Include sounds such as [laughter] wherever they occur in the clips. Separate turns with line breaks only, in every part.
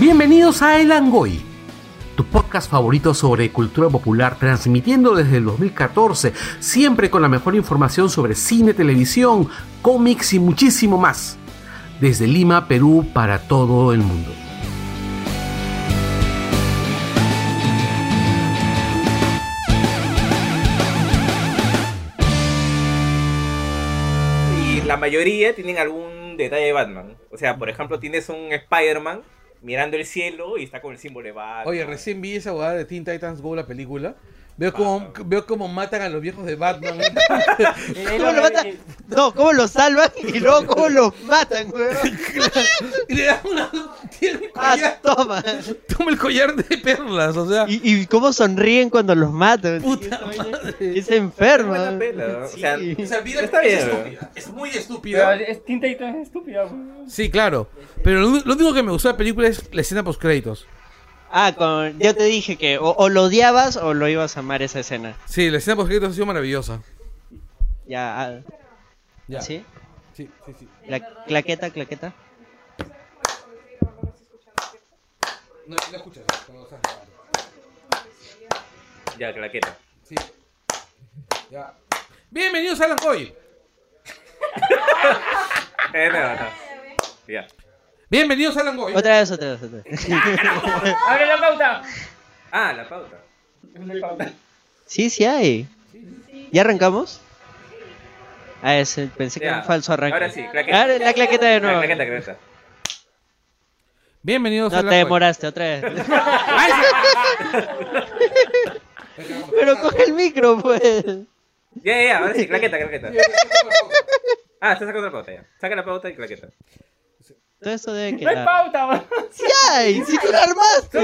Bienvenidos a El Angoy, tu podcast favorito sobre cultura popular, transmitiendo desde el 2014, siempre con la mejor información sobre cine, televisión, cómics y muchísimo más. Desde Lima, Perú, para todo el mundo.
Y la mayoría tienen algún detalle de Batman. O sea, por ejemplo, tienes un Spider-Man mirando el cielo y está con el símbolo de Batman.
Oye, recién vi esa huevada de Teen Titans Go, la película. Veo cómo, veo cómo matan a los viejos de Batman.
¿Cómo lo matan? No, ¿cómo lo salvan? [laughs] Y luego, ¿cómo lo matan, weón?
y le dan una... Tiene el
Ah,
collar,
toma.
toma el collar de perlas, o sea...
Y, y cómo sonríen cuando los matan.
Puta
Esa vaina
madre.
Es enfermo.
Buena pela, ¿no? O sea,
Sí.
O sea, mira,
Está
es
bien,
estúpida, Es muy
Pero
estúpida.
es Teen Titans es estúpida, weón.
Sí, claro. Pero lo, lo único que me gustó de la película es la escena post créditos.
Ah, con... yo te dije que o, o lo odiabas o lo ibas a amar esa escena.
Sí, la escena post créditos ha sido maravillosa.
Ya, ah,
Ya.
¿sí?
Sí, sí, sí.
La claqueta, claqueta.
No, no escuchas cuando estás grabando.
ya, claqueta.
Sí. Ya. Bienvenidos a Lancoy.
Eh, no, no. Ya.
Bienvenidos a Langoy.
Otra vez, otra vez, otra vez. [laughs]
¡Abre la pauta!
Ah, la pauta.
No hay pauta.
Sí, sí hay. ¿Ya arrancamos? Ah, ese, pensé que
Ya.
era un falso arranque.
Ahora sí, claqueta.
Ahora la claqueta de
Ah,
nuevo.
claqueta, claqueta.
Bienvenidos a
No te
Langoy.
demoraste otra vez. Pero coge el micro, pues.
Ya, ya, ya, ahora sí, claqueta, claqueta. Ah, está sacando la pauta ya. Saca la pauta y claqueta.
Todo eso debe
¡No hay
quedar.
pauta, weón!
¡Sí hay! ¡Si tú lo
¡No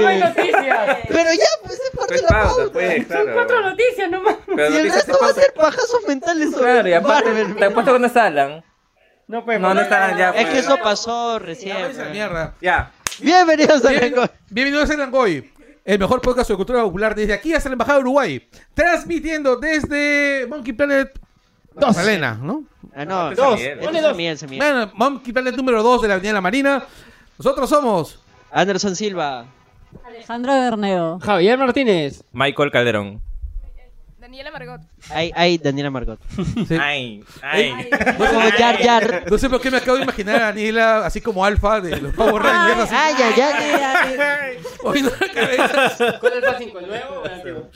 hay
armaste!
noticias!
Pero ya, pues es parte
Pues
de la pauta.
pauta, pues,
Son cuatro
claro.
noticias nomás.
Pero
Y el
noticias
resto
es
va a
pauta.
ser pajazos mentales sobre
pues. Claro, y aparte,
Marvel.
te apuesto que no está Alan.
No, pues,
No, no estarán ya,
Es que
pues.
eso pasó
Ya,
recién.
esa
man.
mierda.
Ya.
Bienvenidos a
Bienvenido-
Rencor.
Bienvenidos a Langoy. El mejor podcast de cultura popular desde aquí hasta la Embajada de Uruguay. Transmitiendo desde Monkey Planet. Dos. ¿no?
Ah, no,
Este es
dos.
Miguel.
Este
Ponle
es
dos.
Miguel, ese Miguel.
Bueno, Monkey Planet número 2 de la Avenida de la Marina. Nosotros somos.
Anderson Silva.
Alejandro Berneo.
Javier Martínez.
Michael Calderón.
Daniela [laughs] Margot.
Ay, ay, Daniela Margot.
Sí.
Ay, ay.
Como Jar
[laughs]
Jar.
No sé por qué me acabo de imaginar a Daniela así como alfa de los Power Rangers. así,
Ay, ay, ay.
moviendo la cabeza.
¿Cuál es el 5 nuevo o el antiguo?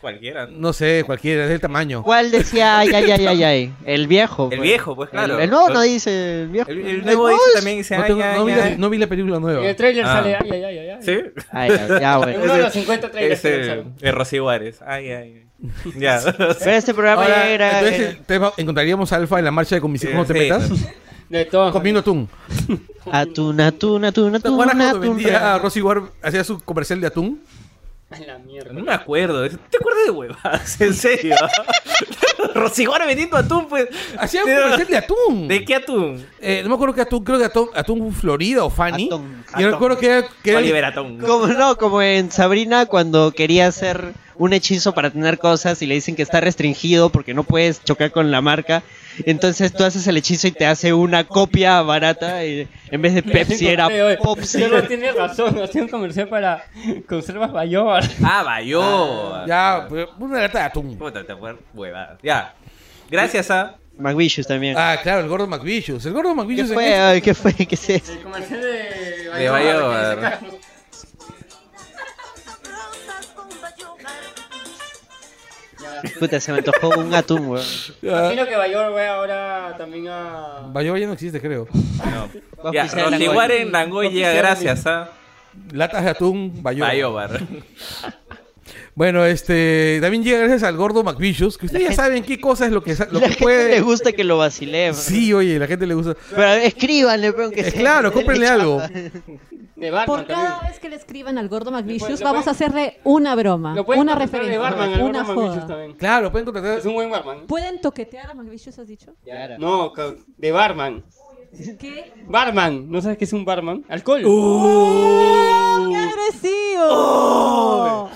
Cualquiera.
No sé, cualquiera, es del tamaño.
¿Cuál decía ay, ay, ay, ay, ay? El viejo.
El
pues.
viejo, pues
El-
claro.
El, nuevo no dice el viejo.
El, el nuevo
¿El
dice
nuevo?
también dice
No,
ay,
tengo- no
ay,
vi,
ay.
la, no vi la película nueva.
En el trailer
Ah.
sale. Ay, ay, ay, ay.
¿Sí?
Ay, ya, ya,
[laughs]
En
bueno.
uno de los 50 trailers.
Es
que
el,
lanzaron.
el Rosy Juárez. Ay, ay. ay. Ya.
Pero este programa
Ahora,
era.
entonces,
era-
el tema- encontraríamos a Alfa en la marcha de con mis
Sí,
hijos, no te
sí.
metas.
De todos.
Comiendo atún.
Atún, atún, atún,
¿Te
atún,
acuerdas cuando
atún.
vendía a Rosy War, hacía su comercial de atún?
A la mierda.
No me acuerdo. ¿Te acuerdas de huevas? [laughs] En serio. Rosiguara vendiendo atún, pues.
Hacía un comercial de atún.
¿De qué atún?
Eh, no me acuerdo que atún, creo que atún, atún Florida o Fanny.
Atún.
Y no me acuerdo que era. que era-
Oliver
[laughs]
Atún.
Como no, como en Sabrina cuando quería hacer un hechizo para tener cosas y le dicen que está restringido porque no puedes chocar con la marca. Entonces tú haces el hechizo y te hace una copia barata y en
[laughs]
vez de Pepsi era Popsi.
Pero tiene razón. Hacía un comercial para conservas Bayobar.
Ah, Bayo.
Ya, pues, una lata de atún.
Puta, te acuerdas huevadas. Ya. Gracias a.
McVicious también.
Ah, claro, el gordo McVicious. El gordo
¿Qué
McVicious.
fue? Ay, ¿Qué fue? ¿Qué es eso?
El comercial de
De Bayobar.
Puta, se me antojó un atún, weón.
Ah,
Imagino que Bayobar va ahora también a...
Bayoba ya no existe, creo.
No.
Vos
Ya,
pisé el Angoy.
Rosiguara en Langoy llega gracias a.
Latas de atún, Bayoba.
Bayobar.
Bueno, este. También llega gracias al gordo McVicious. Que ustedes ya saben qué cosa es lo que, sa- lo
La
que
gente le
puede.
gusta que lo vacile.
Sí, oye, la gente le gusta.
Pero escríbanle, pero que
Eh, claro, cómprenle algo.
De Batman
Por
también.
cada vez que le escriban al gordo
puede-
McVicious,
lo
vamos
puede-
a hacerle una broma,
Lo pueden
una
contratar de
referencia,
barman, al
una
barman Vicious
joda.
también.
Claro, pueden contratar.
Es un buen barman.
¿Pueden toquetear a McVicious, has dicho?
Claro.
No, ca- de barman.
¿Qué?
Barman, ¿no sabes qué es un
¡Uh!
¡Oh,
barman? Alcohol. [laughs]
¡Qué agresivo!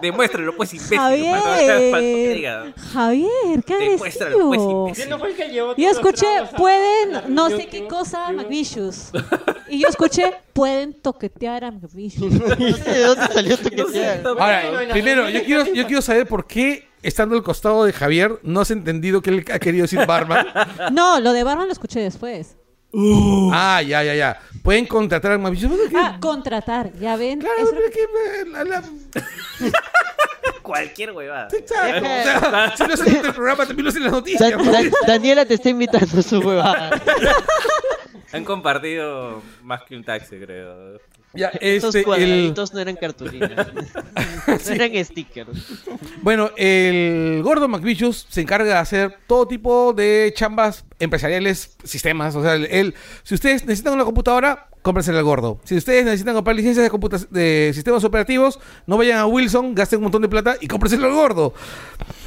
Demuéstralo, pues, imbécil.
Javier.
mano, no seas falso, que diga.
Javier, qué
Demuéstralo, pues,
agresivo.
imbécil.
Yo no fue el que llevó
Yo
todos los
escuché,
tragos a- a-
pues.
pueden, no
yo-
sé qué
yo-
cosa,
yo- [laughs]
McVicious. Y yo escuché, pueden toquetear a
[laughs]
McVicious.
[laughs] No sé de dónde salió esto que sea.
Ahora, primero, yo quiero, yo quiero saber por qué, estando al costado de Javier, no has entendido que él ha querido decir barman.
No, lo de Barman lo escuché después.
Ah, ya, ya, ya. Pueden contratar a McVicious. ¿Qué?
Ah, contratar, ya ven.
Claro,
Es lo-
pero es que eh, la- la-
Cualquier huevada.
Exacto. O sea, si no se el programa, también lo hacen las noticias.
Da- Da- Daniela te está invitando a su huevada.
Han compartido más que un taxi, creo.
Ya,
Estos
este, el,
cuadraditos no eran
[laughs]
cartulinas. No eran stickers.
bueno, el gordo McVicious se encarga de hacer todo tipo de chambas empresariales, sistemas. O sea, él- él, si ustedes necesitan una computadora, cómprensela al gordo. Si ustedes necesitan comprar licencias de, computa- de sistemas operativos, no vayan a Wilson, gasten un montón de plata y cómprensela al gordo.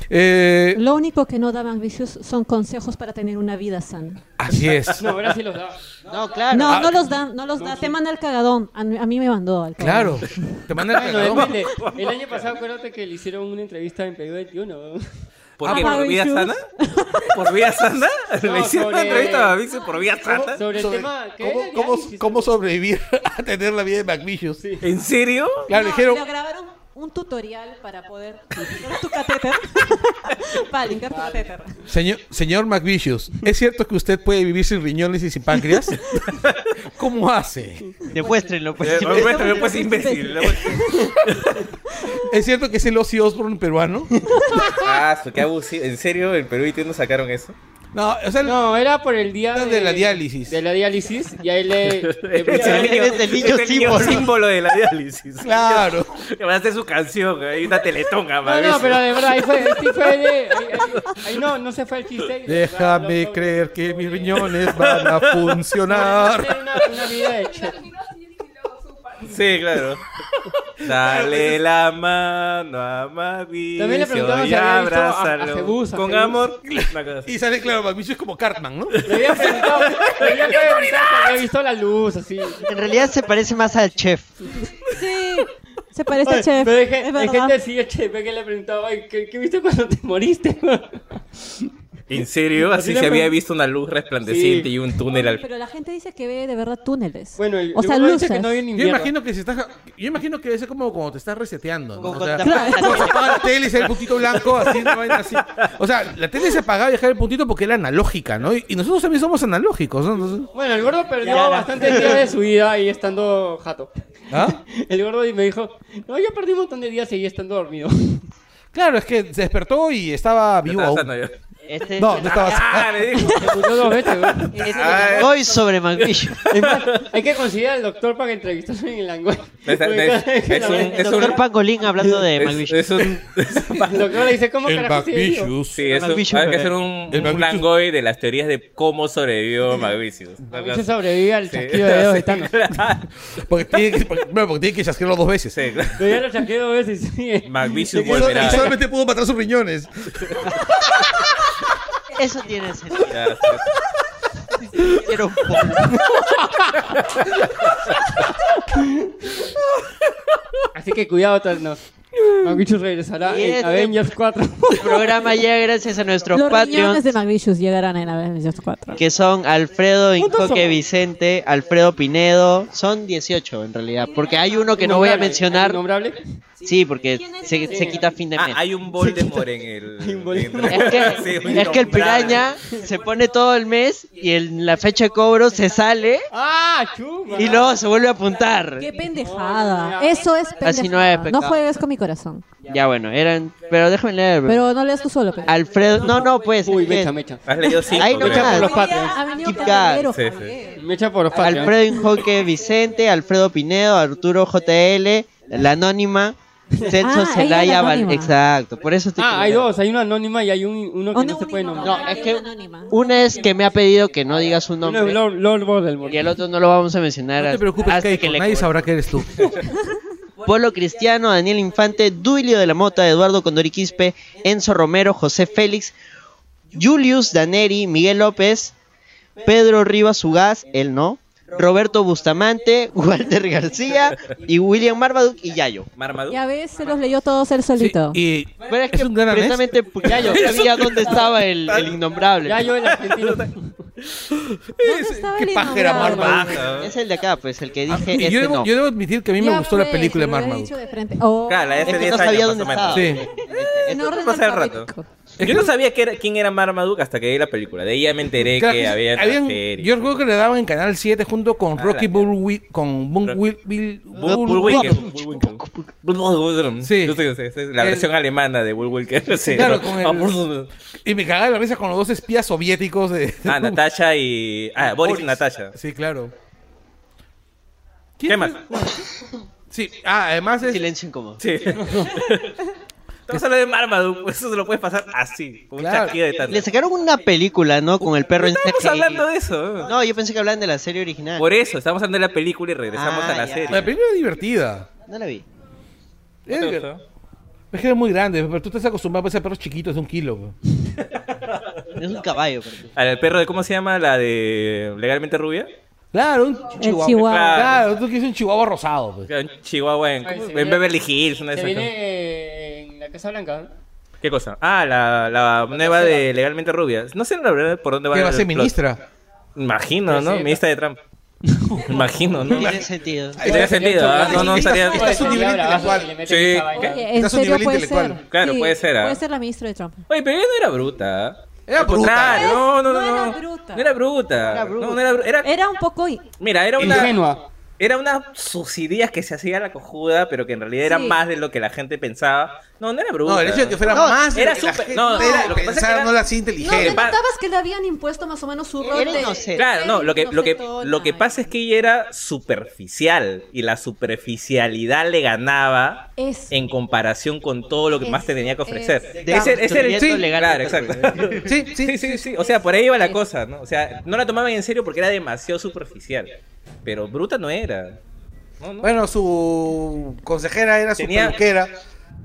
Eh,
Lo único que no da McVicious son consejos para tener una vida sana.
así es.
No, ahora sí
[laughs]
los daba.
No, claro.
No,
ah,
no los dan, no los da. Te manda al cagadón. A, mí- a mí me mandó al
Claro.
cagadón.
Te mandan al
Bueno,
cagadón.
depende. El año pasado acuérdate que le hicieron una entrevista en Perú 21. weón.
¿Por qué? ¿Por
Baby
vía
Shoes.
sana? ¿Por vía sana?
Ah, [laughs] No,
¿Le hicieron una
sobre-
entrevista a Babixi por vía sana?
Sobre el
Sobre-
tema que
¿Cómo,
era de
cómo-
análisis,
cómo
¿no?
sobrevivir [laughs] a tener la vida de McVicious?
¿En serio?
Claro,
No,
dijeron,
Le grabaron un tutorial para poder [laughs] linkar tu catéter. [laughs] para linkar tu catéter.
señor, señor McVicious, ¿es cierto que usted puede vivir sin riñones y sin páncreas? [laughs] ¿Cómo hace?
Demuéstrenlo, pues.
Eh, Muéstrame, pues, imbécil.
¿Es cierto que es el Ozzy Osbourne peruano?
Ah, su- qué abusivo. ¿En serio? ¿En Perú y tú no sacaron eso?
No, o sea, el-
No, era por el día
De la diálisis.
De la diálisis. Y ahí
[laughs]
le. le pusieron-
el niño- eres el niño
es el niño
símbolo.
símbolo de la diálisis.
claro.
Que van a hacer su canción, hay una teletonga,
No,
Babixi.
no, pero de verdad, ahí fue, sí fue de. Ahí, ahí- ahí no, no se fue el chiste. de verdad,
Déjame
loco,
creer que
sobre-
mis riñones van a funcionar.
Hacer Una, una vida de chat.
Sí,
[laughs]
claro. Dale la mano a Mavi.
También le preguntaron si
y
había visto a- a
abrázalo.
Jebus, a
Con
Jebus. [laughs]
amor. Una cosa así.
Y sale, claro, McVicious como Cartman, ¿no?
Le había preguntado. Le había preguntado si había visto la luz, así.
En realidad se parece más al chef.
Sí, se parece a
Oye,
Chef.
Pero hay, gen-
es
hay
verdad.
gente así, el chef, que le preguntaba, "Ay, ¿qué, qué viste cuando te moriste? [laughs]
¿En serio? Así
Así
se
le
había
pregun-
visto una luz resplandeciente
Sí.
y un túnel al.
Pero la gente dice que ve de verdad túneles.
bueno, el,
o sea,
luego
luces.
dice que no había ni
Yo
mierda.
imagino que se está, yo imagino que es como cuando te estás reseteando, ¿no?
Como
O sea,
cuando te apagas
se apaga la tele y sale el puntito blanco, así, una vaina así. O sea, la tele se apagaba y dejaba el puntito porque era analógica, ¿no? Y, y nosotros también somos analógicos, ¿no? Entonces-
Bueno, el gordo perdió
Ya, la-
bastantes días de su vida ahí estando jato.
¿Ah?
[laughs] El gordo me dijo, no, yo perdí un montón de días ahí estando dormido. [laughs]
Claro, es que se despertó y estaba
Yo
vivo
estaba
aún.
sano, Ah, yo.
Este
No, no estaba sano.
Ah, me
[laughs]
dijo.
Me puteó dos veces, weón.
Este-
Hoy sobre McVicious.
Es más, hay que considerar al doctor para que entrevistarse en el lenguaje.
Es- es- es un-
El
es
doctor Pangolín hablando de
Es,
McVicious.
es
[laughs]
un. es un-
El doctor le dice, ¿cómo
El
carajo sigue vivo?"
Backvicious.
pues Sí, es un-
Mavicio,
hay que
eh.
hacer un,
El
un
Mavicio-
langoy de las teorías de cómo sobrevivió Mavicio.
Mauricio sobrevive al
[laughs]
chasquido de dedos de Thanos.
Porque tiene que, porque- bueno, porque tiene que chasquearlo dos veces.
Sí,
[laughs]
claro.
Pero ya lo chasqueé dos veces eh. y sigue.
Mavicio
Y so-
volverá.
y solamente pudo matar sus riñones.
Eso tiene sentido.
Ya, sí.
Era un polvo.
Así que cuidado, [laughs] Thanos. Mauricio regresará
Y
en
este-
Avengers 4.
El programa llega gracias a nuestros
Los riñones
Patreons.
de McVicious llegarán en Avengers 4.
Que son Alfredo
¿Cuántos
Incoque
son?
Vicente, Alfredo Pinedo. Son 18 en realidad. Porque hay uno que no voy a mencionar.
Innombrable.
Sí, porque se, se quita a fin de
Ah,
mes.
hay un Voldemort en
[laughs]
el.
Hay un Voldemort.
en-
Es
[laughs]
que,
Sí, un
es que
innombrable.
el piraña se pone todo el mes y en la fecha de cobro se sale
¡Ah, chuma!
y luego se vuelve a apuntar.
¡Qué pendejada! Eso es pendejada.
Así no es
no
pecado.
juegues con mi corazón.
Ya bueno, eran. Pero déjenme leer.
Pero no leas tú solo. pero-
Alfredo. No, no, pues.
Uy,
es que
mecha, mecha.
Has leído cinco.
Ay, no
creo.
más.
Por los
Hoy día
Patreons.
Ha venido
Kit Kat.
caballero,
Sí, sí.
Javier.
Mecha por los ¿eh? Patreons.
Alfredo Injoque Vicente, Alfredo Pinedo, Arturo JL, la anónima, Celso
Ah, ella
Celaya
es la
Val.
anónima.
Exacto, por eso estoy
Ah, hay
colgado.
dos. Hay una anónima y hay un, uno
Una
que Oh, no se puede
anónima,
nombrar.
No, es que-
anónima.
Una es que me ha pedido que no diga su
Uno es
nombre.
Lord, Lord Voldemort.
Y el otro no lo vamos a mencionar.
No te
hasta-
preocupes,
hasta
Keiko,
le
nadie
cobre.
sabrá que eres tú.
Polo Cristiano, Daniel Infante, Duilio de la Mota, Eduardo Condori Quispe, Enzo Romero, José Félix, Julius Daneri, Miguel López, Pedro Rivas Ugaz, él no, Roberto Bustamante, [laughs] Walter García y William Marmaduke y Yayo.
Marmaduke.
Ya ves, se los leyó todos él solito.
y
Pero es
Es
que
un gran anés.
precisamente porque Yayo sabía dónde estaba el, el innombrable.
Ya yo el
[laughs]
argentino.
es-
estaba
qué
el
pajera
innombrable?
Marmaduke.
Baja.
Es el de acá, pues, el que
Ah,
dije,
y yo,
este
debo,
no.
yo debo admitir que a mí me
Ya
gustó la
ves,
película de
te lo había
Marmaduke.
dicho de frente. Oh,
Claro, la
Es que
F10
no sabía
años,
dónde
más o
estaba. Este,
menos.
Sí.
en orden
Pasa el rato.
alfabético.
Yo no sabía que era- quién era Marmaduke hasta que vi la película. De ella me enteré
Claro,
que había.
habían- yo recuerdo que le daban en Canal 7 junto con
Ah,
Rocky
la
Bullwi- con Bun-
Rocky.
Will- Bill- Bull-
Wilker.
Bull- Sí.
Sí. La
El-
versión alemana de Bull Wilker. [laughs] no sé.
Claro, con el-
Ah, Bull-
Y me cagaba la mesa con los dos espías soviéticos de... [laughs]
Ah, Natasha y. Ah, Boris y Natasha.
Sí, claro.
¿Qué más?
Sí, ah, además es...
este Silencio incómodo.
[laughs]
Sí. [laughs] Estamos hablando de Marmaduke. Eso se lo puedes pasar así. Con
Claro.
un chasquido de tanto.
Le sacaron una película, ¿no? Con el perro en
Estamos hablando de eso.
No, yo pensé que hablaban de la serie original.
Por eso, estamos hablando de la película y regresamos
Ah,
a la
La
ya.
serie.
película es divertida.
No la vi.
Es, es que es muy grande, pero tú estás acostumbrado pues, a perros chiquitos de un kilo. pues.
Es un caballo. pero-
¿Al perro de cómo se llama? ¿La de Legalmente Rubia?
Claro, un
El
chihuahua.
chihuahua.
Claro, tú quieres un chihuahua rosado. pues.
Un Chihuahua en,
Ay, se
en
viene-
Beverly Hills, una de
Se
esas cosas.
viene en la Casa Blanca. ¿no?
¿Qué cosa? Ah, la, la nueva de Legalmente Rubia. No sé la verdad por dónde va
Que va a
el
ser
plot.
ministra.
Imagino, ¿no? Ministra de Trump. Imagino, ¿no? [laughs]
Tiene sentido.
Tiene sentido, ¿ah? No, no, estaría...
Esta es su
Sería
nivel
bravazo
intelectual.
que le meten
Sí,
esa vaina.
Oye, en
Está a su
serio
nivel
puede
intelectual.
ser.
Claro, puede ser, ¿ah?
Puede ser la ministra de Trump.
Oye, pero ella no era bruta. ¿ah?
Era
Al
bruta.
contrario, No, no, no.
No era
no.
bruta.
No era bruta.
Era bruta.
No, no era bruta. Era-
Era un poco. i-
Mira, era una...
Ingenua.
Era una suciedad que se hacía la cojuda, pero que en realidad era
Sí.
más de lo que la gente pensaba. No, no era bruta.
No, el hecho de que fuera
No,
más. de
era
lo que la
súper-
gente
no, lo que
era-
pasa es que
pensaba,
era-
no la hacía
No,
inteligente.
te
pa-
notabas que le habían impuesto más o menos su
Era
rol de.
inocente.
Claro, no, lo que, lo, que, lo que pasa es que ella era superficial y la superficialidad le ganaba
Es.
en comparación con todo lo que más te tenía que ofrecer.
Es-
De-
ese, ese era el
destruyendo
sí, claro,
legalmente,
exacto.
pues. Sí,
[laughs] Sí,
sí,
sí, sí. O sea, por ahí iba la cosa, ¿no? O sea, no la tomaban en serio porque era demasiado superficial. Pero bruta no era. No, no.
Bueno, su consejera era su
Tenía-
peluquera.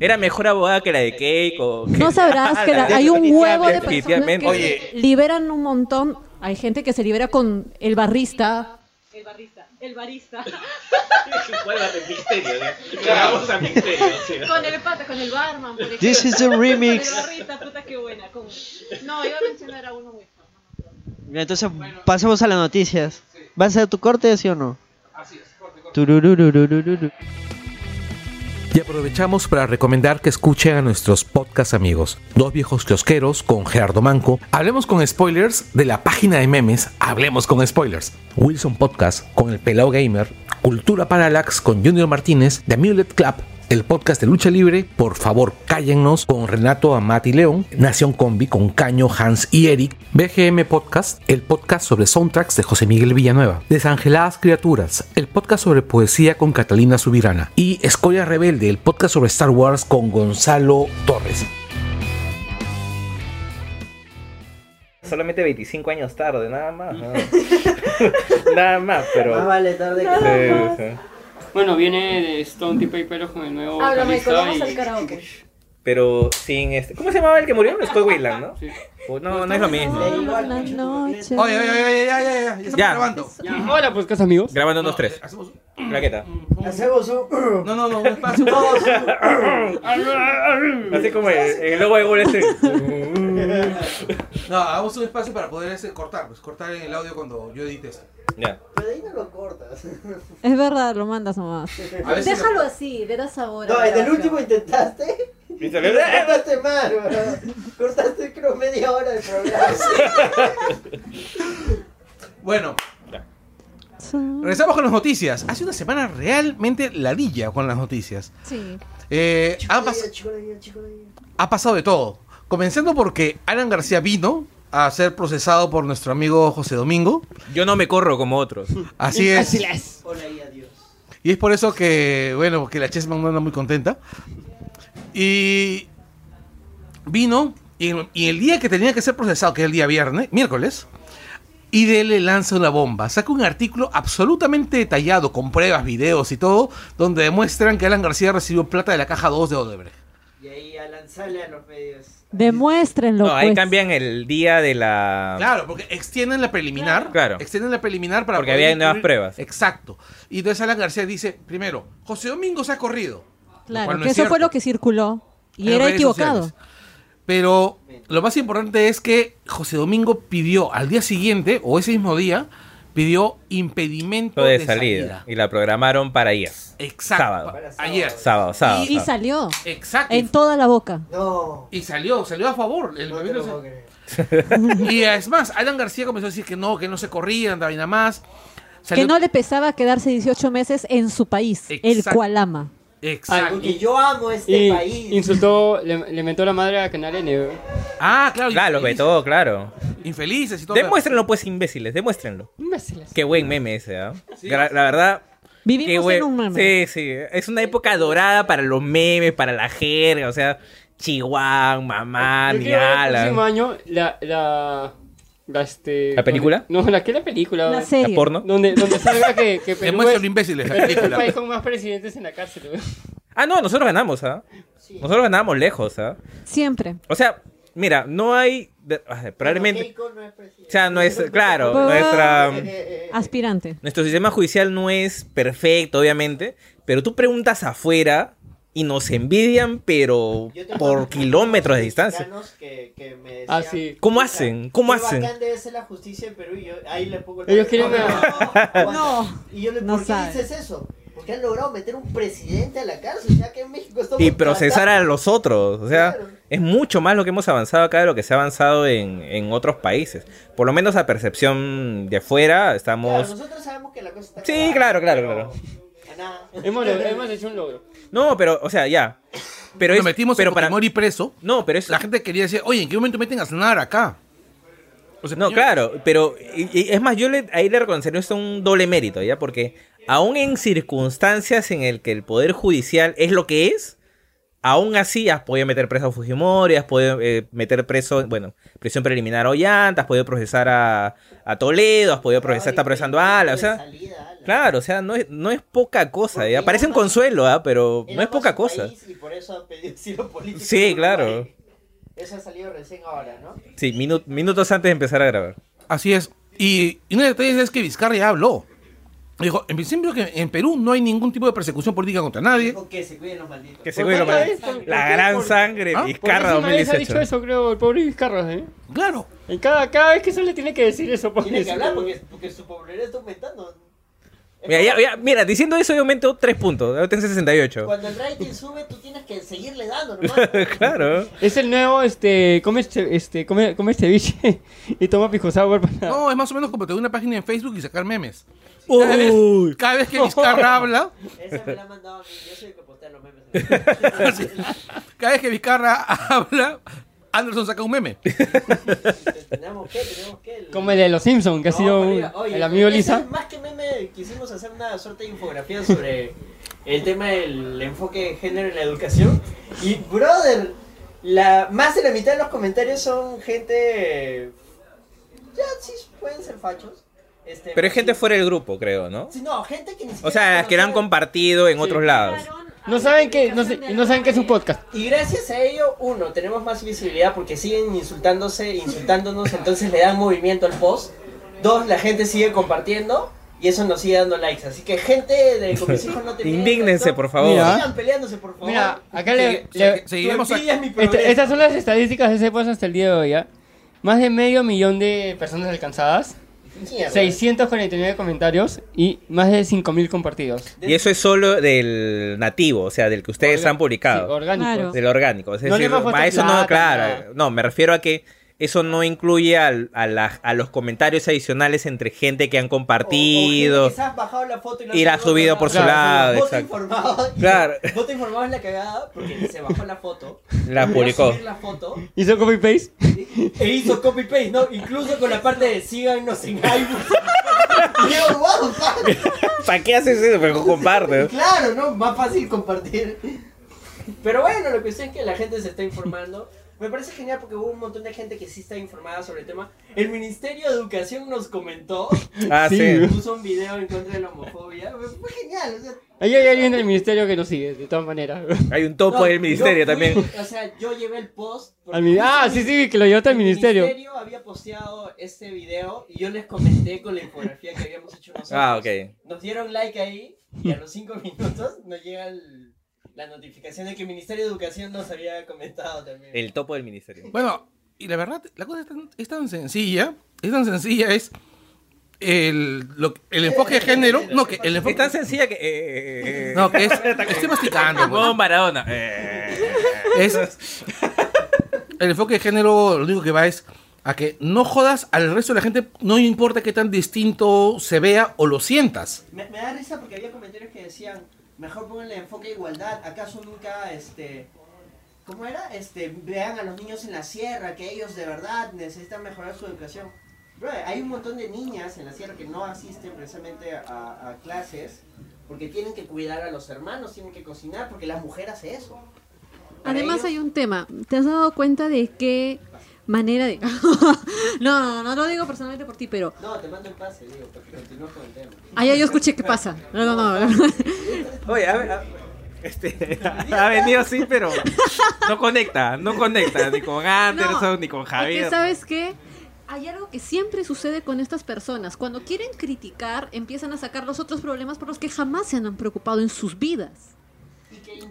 Era mejor abogada que la de Keiko. que-
No sabrás
[laughs]
que la-
de-
hay un huevo de personas
Definitivamente.
que
Oye.
liberan un montón. Hay gente que se libera con el barrista. El barrista. El barista. con el pata, con el barman, por ejemplo.
This is a remix.
Con el barrista, puta, qué buena. con- No, iba a mencionar a uno muy famoso.
Entonces, pasemos a las noticias. ¿Vas a hacer tu corte, sí o no? Turururururururu.
Y aprovechamos para recomendar que escuchen a nuestros podcast amigos, Dos Viejos Kiosqueros con Gerardo Manco, Hablemos con Spoilers de la página de memes Hablemos con Spoilers, Wilson Podcast con el Pelao Gamer, Cultura Parallax con Junior Martínez, The Amulet Club, el podcast de lucha libre, por favor cállennos con Renato Amati León, Nación Combi con Caño, Hans y Eric, BGM Podcast, el podcast sobre soundtracks de José Miguel Villanueva, Desangeladas Criaturas, el podcast sobre poesía con Catalina Subirana y Escoria Rebelde, el podcast sobre Star Wars con Gonzalo Torres.
Solamente 25 años tarde, nada más. ¿no? [laughs] nada más, pero.
vale tarde
Sí, sí.
Bueno, viene de Stone Temple Pilots con el nuevo
Háblame,
vocalista
vamos
y-
al karaoke.
Pero sin este. ¿Cómo se llamaba el que murió? Scott Wayland, ¿no?
Sí.
O- No, no es lo mismo.
Una noche.
Oye, oye, oye, oye, ya, ya, ya, ya, estamos
Ya.
grabando.
Ya, Hola, pues, casa amigos.
Grabando unos tres.
Hacemos un- [laughs]
Claqueta.
No, no, no,
[laughs]
un espacio.
Así como el, el logo de este. Wall Street.
No, hagamos un espacio para poder ese- cortar, pues, cortar en el audio cuando yo edite esto.
[laughs] ya.
Es verdad, lo mandas nomás.
A veces-
Déjalo así, le das sabor. a
[laughs] No,
la
en el
grabación.
último [laughs] intentaste.
Y
y
salió-
Cortaste mal, bro. Cortaste creo media hora del
[laughs]
programa.
Bueno,
Sí.
regresamos con las noticias. Hace una semana realmente ladilla con las noticias.
Sí.
Eh,
Ah,
han pas-
Chicolaya, chicolaya, chicolaya.
ha pasado de todo. Comenzando porque Alan García vino a ser procesado por nuestro amigo José Domingo.
Yo no me corro como otros.
Así es.
Así las.
Hola y adiós.
Y es por eso que, bueno, que la Chessman no anda muy contenta. Y vino, y, y el día que tenía que ser procesado, que es el día viernes, miércoles, y de él le lanza una bomba. Saca un artículo absolutamente detallado, con pruebas, videos y todo, donde demuestran que Alan García recibió plata de la caja 2 de Odebrecht.
Y ahí a lanzarle a los medios.
Demuéstrenlo.
No, ahí
pues.
cambian el día de la.
Claro, porque extienden la preliminar.
Ah. Claro.
Extienden la preliminar para.
Porque
poder
había nuevas
incluir-
pruebas.
Exacto. Y entonces Alan García dice: primero, José Domingo se ha corrido. lo
Claro,
cual no
que
es
eso fue
cierto.
lo que circuló. Y
En
era
redes
equivocado.
sociales. Pero lo más importante es que José Domingo pidió al día siguiente, o ese mismo día, pidió impedimento
Todo
de,
de salida.
salida.
Y la programaron para ayer.
Exacto.
Sábado.
Ayer.
Sábado, sábado.
Y, y
sábado.
salió.
Exacto.
En toda la boca.
No.
Y salió, salió a favor. El
No te
movimiento
lo
se-
puedo creer.
Y es más, Alan García comenzó a decir que no, que no se corría, andaba y nada más. Salió-
Que no le pesaba quedarse 18 meses en su país, el
Exacto.
cual ama.
Exacto.
Porque yo amo este
Y
país.
insultó, le, le mentó la madre a Canal N. weón.
Ah, claro.
Claro, lo
infelices-
vetó, claro.
Infelices y todo.
Demuéstrenlo, pues, imbéciles, demuéstrenlo.
Imbéciles.
Qué buen meme ese, ¿ah? Gra- La verdad.
Vivimos
qué buen-
en un meme.
Sí, sí. Es una época dorada para los memes, para la jerga, o sea, Chihuahua, mamá, Ah,
Yo
ni
quiero ver el próximo
ala.
año la, la, la, este,
¿La película?
No, la que la película.
La
weón.
¿La
serie.
porno?
donde, donde salga que, que Perú es,
Demuéstrenlo,
[laughs]
imbéciles. la
Perú es el
película.
país con más presidentes en la cárcel. weón.
Ah, no, nosotros ganamos, ¿ah? Nosotros ganamos lejos, ¿ah?
Siempre.
O sea, mira, no hay. de- ah, Probablemente.
Keiko no es presidente.
O sea, no es.
[laughs]
Claro, um,
Bah.
nuestra.
Eh, eh,
Aspirante.
Nuestro sistema judicial no es perfecto, obviamente, pero tú preguntas afuera y nos envidian, pero
yo tengo
por
amigos
kilómetros de distancia.
mexicanos Que, que me decían,
Ah, sí.
¿Cómo hacen? ¿Cómo
"Qué
hacen?
bacán debe ser la justicia en Perú y yo ahí le pongo el
Ellos quieren
no, no,
No.
Y yo le
No
¿por qué
saben.
dices eso? Porque han logrado meter un presidente a la cárcel, ya que en México estamos
Y procesar a los otros. O sea,
Claro.
es mucho más lo que hemos avanzado acá de lo que se ha avanzado en, en otros países. Por lo menos a percepción de fuera,
Claro,
estamos.
nosotros sabemos que la cosa está
Sí,
cagada,
claro, claro,
pero
claro.
a nada.
Hemos, log- hemos hecho un logro.
No, pero, o sea, ya. Pero
Lo
es-
metimos
pero
en
para
Fujimori preso.
No, pero es.
La gente quería decir, oye, ¿en qué momento meten a sonar acá?
No, claro, pero y- y es más, yo le, ahí le reconoceré esto un doble mérito, ¿ya? Porque aún en circunstancias en el que el Poder Judicial es lo que es, aún así has podido meter preso a Fujimori, has podido eh, meter preso, bueno, prisión preliminar a Ollanta, has podido procesar a, a Toledo, has podido procesar, está procesando a Ala, o
De
sea,
salida, ala.
claro, o sea, no es, no es poca cosa,
Porque
¿ya?
era
Parece un
más-
consuelo, ¿ah? Pero
Era
no es
más
poca
un
cosa.
país Y por eso han pedido asilo [laughs] político.
Sí,
en
claro.
Uruguay. Eso ha salido recién ahora, ¿no?
Sí, minu- minutos antes de empezar a grabar.
Así es. Y, y una de las detalles es que Vizcarra ya habló. Dijo, en principio que en Perú no hay ningún tipo de persecución política contra nadie.
Dijo que se cuiden los malditos.
Que
¿Por
seguro
cuánta
lo-
vez? ¿Por- por
La
qué?
gran
¿Por-
sangre,
¿Ah?
Vizcarra
Por eso nadie se ha dicho
2018.
eso, creo, el pobre Vizcarra. ¿eh?
Claro.
Y cada, cada vez que se le tiene que decir eso, pobre.
Tiene que hablar porque, porque su popularidad está aumentando. Es
Mira,
como
ya- ya- mira, diciendo eso yo aumento 3 puntos. Ahora tengo 68.
Cuando el rating sube, tú tienes que seguirle dando, nomás.
[laughs] claro.
Es el nuevo, este, come este, este, come, come ceviche [laughs] y toma pico sour para...
No, es más o menos como tener una página en Facebook y sacar memes. Cada vez,
Uy.
cada vez
[laughs]
que Vizcarra habla,
Esa me la han mandado a mí. Yo soy el que postea
[laughs]
los memes. [laughs]
cada vez
[laughs]
que Vizcarra habla, Anderson saca un meme.
tenemos que, tenemos que. el-
Como el de los Simpsons, que ha
No,
sido
pero
un-
mira, oye,
el amigo
ese
Lisa.
Más que meme, quisimos hacer una suerte de infografía sobre el tema del enfoque de género en la educación. Y, brother, la, más de la mitad de los comentarios son gente. Ya, sí, pueden ser fachos. Este,
Pero es gente
sí.
fuera del grupo, creo, ¿no?
Sí, no, gente que ni siquiera.
O sea, las que la han
conocía.
compartido en otros lados.
No saben que, no, sé- y no saben que es un podcast.
Y gracias a ello, uno, tenemos más visibilidad porque siguen insultándose, insultándonos, entonces le dan movimiento al post. Dos, la gente sigue compartiendo y eso nos sigue dando likes. Así que gente de con mis hijos no te metas,
Indígnense,
¿no?
por favor.
Mira.
Sigan peleándose, por favor.
Mira, acá le...
Sigue-
le-
sigue- seguiremos
Tu envidia es mi
esta-
progreso.
Este, estas son las estadísticas de ese post hasta el día de hoy, ¿ya? Más de medio millón de personas alcanzadas,
Mierda.
649 comentarios y más de 5.000 compartidos.
Y eso es solo del nativo, o sea, del que ustedes han
Sí,
publicado.
orgánicos.
Claro.
Del orgánico. Es
No le
decir,
hemos puesto
a eso
plata,
no, claro.
nada.
No, me refiero a que eso no incluye al- a, la- a los comentarios adicionales entre gente que han
O- o gente
compartido.
Quizás bajado la foto y
Y la ha subido por su lado,
Voto
exacto.
informado. [laughs]
Claro.
Voto informado es la cagada porque se bajó la foto.
La
volvió a
[laughs]
publicó.
subir la foto.
¿Hizo copy-paste?
E hizo copy paste, ¿no? Incluso con la parte de síganos en iBooks. Y yo, wow, fuck.
¿Para qué haces eso? Pero comparte.
Claro, ¿no? Más fácil compartir. Pero bueno, lo que sé es que la gente se está informando. Me parece genial porque hubo un montón de gente que sí está informada sobre el tema. El Ministerio de Educación nos comentó.
Ah, sí.
Puso un video en contra de la homofobia. Fue genial. O sea,
Ahí hay alguien del ministerio que nos sigue, de todas maneras. [laughs]
Hay un topo
No,
del ministerio
yo fui-
también.
O sea, yo llevé el post. porque
Al mi- Ah, sí, sí, que lo llevaste al
el
ministerio.
había posteado este video y yo les comenté con la infografía que habíamos hecho nosotros.
Ah, ok.
Nos dieron like ahí y a los cinco [laughs] minutos nos llega el- la notificación de que el Ministerio de Educación nos había comentado también.
El topo del ministerio.
Bueno, y la verdad, la cosa es tan, es tan sencilla, es tan sencilla, es el, lo- el enfoque de género, no, que el
Es
enfoque...
tan sencilla que. eh, eh, eh,
No, que es, estoy masticando.
Huevón
pues.
Maradona. Eh.
Es, el enfoque de género lo único que va es a que no jodas al resto de la gente, no importa qué tan distinto se vea o lo sientas.
Me, me da risa porque había comentarios que decían, mejor pónganle enfoque a igualdad, acaso nunca, este, ¿cómo era? Este, vean a los niños en la sierra, que ellos de verdad necesitan mejorar su educación. Bro, hay un montón de niñas en la sierra que no asisten precisamente a, a clases porque tienen que cuidar a los hermanos, tienen que cocinar, porque las mujeres hacen eso. Para
Además
ellos-
hay un tema. ¿Te has dado cuenta de qué manera de... [laughs] no, no, no, no lo digo personalmente por ti, pero...
No, te mando un pase, digo, porque continúo con el tema.
Allá yo escuché qué pasa. No, no, no.
Oye, a ver. a- este, [laughs] ha venido sí, pero no conecta, no conecta ni con Anderson
No,
Ah, ni con
Es que,
Javier.
¿sabes qué? Hay algo que siempre sucede con estas personas. Cuando quieren criticar, empiezan a sacar los otros problemas por los que jamás se han preocupado en sus vidas.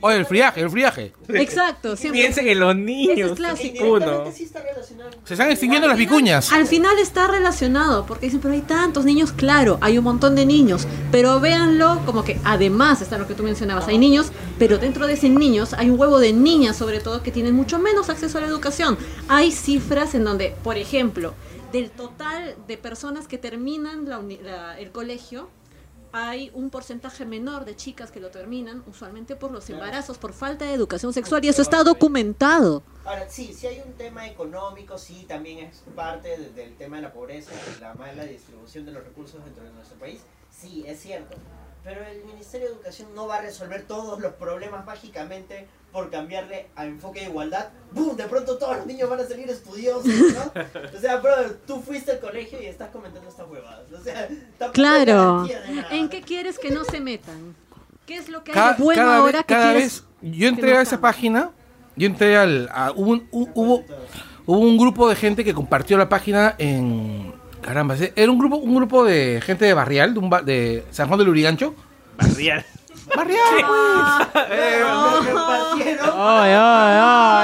Oye, el friaje, el friaje.
Exacto, siempre.
Piensen en los
Ese
niños.
es clásico.
Uno.
sí está relacionado.
Se están extinguiendo las vicuñas.
Al final está relacionado, porque dicen, pero hay tantos niños, claro, hay un montón de niños, pero véanlo como que además está lo que tú mencionabas, hay niños, pero dentro de esos niños hay un huevo de niñas sobre todo que tienen mucho menos acceso a la educación. Hay cifras en donde, por ejemplo, del total de personas que terminan la uni- la- el colegio, hay un porcentaje menor de chicas que lo terminan, usualmente por los embarazos, por falta de educación sexual, y eso está documentado.
Ahora, sí, sí hay un tema económico, sí, también es parte de- del tema de la pobreza, de la mala distribución de los recursos dentro de nuestro país, sí, es cierto. Pero el Ministerio de Educación no va a resolver todos los problemas mágicamente por cambiarle a enfoque de igualdad. ¡Bum! De pronto todos los niños van a salir estudiosos, ¿no? O sea, brother, tú fuiste al colegio y estás comentando estas huevadas. O sea, tampoco
Claro.
es garantía de nada.
¿En qué quieres que no se metan? ¿Qué es lo que hay
Ca-
de bueno
cada
ahora
vez-
que
cada
quieres?
vez- yo
que
entré
no
a esa
estamos?
página, yo entré al... a- hubo, un, hu- hubo, hubo un grupo de gente que compartió la página en... Caramba, ese- era un grupo, un grupo de gente de Barrial, de, un ba- de San Juan del Urigancho.
Barrial.
¡Barrial!
Brother, me compartieron
[laughs]
Ay,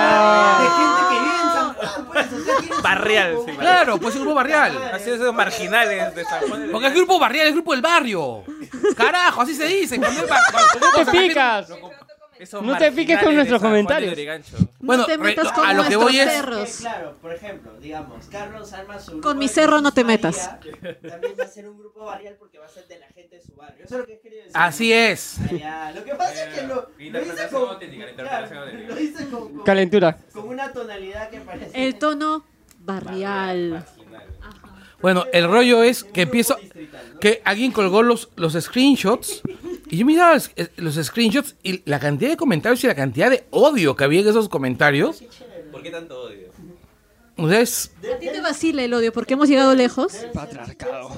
ay,
de gente que vive en San Juan, pues, o sea, tiene su
Barrial,
grupo.
sí, barrial.
Claro, pues el grupo [laughs] Barrial.
Así esos marginales de San Juan.
Porque el grupo Barrial es el grupo del barrio. Carajo, así se dice. cuando el bar- cuando-
ay. ¡Te picas!
Esos
No te piques con
marginales
nuestros
de San Juan
comentarios.
de Lurigancho.
no
Bueno,
te
re-
metas con
a lo que
nuestros
voy es-
Eh,
cerros.
claro, por ejemplo, digamos, Carlos arma su.
Con mi cerro no te metas.
También va a ser un grupo barrial porque va a ser de la gente de su barrio. Eso es lo que he querido decir.
Así es.
Ah, ya. Lo que pasa es que lo,
Y la
lo hice
interpretación
con,
auténtica, la
claro,
interpretación auténtica.
lo hice con, con-
Calentura.
con una tonalidad que parece.
El tono barrial.
Bueno, el rollo es que empiezo. Que alguien colgó los, los screenshots. Y yo miraba los, eh, los screenshots y la cantidad de comentarios y la cantidad de odio que había en esos comentarios.
¿Por qué tanto odio?
O sea, es-
A ti te vacila el odio porque hemos llegado lejos.
Patriarcado.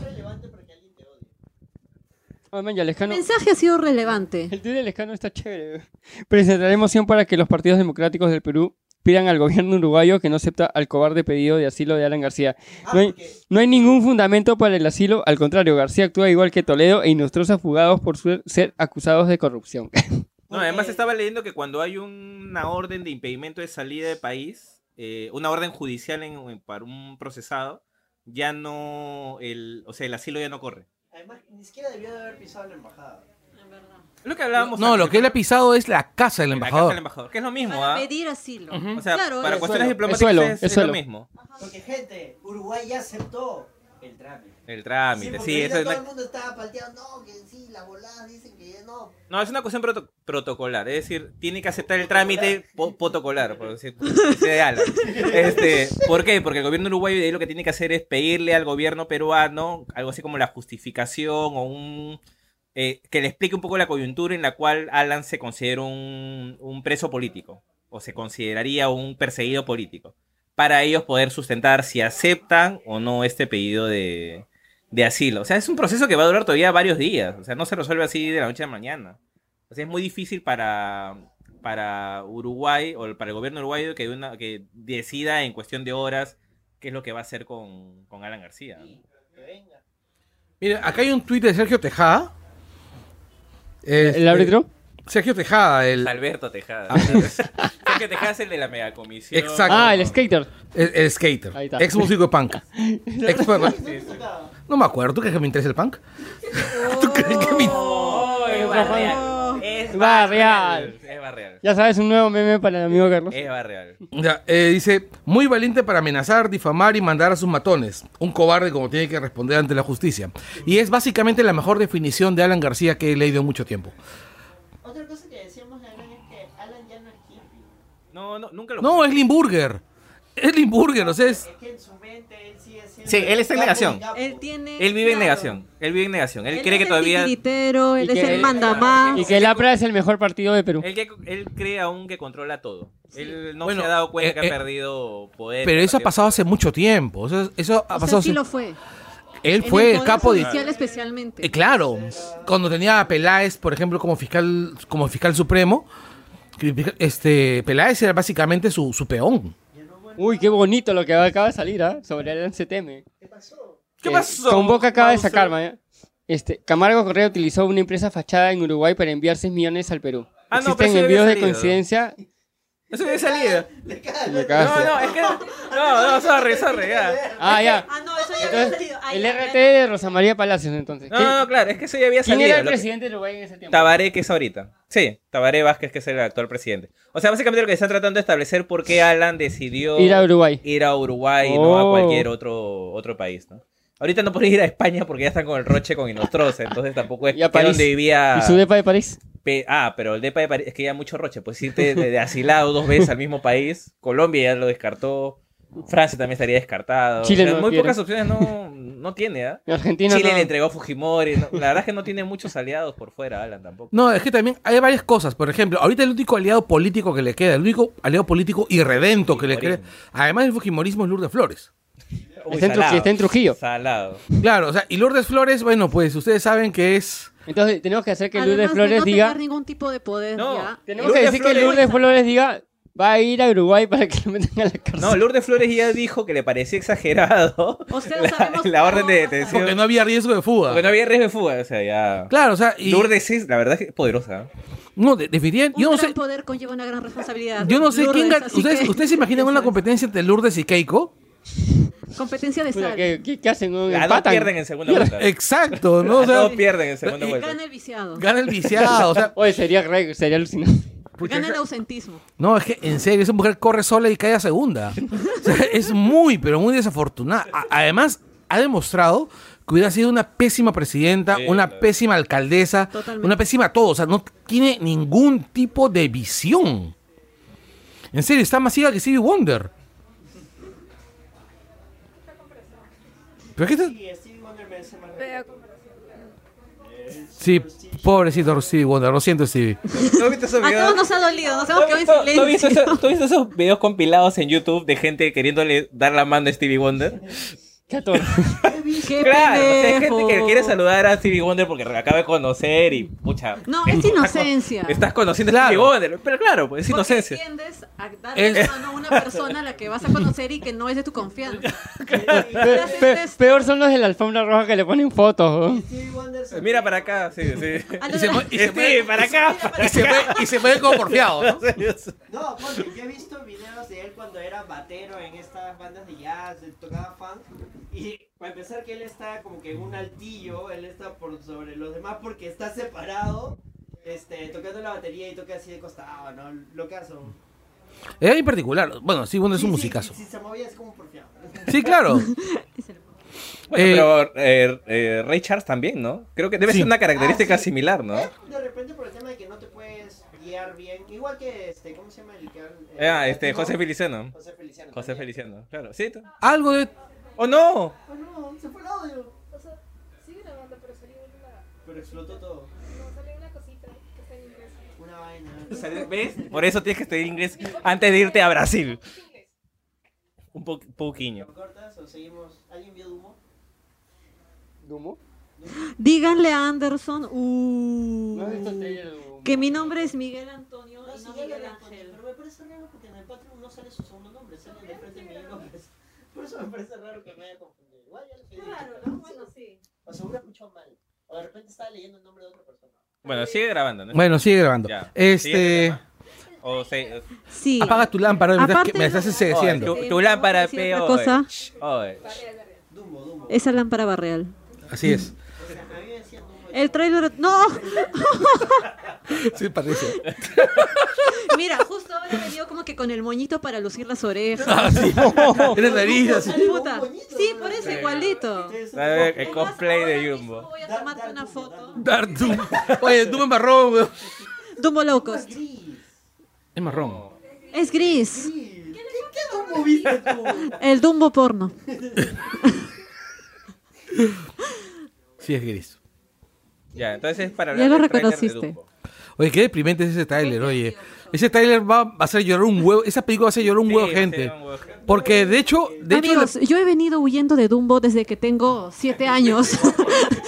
Ay, man, ya
El
Lescano.
mensaje ha sido relevante.
El tuit de Lescano está chévere. Presentaré moción para que los partidos democráticos del Perú pidan al gobierno uruguayo que no acepta al cobarde pedido de asilo de Alan García.
Ah,
Ah,
No hay, no hay ningún fundamento para el asilo, al contrario, García actúa igual que Toledo e inustrados fugados por su- ser acusados de corrupción.
No, además estaba leyendo que cuando hay una orden de impedimento de salida de país, eh, una orden judicial en- en- para un procesado, ya no, el, o sea, el asilo ya no corre.
Además, ni siquiera debió de haber pisado la embajada.
Es lo que hablábamos.
no, lo que él ha pisado es la casa del
el embajador.
embajador.
embajador, que es lo mismo,
Para
¿ah?
pedir asilo.
O sea,
Claro,
para
es
cuestiones
suelo,
diplomáticas
es suelo,
es, es
es
lo
suelo.
mismo.
Porque, gente, Uruguay ya aceptó el trámite.
El
Sí,
trámite,
porque
sí, eso
ahorita
es
todo
una-
el mundo estaba palteado. No, que sí, las voladas dicen que ya no.
no, es una cuestión proto- protocolar, es decir, tiene que aceptar el trámite po- protocolar, por decir, de Alan. Este, ¿Por qué? Porque el gobierno uruguayo de ahí lo que tiene que hacer es pedirle al gobierno peruano algo así como la justificación o un... eh, que le explique un poco la coyuntura en la cual Alan se considera un, un preso político. o se consideraría un perseguido político, para ellos poder sustentar si aceptan o no este pedido de, de asilo. O sea, es un proceso que va a durar todavía varios días, o sea, no se resuelve así de la noche a la mañana. O sea, es muy difícil para, para Uruguay o para el gobierno uruguayo que, una, que decida en cuestión de horas qué es lo que va a hacer con, con Alan García. ¿no?
Mira, acá hay un tuit de Sergio Tejada. Este,
¿El árbitro?
Sergio Tejada, el.
Alberto [laughs] Tejada. Sergio Tejada es el de la megacomisión.
Exacto.
Ah, el skater.
El, el skater.
Ahí está.
Ex músico de
[laughs]
punk. Ex-
Sí, sí.
no me acuerdo. ¿Tú crees que me interesa el
[laughs]
punk? ¿Tú crees que me...
Oh, es barreal. Es
Barreal.
barreal. Es barreal.
Ya sabes, un nuevo meme para el amigo Carlos.
Es barreal.
Ya, eh, dice, muy valiente para amenazar, difamar y mandar a sus matones. Un cobarde como tiene que responder ante la justicia. Y es básicamente la mejor definición de Alan García que he leído en mucho tiempo.
Otra cosa que decíamos la gran es que Alan ya no es hippie.
No, no, nunca lo
No, es Limburger. Es Limburger, o sea, es...
Es que en su mente él sigue siendo.
Sí, él está en
capo y
negación.
capo.
Él tiene.
Él vive en
claro,
negación. Él vive en negación. Él,
Él
cree que todavía.
Es el titiritero, él
Y
es
que-
el mandamás.
Y que el APRA es el mejor partido de Perú.
Él, que- él cree aún que controla todo. Él no
Bueno,
se ha dado cuenta
eh,
que
eh,
ha perdido poder.
Pero eso ha
perdido-
pasado hace mucho tiempo. o sea, eso ha
O sea,
pasado...
sí
hace-
lo fue.
Él
En
fue el
Poder
capo de...
Judicial especialmente.
Eh, claro, cuando tenía a Peláez, por ejemplo, como fiscal, como fiscal supremo, que- este Peláez era básicamente su, su peón.
Uy, qué bonito lo que acaba de salir, ¿ah? Sobre el CTM.
¿Qué
Eh,
pasó? eh.
Convoca acaba de
Mauser?
sacar, ma- Este, Camargo Correa utilizó una empresa fachada en Uruguay para enviar 6 millones al Perú.
Ah, no, pero
Existen
eso ya había
envíos de
salido.
coincidencia.
Eso había salido.
Le cae,
Me
le
cagaste.
No, no, es que. No, no, sorry, sorry.
[laughs]
ya.
Ah, ya.
Ah, no, eso ya había
Entonces,
salido. Ay,
el
ya,
RT
ya.
de Rosa María Palacios, entonces.
No,
¿Quién-
no, claro, es que eso ya había
¿Quién
salido.
era el
Lo que-
presidente de Uruguay en ese tiempo?
Tabaré, que es ahorita. Sí, Tabaré Vázquez, que es el actual presidente. O sea, básicamente lo que está tratando de establecer por qué Alan decidió
Ir a Uruguay.
ir a Uruguay y no a
Oh.
cualquier otro, otro país, ¿no? Ahorita no puede ir a España porque ya están con el roche con Inostroza, entonces tampoco es
Y a
que
París.
donde vivía...
¿Y su depa de París?
Pe- Ah, pero el DEPA de París, es que ya mucho roche, pues irte de, de asilado dos veces al mismo país, Colombia ya lo descartó, Francia también estaría descartado.
Chile
O sea,
no
muy
quiere.
pocas opciones no, no tiene, ¿ah?
En Argentina
Chile
no.
le entregó a Fujimori, ¿no? la verdad es que no tiene muchos aliados por fuera, Alan, tampoco.
No, es que también hay varias cosas. Por ejemplo, ahorita el único aliado político que le queda, el único aliado político irredento que le queda,
Fujimorismo.
además del fujimorismo, es Lourdes Flores.
Uy,
está, en Tru-
salado.
está en Trujillo.
Salado.
Claro, o sea, y Lourdes Flores, bueno, pues ustedes saben que es.
Entonces tenemos que hacer que
Además
Lourdes
de
Flores
no
diga...
tener ningún tipo de poder
No,
ya.
Tenemos
Lourdes
que decir
Flores-
que Lourdes Flores diga... Va a ir a Uruguay para que lo metan a la cárcel.
No, Lourdes Flores ya dijo que le parecía exagerado
O sea,
[laughs] la,
sabemos
la orden de
todo,
detención.
Porque no había riesgo de fuga.
Porque no había riesgo de fuga, o sea, ya...
Claro, o sea, y.
Lourdes es, la verdad es que es poderosa. ¿ah?
No, de- definitivamente.
Un
Yo no
gran
sé.
poder conlleva una gran responsabilidad.
Yo no sé
Lourdes,
quién gan-
así
¿Ustedes,
que-
¿Ustedes se imaginan una competencia entre Lourdes y Keiko?
Competencia de
Puta,
sal.
¿qué, qué- qué hacen? weón?
A dos
Empatan. [laughs]
pierden en segunda vuelta.
Exacto, ¿no? O
A
sea,
dos pierden en segunda vuelta.
Gana el viciado.
gana el viciado, o sea.
Oye, sería re- sería alucinante. [laughs]
pucha,
Gana el
esa-
ausentismo.
No, es que en serio, esa mujer corre sola y cae a segunda. [laughs] O sea, es muy, pero muy desafortunada. A- además, ha demostrado que hubiera sido una pésima presidenta,
Sí,
una
claro.
pésima alcaldesa,
Totalmente.
una pésima todo. O sea, no tiene ningún tipo de visión. En serio, está más ciega que Stevie Wonder. ¿Pero qué tal?
Y Stevie Wonder me hace mal.
Pero-
Sí, pobrecito Stevie Wonder, lo siento Stevie.
¿No viste esos
A
videos?
todos nos ha dolido, nos hemos
¿Tú
quedado en
has visto- tú has visto
silencio.
esos-
[laughs]
tú has visto esos videos compilados en YouTube de gente queriéndole dar la mano a Stevie Wonder?
Qué ator-
Qué
Claro, o sea, hay gente
pendejo.
que quiere saludar a Stevie Wonder porque la acaba de conocer y pucha.
No,
te-
es inocencia.
Estás conociendo a
Claro.
Stevie Wonder, pero claro, pues, es
Porque
inocencia.
tiendes a darle la
Es-
mano a una persona a la que vas a conocer y que no es de tu confianza.
[laughs]
Pe-
Haces
pe-
esto.
peor son los de la alfombra roja que le ponen fotos. weón.
Stevie Wonder se-
Pues Mira para acá, sí, sí.
A lo
Y se
de la-
fue- y se
Stevie,
fue-
para acá.
Y se fue, y se fue como porfiado, ¿no?
No, porque yo he visto videos de él cuando era batero en estas bandas de jazz, él tocaba funk. Y para empezar, que él está como que en un altillo, él está por sobre los demás porque está separado, este, tocando la batería y toca así de costado, ¿no? Lo caso.
Él en particular, bueno, Stevie Wonder es un
Sí, sí,
musicazo.
Si se movía es como un porfiado.
Sí, claro.
Bueno,
Eh,
pero eh, eh, Ray Charles también, ¿no? Creo que debe
Sí.
ser una característica
Ah, sí.
similar, ¿no?
Él, De repente por el tema de que no te puedes guiar bien, igual que este, ¿cómo se llama el que habla? eh,
Ah, este,
latino?
José Feliciano.
José Feliciano.
José
también.
Feliciano, claro. Sí, tú-
Algo de...
¡Oh, no!
Oh, no, se fue el audio.
O sea, sigue grabando, pero salió una,
Pero explotó todo.
no, salió una cosita que está en inglés.
[laughs]
Una
¿Ves? Por eso tienes que estudiar inglés antes de irte a Brasil. Un po- poquillo.
cortas o seguimos? ¿Alguien vio Dumo?
¿Dumo?
Díganle a Anderson uh,
No has visto el trailer de Dumbo.
que mi nombre es Miguel Antonio
No,
y
sí,
no
ya lo
Miguel
respondí,
Ángel.
pero me parece raro porque en el Patreon no sale su segundo nombre, sale el de frente de Miguel Gómez. "Pues, Por eso me parece raro que me haya confundido. Igual ya lo pedí.
Claro, ¿no? Bueno, sí.
O seguro escuchó mal. O de repente estaba leyendo el nombre de otra persona.
Bueno, sigue grabando, ¿no?
Bueno, sigue grabando.
Ya.
Este.
O se-
Sí.
Apaga tu lámpara, me estás,
Aparte
me estás
no-
ensegueciendo.
Oye, tu, tu lámpara
Decir otra
peo.
cosa.
Dumbo, Dumbo.
Esa lámpara barreal.
Así es.
A mí me decían Dumbo.
El trailer. ¡No! [laughs]
Sí, Patricia. [laughs]
Mira, justo ahora me dio como que con el moñito para lucir las orejas.
Eres nariz, así.
Puta. Sí, por eso, igualito.
Ustedes-
A ver, el
Es más,
cosplay de
ahora mismo
Jumbo.
Voy a tomarte una foto.
Dar Dumbo. Oye, Dumbo es marrón, weón.
Dumbo Low Cost.
Es marrón.
Es gris.
¿Qué Dumbo viste tú?
El Dumbo porno.
Sí, es gris.
Ya, entonces para
Ya
hablar
lo
del tráiler de
reconociste.
Dumbo.
Oye, qué deprimente es ese tráiler, oye. Ese tráiler va va a hacer llorar un huevo. Esa película va a hacer llorar un huevo,
Sí,
gente.
sí, un huevo, gente.
Porque de hecho, de hecho,
Amigos, yo he venido huyendo de Dumbo desde que tengo siete años.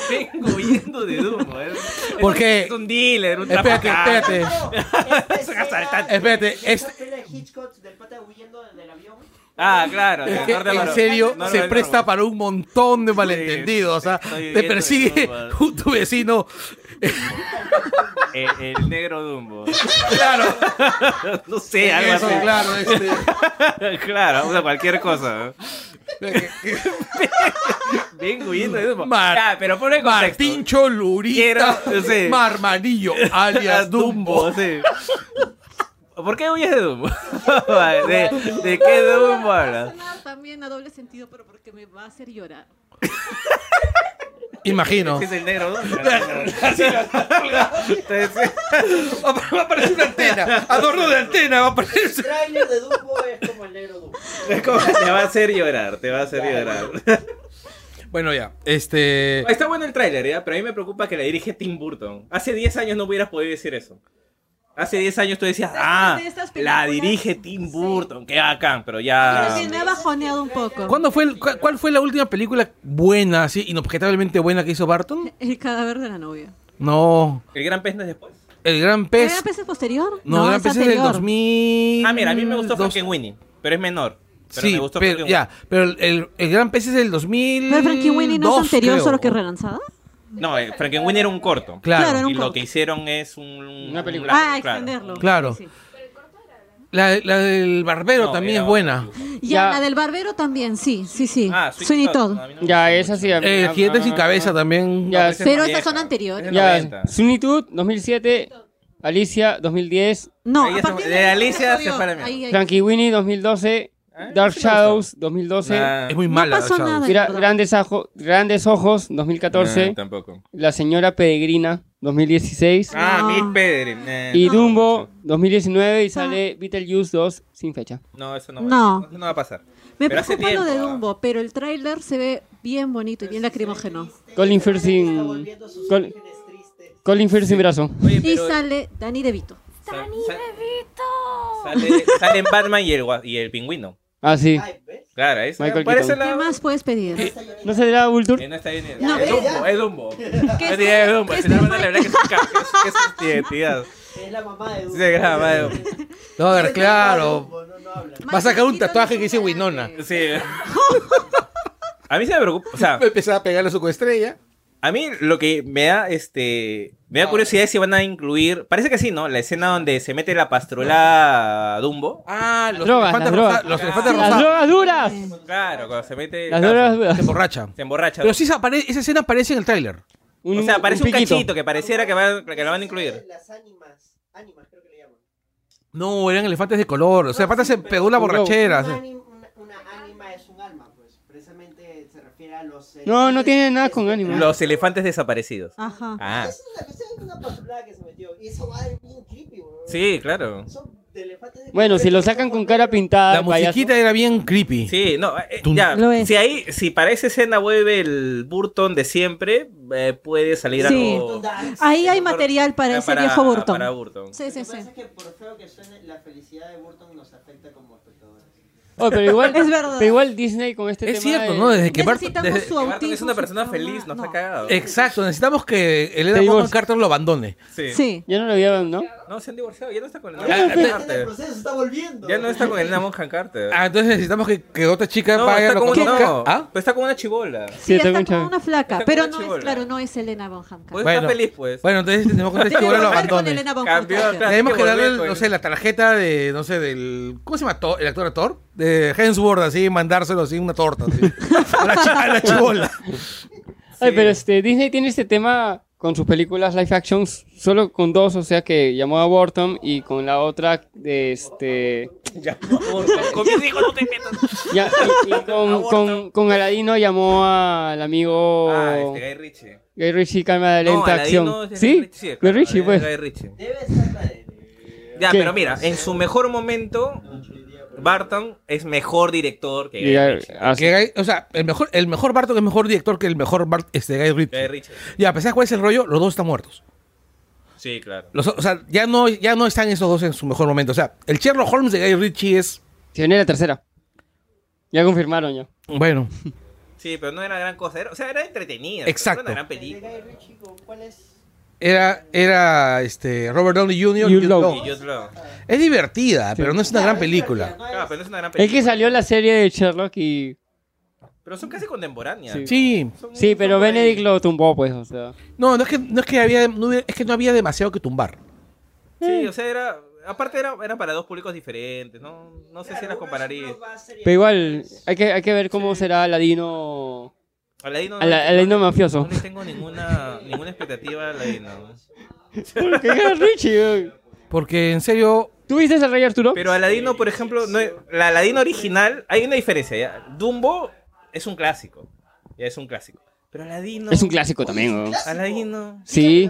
Vengo huyendo de Dumbo. ¿eh?
¿Por qué?
Es un dealer, un
espérate,
traficante.
espérate.
[laughs] Este
Espérate, este-
Esta de Hitchcock del pata huyendo del avión.
Ah, claro.
Es
de
que,
Norte a
en
Norte.
serio,
Norte
se
a Norte.
presta para un montón de malentendidos. O sea,
estoy
te
viviendo de
persigue
Dumbo.
un- tu vecino.
El, Eh, el negro Dumbo.
Claro,
[laughs] No sé, algo
eso,
así.
claro. [laughs] Este,
[laughs] claro, o sea, cualquier cosa. Vengo huyendo de Dumbo.
Mar-
Ya, pero pone contexto.
Martín Cholurita,
Quiero- sí.
Marmanillo,
[laughs]
alias Dumbo.
sí. ¿Por qué huyes de Dumbo? [laughs] ¿De, de [laughs] qué Dumbo hablas?
También a doble sentido, pero porque me va a hacer llorar.
Imagino.
Sí, Es el negro Dumbo. [laughs] Entonces,
Va a- va a aparecer una antena, adorno de antena, va a aparecer.
Trailer de Dumbo es como el negro Dumbo.
[laughs] es como- te va a hacer llorar, te va a hacer llorar. [laughs]
Bueno, ya, este.
Está bueno el tráiler, ¿ya? Pero a mí me preocupa que la dirige Tim Burton. Hace 10 años no hubieras podido decir eso. Hace 10 años tú decías, ah,
de estas
la
películas-
dirige Tim
Sí.
Burton, qué bacán, pero ya...
Pero sí, me ha bajoneado un poco.
¿Cuándo fue el- cua- ¿Cuál fue la última película buena, así, inobjetablemente buena que hizo Barton?
El cadáver de la novia.
No.
¿El gran pez no es después?
El Gran
¿Era
Pez.
peces posterior?
No, el Gran
es
Pez es del
anterior.
2000.
Ah, mira, a mí me gustó
dos-
Frankenweenie, pero es menor. Pero
sí,
me gustó
pero,
Frankenweenie.
ya, pero el, el, el Gran Pez es del 2000.
Pero Frankie Winnie no es anterior, solo que relanzada.
No, eh, Frankenweenie era un corto.
Claro.
Claro, era un
y lo
corto.
que hicieron es un... un-
Una película.
un largo,
ah,
claro.
extenderlo.
Claro.
Sí, sí.
La, la del Barbero
No,
también
era
es buena.
Y
Ya.
a la del barbero también, sí, sí, sí.
Ah,
Sweeney,
Todd.
Todd.
No, a mí no me
Ya,
gustó
esa
mucho.
sí. a mí-
Eh,
ah,
Jinetes sin
ah,
cabeza también.
Ya,
esa es
Pero
más
estas son
vieja.
anteriores.
Es de
Ya,
90.
Sunitud, 2007. Alicia, 2010.
No,
Ahí
a
es-
partir
de
ahí
Alicia
se jodió.
se para mí.
Ahí, ahí.
Frankie Winnie, 2012.
Ah,
Dark
sí me gustó.
Shadows, 2012.
Nah.
Es muy
No
mala.
pasó
Shadows.
nada.
Gra-
perdón.
grandes, Ajo- grandes Ojos, 2014.
Nah, tampoco.
La Señora Peregrina, 2016.
Ah,
No.
Miss Pedre. nah,
y
no.
Dumbo, 2019. Y sale
Ah.
Beetlejuice 2, sin fecha.
No, eso no va,
No.
eso no va a pasar.
Me
Pero hace
preocupa lo de
tiempo, ah.
Dumbo, pero el tráiler se ve bien bonito y bien lacrimógeno.
Colin Firth sin. Col- Colin Firth sin brazo.
Oye,
Y
pero
sale Danny DeVito.
sa- sa- sale, salen Batman y el, gua- y el pingüino.
Ah, sí.
Claro, Eh, eso
Michael
parece
Keaton.
la...
¿Qué más puedes pedir?
¿No será Vulture?
Eh, no está bien. eh.
No,
es
eh,
Dumbo, es Dumbo.
que
No
es-
tiene Dumbo.
que
Si no,
es-
pues, la verdad que es un ca- que es- que es su identidad.
Es la mamá de
Sí,
Dumbo.
es la mamá de Dumbo.
No, a ver, claro.
Dumbo, no, no habla.
Va a sacar un tatuaje que dice Winona.
Sí. A mí se me preocupa, o sea,
Va a empezar a pegarle a su coestrella.
a mí lo que me da, este, me da curiosidad es si van a incluir, parece que sí, ¿no? La escena donde se mete la pastrula Dumbo.
Ah, los
Drogas,
elefantes
las drogas.
rosados. Los elefantes
Ah, ¡Las
rosados.
drogas duras!
Claro, cuando se mete,
Las
claro,
drogas
Se
duras.
emborrachan.
se emborracha.
Pero sí, se apare- esa escena aparece en el tráiler.
Un-
o sea, parece un,
piquito.
cachito que pareciera que, van, que lo van a incluir.
Las ánimas. Ánimas, creo que le llaman.
No, eran elefantes de color. O sea, el pata se pegó una
Un globo.
borrachera.
Una,
así.
anim- una- una ánima es un alma, pues. Precisamente se refiere a los.
No, no tiene nada con ánima.
Los elefantes desaparecidos.
Ajá.
Ah,
Esa es una, esa es una postulada que se metió. Y esa va a ser bien creepy, bro.
sí, claro.
Son de elefantes. de
Bueno, si lo sacan con cara pintada.
La
Ah, payaso.
musiquita era bien creepy.
Sí, no, eh, ya.
Lo es.
Si ahí, si para esa escena vuelve el Burton de siempre, eh, puede salir
Sí.
algo.
Ahí hay material para
Ah,
ese viejo Burton.
para Burton.
Sí, sí,
Lo que
sí.
pasa es que por feo que suene, la felicidad de Burton nos afecta como espectadores.
Ah,
Oh, pero igual,
[laughs] Es verdad.
pero igual Disney con este
Es
tema.
cierto,
de-
¿no? Desde que Barton.
Necesitamos
Desde que
su
Barton
autismo.
es una
su
persona
trauma.
feliz, nos ha
No.
cagado.
Exacto, necesitamos que Elena Bonham
Te divorcio.
Carter lo abandone.
Sí.
Sí. Ah,
Yo no lo había, ¿no?
No, se han divorciado, ya no está con el
Ya,
Namon
Está en el
Carter.
proceso, está volviendo.
Ya no está con el Namon Carter.
Ah, entonces necesitamos que, que otra chica
No,
vaya
está
lo
como,
conozca.
no,
¿Ah?
pues está como una chibola.
Sí,
está
está
con
como
Chávez.
una flaca,
Está
pero
con
no
una
es,
chibola.
claro, no es Elena Bonham Carter.
Pues
Bueno.
está feliz, pues. [laughs]
Bueno, entonces tenemos que esta
Tiene
chibola
que
lo
volver con
abandone.
Elena Bonham
Cambió,
Carter.
claro.
Tenemos que
Tiene que
darle,
volver
no
con-
sé, la tarjeta de, no sé, del. ¿Cómo se llama? to- El actor actor? De Hemsworth, así, mandárselo así, una torta. Así. A la, chi- a la chibola.
Ay, pero este, Disney tiene este tema con sus películas live actions, solo con dos, o sea que llamó a Burton y con la otra, de este.
Con mis hijos no te metas.
ya- y,
[laughs]
y con, con, con Aladino llamó al amigo
Ah, este Guy Ritchie.
Guy Ritchie, calma de
No,
lenta
Aladino
acción.
es de Guy
Sí,
Ritchie,
Guy
claro,
Ritchie,
de
pues.
Guy Ritchie.
Debe estar la de.
Ya,
¿Qué?
pero mira, en su mejor momento, Barton es mejor director que
Y
Guy
Guy-
Ritchie.
así.
Que Guy- o sea, el mejor, el mejor Barton es mejor director que el mejor Bart, este, Guy
Guy
Ritchie.
Ritchie.
Ya, ¿sabes cuál es el rollo? Los dos están muertos.
Sí, claro.
Los- o sea, ya no, ya no están esos dos en su mejor momento. O sea, el Sherlock Holmes de Guy Ritchie es.
Se viene la tercera. Ya confirmaron ya.
Bueno,
Sí, pero no era gran cosa. Era- o sea, era entretenida.
Exacto.
Era una gran
de
película.
Guy Ritchie, ¿con ¿cuál es?
era, era este, Robert Downey Jr. y
Jude
Jude
Law.
Law.
Y Jude Law.
Es divertida, pero no es una
Ya,
gran
es
película.
divertida,
Claro,
¿no?
Ah, pero no es una gran
Es
película.
que salió la serie de Sherlock y.
Pero son casi contemporáneas.
Sí.
Sí,
Son-
Sí,
son
pero
por ahí.
Benedict lo tumbó, pues, o sea.
no, no es que no es que había, no hubiera- es que no había demasiado que tumbar.
Sí, o sea, era. Aparte, era, era para dos públicos diferentes. No, no sé si las compararía.
Uno va a ser-
Pero igual, hay que, hay que ver cómo será Aladino.
Aladino. no
Ala-
le-
Aladino
no le-
mafioso.
No le tengo ninguna, ninguna expectativa a Aladino.
Porque era Richie, weón.
Porque en serio,
¿Tú viste al Rey Arturo?
Pero Aladino, por ejemplo, no es- la Aladino original, hay una diferencia. ¿ya? Dumbo es un clásico. Ya es un clásico. Pero Aladino.
Es un clásico también, weón.
Aladino.
Sí.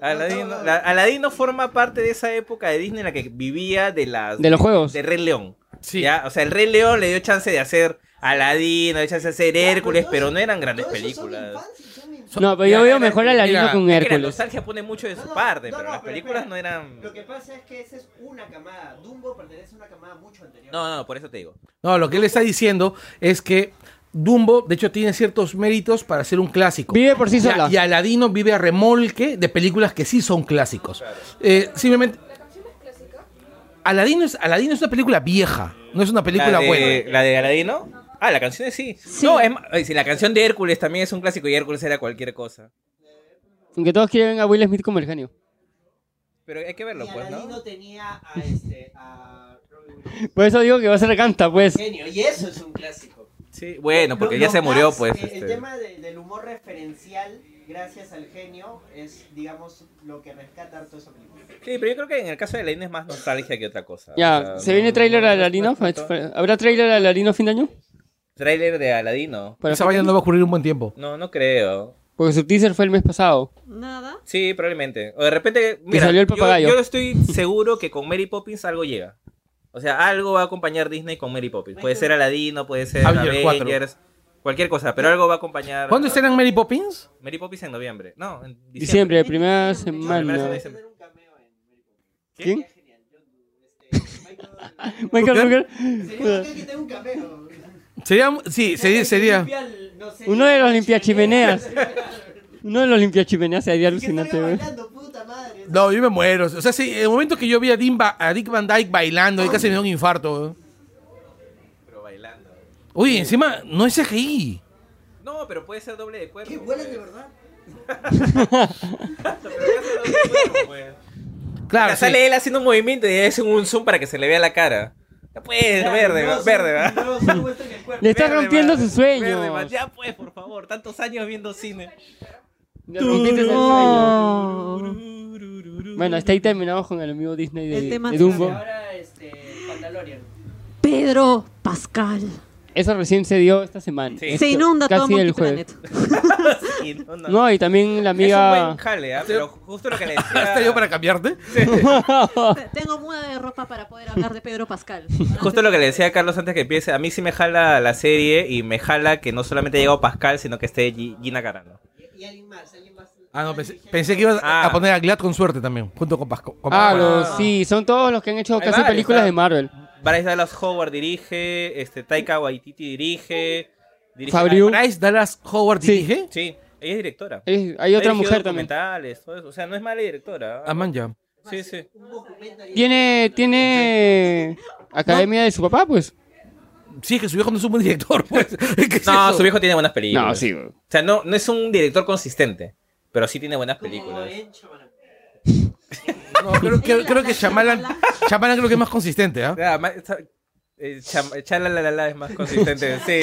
Aladino, Ah, la- Aladino forma parte de esa época de Disney en la que vivía de las
De los juegos.
de Rey León.
Sí.
¿ya? O sea, el Rey León le dio chance de hacer Aladino, le dio chance de hacer Hércules, pero no eran grandes
Todos esos son
películas.
infancia, son infancia.
No, pero yo
Mira,
veo mejor a Aladino
mira,
con
Es que la
Hércules.
nostalgia pone mucho de su
No, no,
parte,
no,
pero
no,
las
pero
películas
espera.
no eran.
Lo que pasa es que esa es una camada. Dumbo pertenece a una camada mucho anterior.
No, no, por eso te digo.
no, lo que él está diciendo es que Dumbo, de hecho, tiene ciertos méritos para ser un clásico.
Vive por
Y
sí
a-
sola.
Y Aladino vive a remolque de películas que sí son clásicos. Eh, simplemente. Aladino es, Aladino es una película vieja, no es una película
la de,
buena.
La de Aladino. Ah, la canción de sí.
Sí.
No, es ma- ay, sí, la canción de Hércules también es un clásico y Hércules era cualquier cosa.
Aunque todos quieren a Will Smith como el genio.
Pero hay que verlo,
Y
pues,
Aladino
¿no?
tenía a este. A Robin Williams.
Por eso digo que va a ser canta, pues.
Eh,
Genio, y eso es un clásico.
Sí, bueno, porque
Lo-
ya
lo
se murió,
más,
pues.
eh, El
este.
tema de- del humor referencial, gracias al genio, es, digamos, lo que rescata harto esa película.
Sí, pero yo creo que en el caso de Aladino es más nostalgia que otra cosa. O
Ya,
sea,
¿se
no-
viene tráiler
no-
a
no-
Aladino?
no- no-
¿Habrá tráiler a Aladino fin de año?
Tráiler de Aladino.
Para-
Esa vaina no va a ocurrir un buen tiempo.
No, no creo.
Porque su teaser fue el mes pasado.
Nada.
Sí, probablemente. O de repente, mira,
salió el
yo-
papagayo.
Yo, estoy seguro que con Mary Poppins algo llega. O sea, algo va a acompañar Disney con Mary Poppins. Puede ser Aladino, puede ser
Avengers
Avengers,
4.
cualquier cosa, pero algo va a acompañar.
¿Cuándo estrenan Mary Poppins?
Mary Poppins en noviembre. No, en diciembre.
Diciembre, primera
Diciembre,
primera
semana.
semana.
Tener un cameo en Mary Poppins.
¿Quién?
Genial, yo- este, Michael-
[laughs] Michael Rooker.
Sería bacán que tenga un cameo.
Sería, sí, sería, sería.
Limpia el- no sé,
Uno de los
la [laughs]
limpiachimeneas. Uno de los limpiachimeneas sería
Que salga
alucinante, güey.
bailando, puta madre.
No, yo me muero. O sea, sí, el momento que yo vi a, Dean Ba- a Dick Van Dyke bailando, ahí casi me dio un infarto.
Pero bailando.
Uy, encima, no es CGI.
No, pero puede ser doble de pues. cuerpo.
Que vuelan
[laughs]
de verdad.
Pero puede ser doble de cuerpo, pues.
Claro,
Acá
sí.
sale él haciendo un movimiento y hacen un zoom para que se le vea la cara. Ya pues,
Claro,
verde,
no,
va,
solo-
verde, va.
no, solo muestran el cuerpo.
Le estás
Verde,
rompiendo
va,
sus sueños.
verde, va. Ya pues, por favor, tantos años viendo cine.
Le rompiste el
Oh.
sueño. Bueno, hasta ahí terminamos con el amigo Disney de,
El tema
de
es
Dumbo.
Ahora, este, Mandalorian.
Pedro Pascal.
Eso recién se dio esta semana.
Sí.
Esto,
Se inunda todo
casi
Monkey
el jueves.
Planet.
[laughs] Sí, no, no.
No, y también la
Es un
amiga.
buen jale, ¿ah? pero justo lo que le decía.
¿Hasta yo para cambiarte?
Tengo muda de ropa para poder hablar de Pedro Pascal.
Justo lo que le decía a Carlos antes que empiece, a mí sí me jala la serie y me jala que no solamente ha llegado Pascal, sino que esté Gi- Gina Carano.
Y alguien más, alguien más.
Ah, no, pensé, pensé que ibas a-
Ah.
a poner a Glad con suerte también, junto con Pasco. con
Ah,
Pascual.
los, sí, son todos los que han hecho
Hay
casi
varios,
películas
claro.
de Marvel.
Bryce Dallas Howard dirige, este, Taika Waititi dirige. dirige
Fabriu.
Bryce Dallas Howard
Sí.
dirige.
Sí, ella es directora.
Es- hay otra
Ha dirigido
mujer también.
documentales, todo eso. O sea, no es mala directora.
Ah, man, ya.
Sí, sí.
Tiene, tiene academia de su papá, pues.
Sí, es que su viejo no es un buen director, [laughs] pues. ¿Qué es
No, [laughs]
eso?
su viejo tiene buenas películas.
No, sí. güey.
O sea, no, no es un director consistente, pero sí tiene buenas películas.
No, creo, creo- creo que Shyamalan, Shyamalan creo que es más consistente, ¿ah?
Nada, más- esta- eh, cham- Chalalalala es más consistente. Sí, [laughs]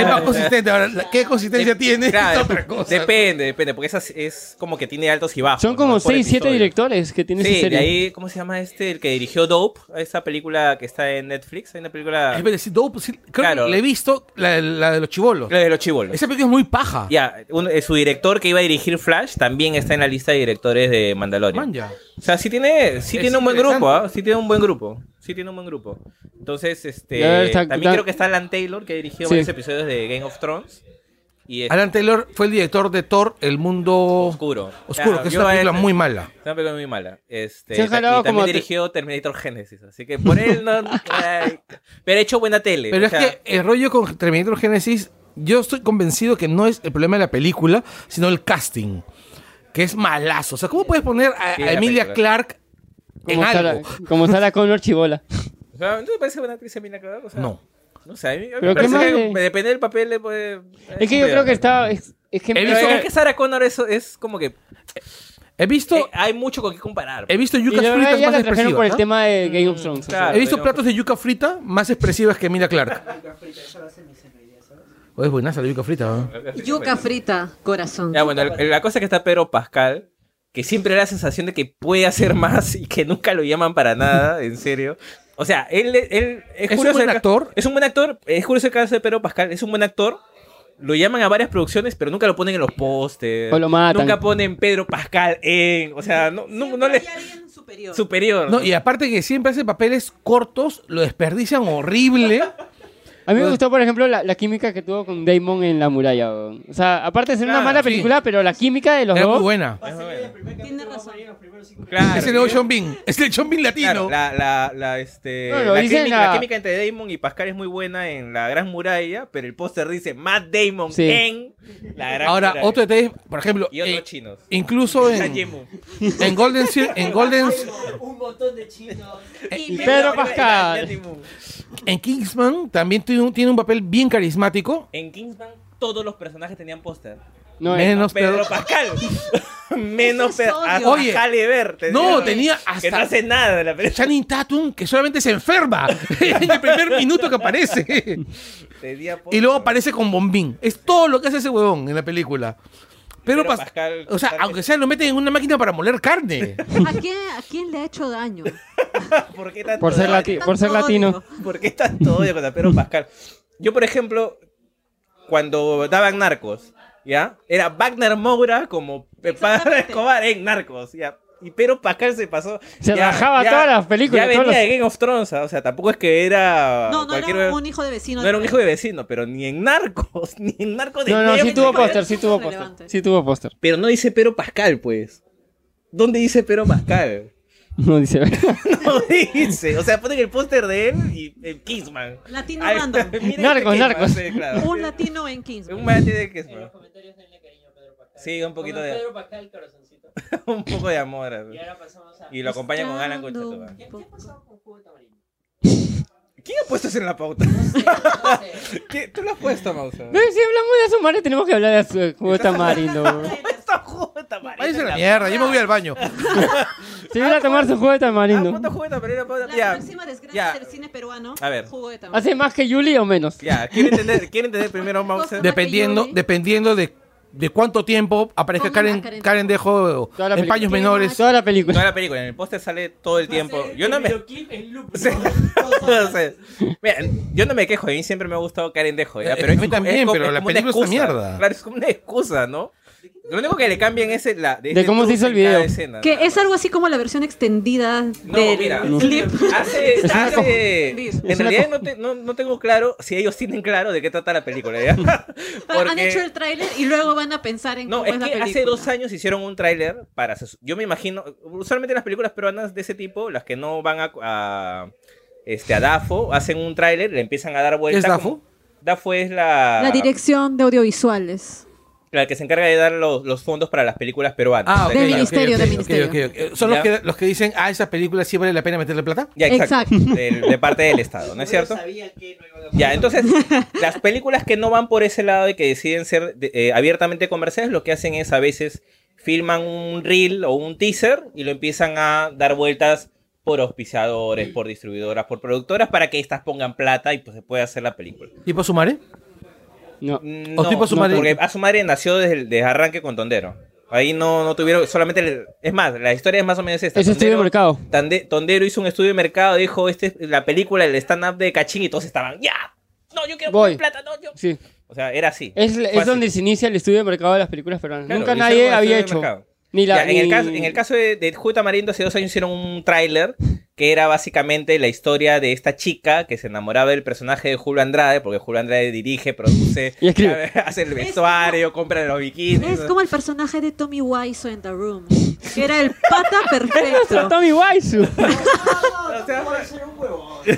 [laughs] Es más consistente. Ahora, la- ¿qué consistencia
Dep-
tiene? [laughs]
claro,
Es otra cosa.
Depende, depende, porque esa es- es como que tiene altos y bajos.
Son como
¿no? Ah, Por
6, 7
episodio.
directores que tiene esa
Sí, de
serie.
ahí, ¿cómo se llama este? El que dirigió Dope, esa película que está en Netflix. Hay una película.
Es verdad, sí, Dope, sí, creo
Claro.
que la he visto, la, la de los chivolos.
La de los chivolos.
Esa película es muy paja.
Ya, un- eh, su director que iba a dirigir Flash también está en la lista de directores de Mandalorian.
Man, ya.
O sea, sí tiene, sí
Es
tiene un buen
interesante.
grupo, ¿ah? Sí tiene un buen grupo. Sí tiene un buen grupo. Entonces, este,
Y a ver, está-
también
está-
creo que está Alan Taylor, que ha dirigido
Sí.
varios episodios de Game of Thrones. Y es
Alan Taylor fue el director de Thor, El Mundo
oscuro.
Oscuro,
Ya,
que es
yo
una
a él-
película muy mala.
Es una película muy mala. Este,
Se ha
ta-
jalado
y también
como a te-
dirigió Terminator Genesis, así que por él
[laughs]
no... ay, pero ha hecho buena tele.
Pero
Eh, o
es
sea,
que el rollo con Terminator Genesis, yo estoy convencido que no es el problema de la película, sino el casting. Que es malazo. O sea, ¿cómo puedes poner a,
Sí,
a
la
Emilia
película.
Clark en
Como Sarah,
algo?
como Sarah Connor Chibola.
o sea, ¿No te parece buena actriz Emilia Clarke? O sea,
No.
No sé, a mí, a mí
Pero
me
qué
parece
más
que
de-
depende del papel. eh, pues, le puede-
Es que yo creo que está. Es, es que
He
Pero
visto-
es que Sarah Connor es, es como que
He visto,
eh, hay mucho con qué comparar.
he visto
y
yucas
la verdad
fritas
ya
más
la trajeron
expresivas.
por el
¿ah?
tema de Game of Thrones. o sea.
Claro.
He visto platos de yuca frita más expresivas que Emilia Clark. Oh, es buenaza la yuca frita, ¿no?
pues,
Yuca frita, corazón.
Ya, bueno, el- la cosa es que está Pedro Pascal, que siempre da la sensación de que puede hacer más y que nunca lo llaman para
[laughs]
nada, en serio. O sea, él, él es,
¿Es un
curioso
buen
el ca-
actor?
Es un buen actor. Es curioso el caso de Pedro Pascal. Es un buen actor. Lo llaman a varias producciones, pero nunca lo ponen en los pósters.
O lo matan.
Nunca ponen Pedro Pascal en. O sea, no, no,
Siempre
no le.
hay alguien superior.
Superior.
No, y aparte que siempre hace papeles cortos, lo desperdician horrible.
A mí me gustó, por ejemplo, la, la química que tuvo con Damon en La Muralla. weón. O sea, aparte de ser una
Claro,
mala
sí.
película, pero la química de los
Era
dos.
muy buena.
Tiene razón.
Claro,
es el nuevo Sean Bean. Es el Sean Bean
Ah, Claro,
latino.
la, la, la, este,
No, lo
la,
dicen
química, la
a-
química entre Damon y Pascal es muy buena en La Gran Muralla, pero el póster dice Matt Damon
Sí.
en La Gran
Ahora,
Muralla.
otro detalle, por ejemplo,
Y otros
eh,
chinos.
incluso en,
Sanjemu.
en Golden Cir- en Golden
Un montón de chinos.
Y
Eh,
Pedro
Ya, ya,
Pascal.
ya, ya,
en Kingsman también tiene un, tiene un papel bien carismático.
En Kingsman todos los personajes tenían póster.
No, eh,
menos
Pedro
Pedro. [laughs]
Pascal. [laughs] Menos
Eso es
Pedro Pascal.
odio.
Oye, no, tenía hasta-
Que no hace nada de la película.
Channing Tatum que solamente se enferma [laughs] en el primer minuto que aparece.
Tenía
Y
póster.
luego aparece con bombín. Es todo lo que hace ese huevón en la película.
Pedro
Pero pas-
Pascal-
o sea, aunque sea lo meten en una máquina para moler carne.
¿A quién, ¿A quién le ha
[laughs]
hecho daño?
[laughs] ¿Por qué tanto
por ser,
odio?
lati- por ser
Tanto
latino.
[laughs]
odio.
¿Por qué tanto odio contra Pedro Pascal? Yo, por ejemplo, cuando daban Narcos, ¿ya? Era Wagner Moura como Pepa Escobar en Narcos, ¿ya? Y Pedro Pascal se pasó.
Se
ya-
rajaba
ya-
todas las películas,
Ya
todos
venía
los-
de Game of Thrones, ¿ah? o sea, tampoco es que era.
No, no
cualquier-
era un hijo de vecino.
Ah, no era un hijo de vecino, pero ni en Narcos, [laughs] ni en Narcos de
No, no,
Neo,
sí
ni
tuvo
en cualquier-
póster, sí tuvo
Relevante.
póster. Sí tuvo póster. [laughs]
Pero no dice Pedro Pascal, pues. ¿Dónde dice Pedro Pascal? [laughs]
No dice.
No dice. O sea, ponen el póster de él y el Kingsman.
Latino
Ahí está. [laughs]
random.
Mira este
Narcos,
Kingsman,
narcos.
sí, claro.
Un latino en Kingsman.
Un mate de queso.
Eh, comentarios denle cariño a Pedro Pascal.
Sí, un poquito de
Pedro Pascal, corazoncito.
[laughs] un poco de amor. así.
Y ahora pasamos a.
Y lo acompaña con Alan Colchatoba.
¿Qué, qué pasó con Jugo de Tamarindo?
¿Quién ha puesto eso en la pauta? [laughs] ¿Qué- ¿Tú lo has puesto,
[laughs]
Mausa?
No, si hablamos de Azumare, tenemos que hablar de Azu- jugo de tamarindo. weón.
Está jugo de tamarindo.
Váyanse a la mierda, yo me voy al baño.
Se iba a tomar su jugo de
Ah,
tamarindo.
¿cuánto jugo de tamarindo? Pauta?
La
Ya,
próxima desgracia
ya,
del cine peruano.
A ver.
Jugo de tamarindo.
¿Hace más que Yuli o menos?
ya. ¿Quiere entender, quiere entender primero, Mausa?
De-
Dependiendo,
Yuri.
dependiendo de de cuánto tiempo
Pongan
aparezca
a
Karen,
Karen
Karen Dejo en paños menores.
Toda la película.
Toda la película. En el póster sale todo el tiempo. Yo no me. [laughs] Sí. [laughs] O sea, mira, yo no me quejo. A mí siempre me ha gustado Karen Dejo. ¿ya?
Eh,
Pero
a mí también,
como-
pero la
como una
película es una
excusa.
mierda.
Claro, es como una excusa, ¿no? Lo único que le cambian es el- la.
De cómo se hizo el video.
Que es algo así como la versión extendida
No,
del
mira, [laughs]
clip.
hace,
[laughs] Es una
hace-
co-
en realidad no, te- no- no tengo claro si ellos tienen claro de qué trata la película.
[laughs]
¿ya?
Ah, Han
Porque-
hecho el tráiler y luego van a pensar en
No,
cómo
es
es,
que
la película.
hace dos años hicieron un tráiler para... se- Yo me imagino, usualmente las películas peruanas de ese tipo, las que no van a, a, este, a DAFO, hacen un tráiler, le empiezan a dar vueltas.
¿Es DAFO?
DAFO es la,
La dirección de audiovisuales.
la que se encarga de dar los, los fondos para las películas peruanas.
Ah, ok,
Del
ok,
ministerio,
ok,
del
ok,
ministerio.
ok, ok. Son los
Ya.
que, los que dicen, ah, esa película sí vale la pena meterle plata.
Ya, exacto.
Exacto.
Del- De, parte del Estado, ¿no es cierto?
[laughs]
ya, entonces, las películas que no van por ese lado y que deciden ser de- eh, abiertamente comerciales, lo que hacen es a veces filman un reel o un teaser y lo empiezan a dar vueltas por auspiciadores, por distribuidoras, por productoras, para que estas pongan plata y pues se pueda hacer la película.
¿Tipo Sumare?
No.
Mm,
No,
tipo a su
no,
madre?
porque a su madre nació desde, el- desde arranque con Tondero. Ahí no, no tuvieron, solamente, el- es más, la historia es más o menos esta.
Eso estudio de
Tondero-
mercado.
Tande- Tondero hizo un estudio de mercado, dijo, este es la película, el stand-up de Cachín, y todos estaban, ¡ya! No, yo quiero
Voy.
poner plata, no, yo.
Sí.
O sea, era así.
Es,
Fue
es
así.
donde se inicia el estudio de mercado de las películas peruanas.
Claro,
Nunca
hicieron
nadie
un
había
estudio
hecho.
de mercado.
Ni la,
Ya, en, el
ni-
caso, en
[laughs]
el caso de, de Julieta Marindo, hace dos años hicieron un tráiler que era básicamente la historia de esta chica que se enamoraba del personaje de Julio Andrade, porque Julio Andrade dirige, produce,
[laughs] Y escribe.
hace el vestuario, compra los bikinis.
Es como el personaje de Tommy Wiseau en The Room, que era el pata perfecto.
[laughs]
Tommy Wiseau.
[laughs]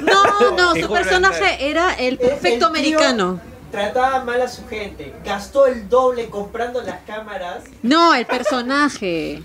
No, no,
Sí,
su
Julio
personaje era el perfecto
El tío
americano.
Trataba mal a su gente, gastó el doble comprando las cámaras.
No, el personaje.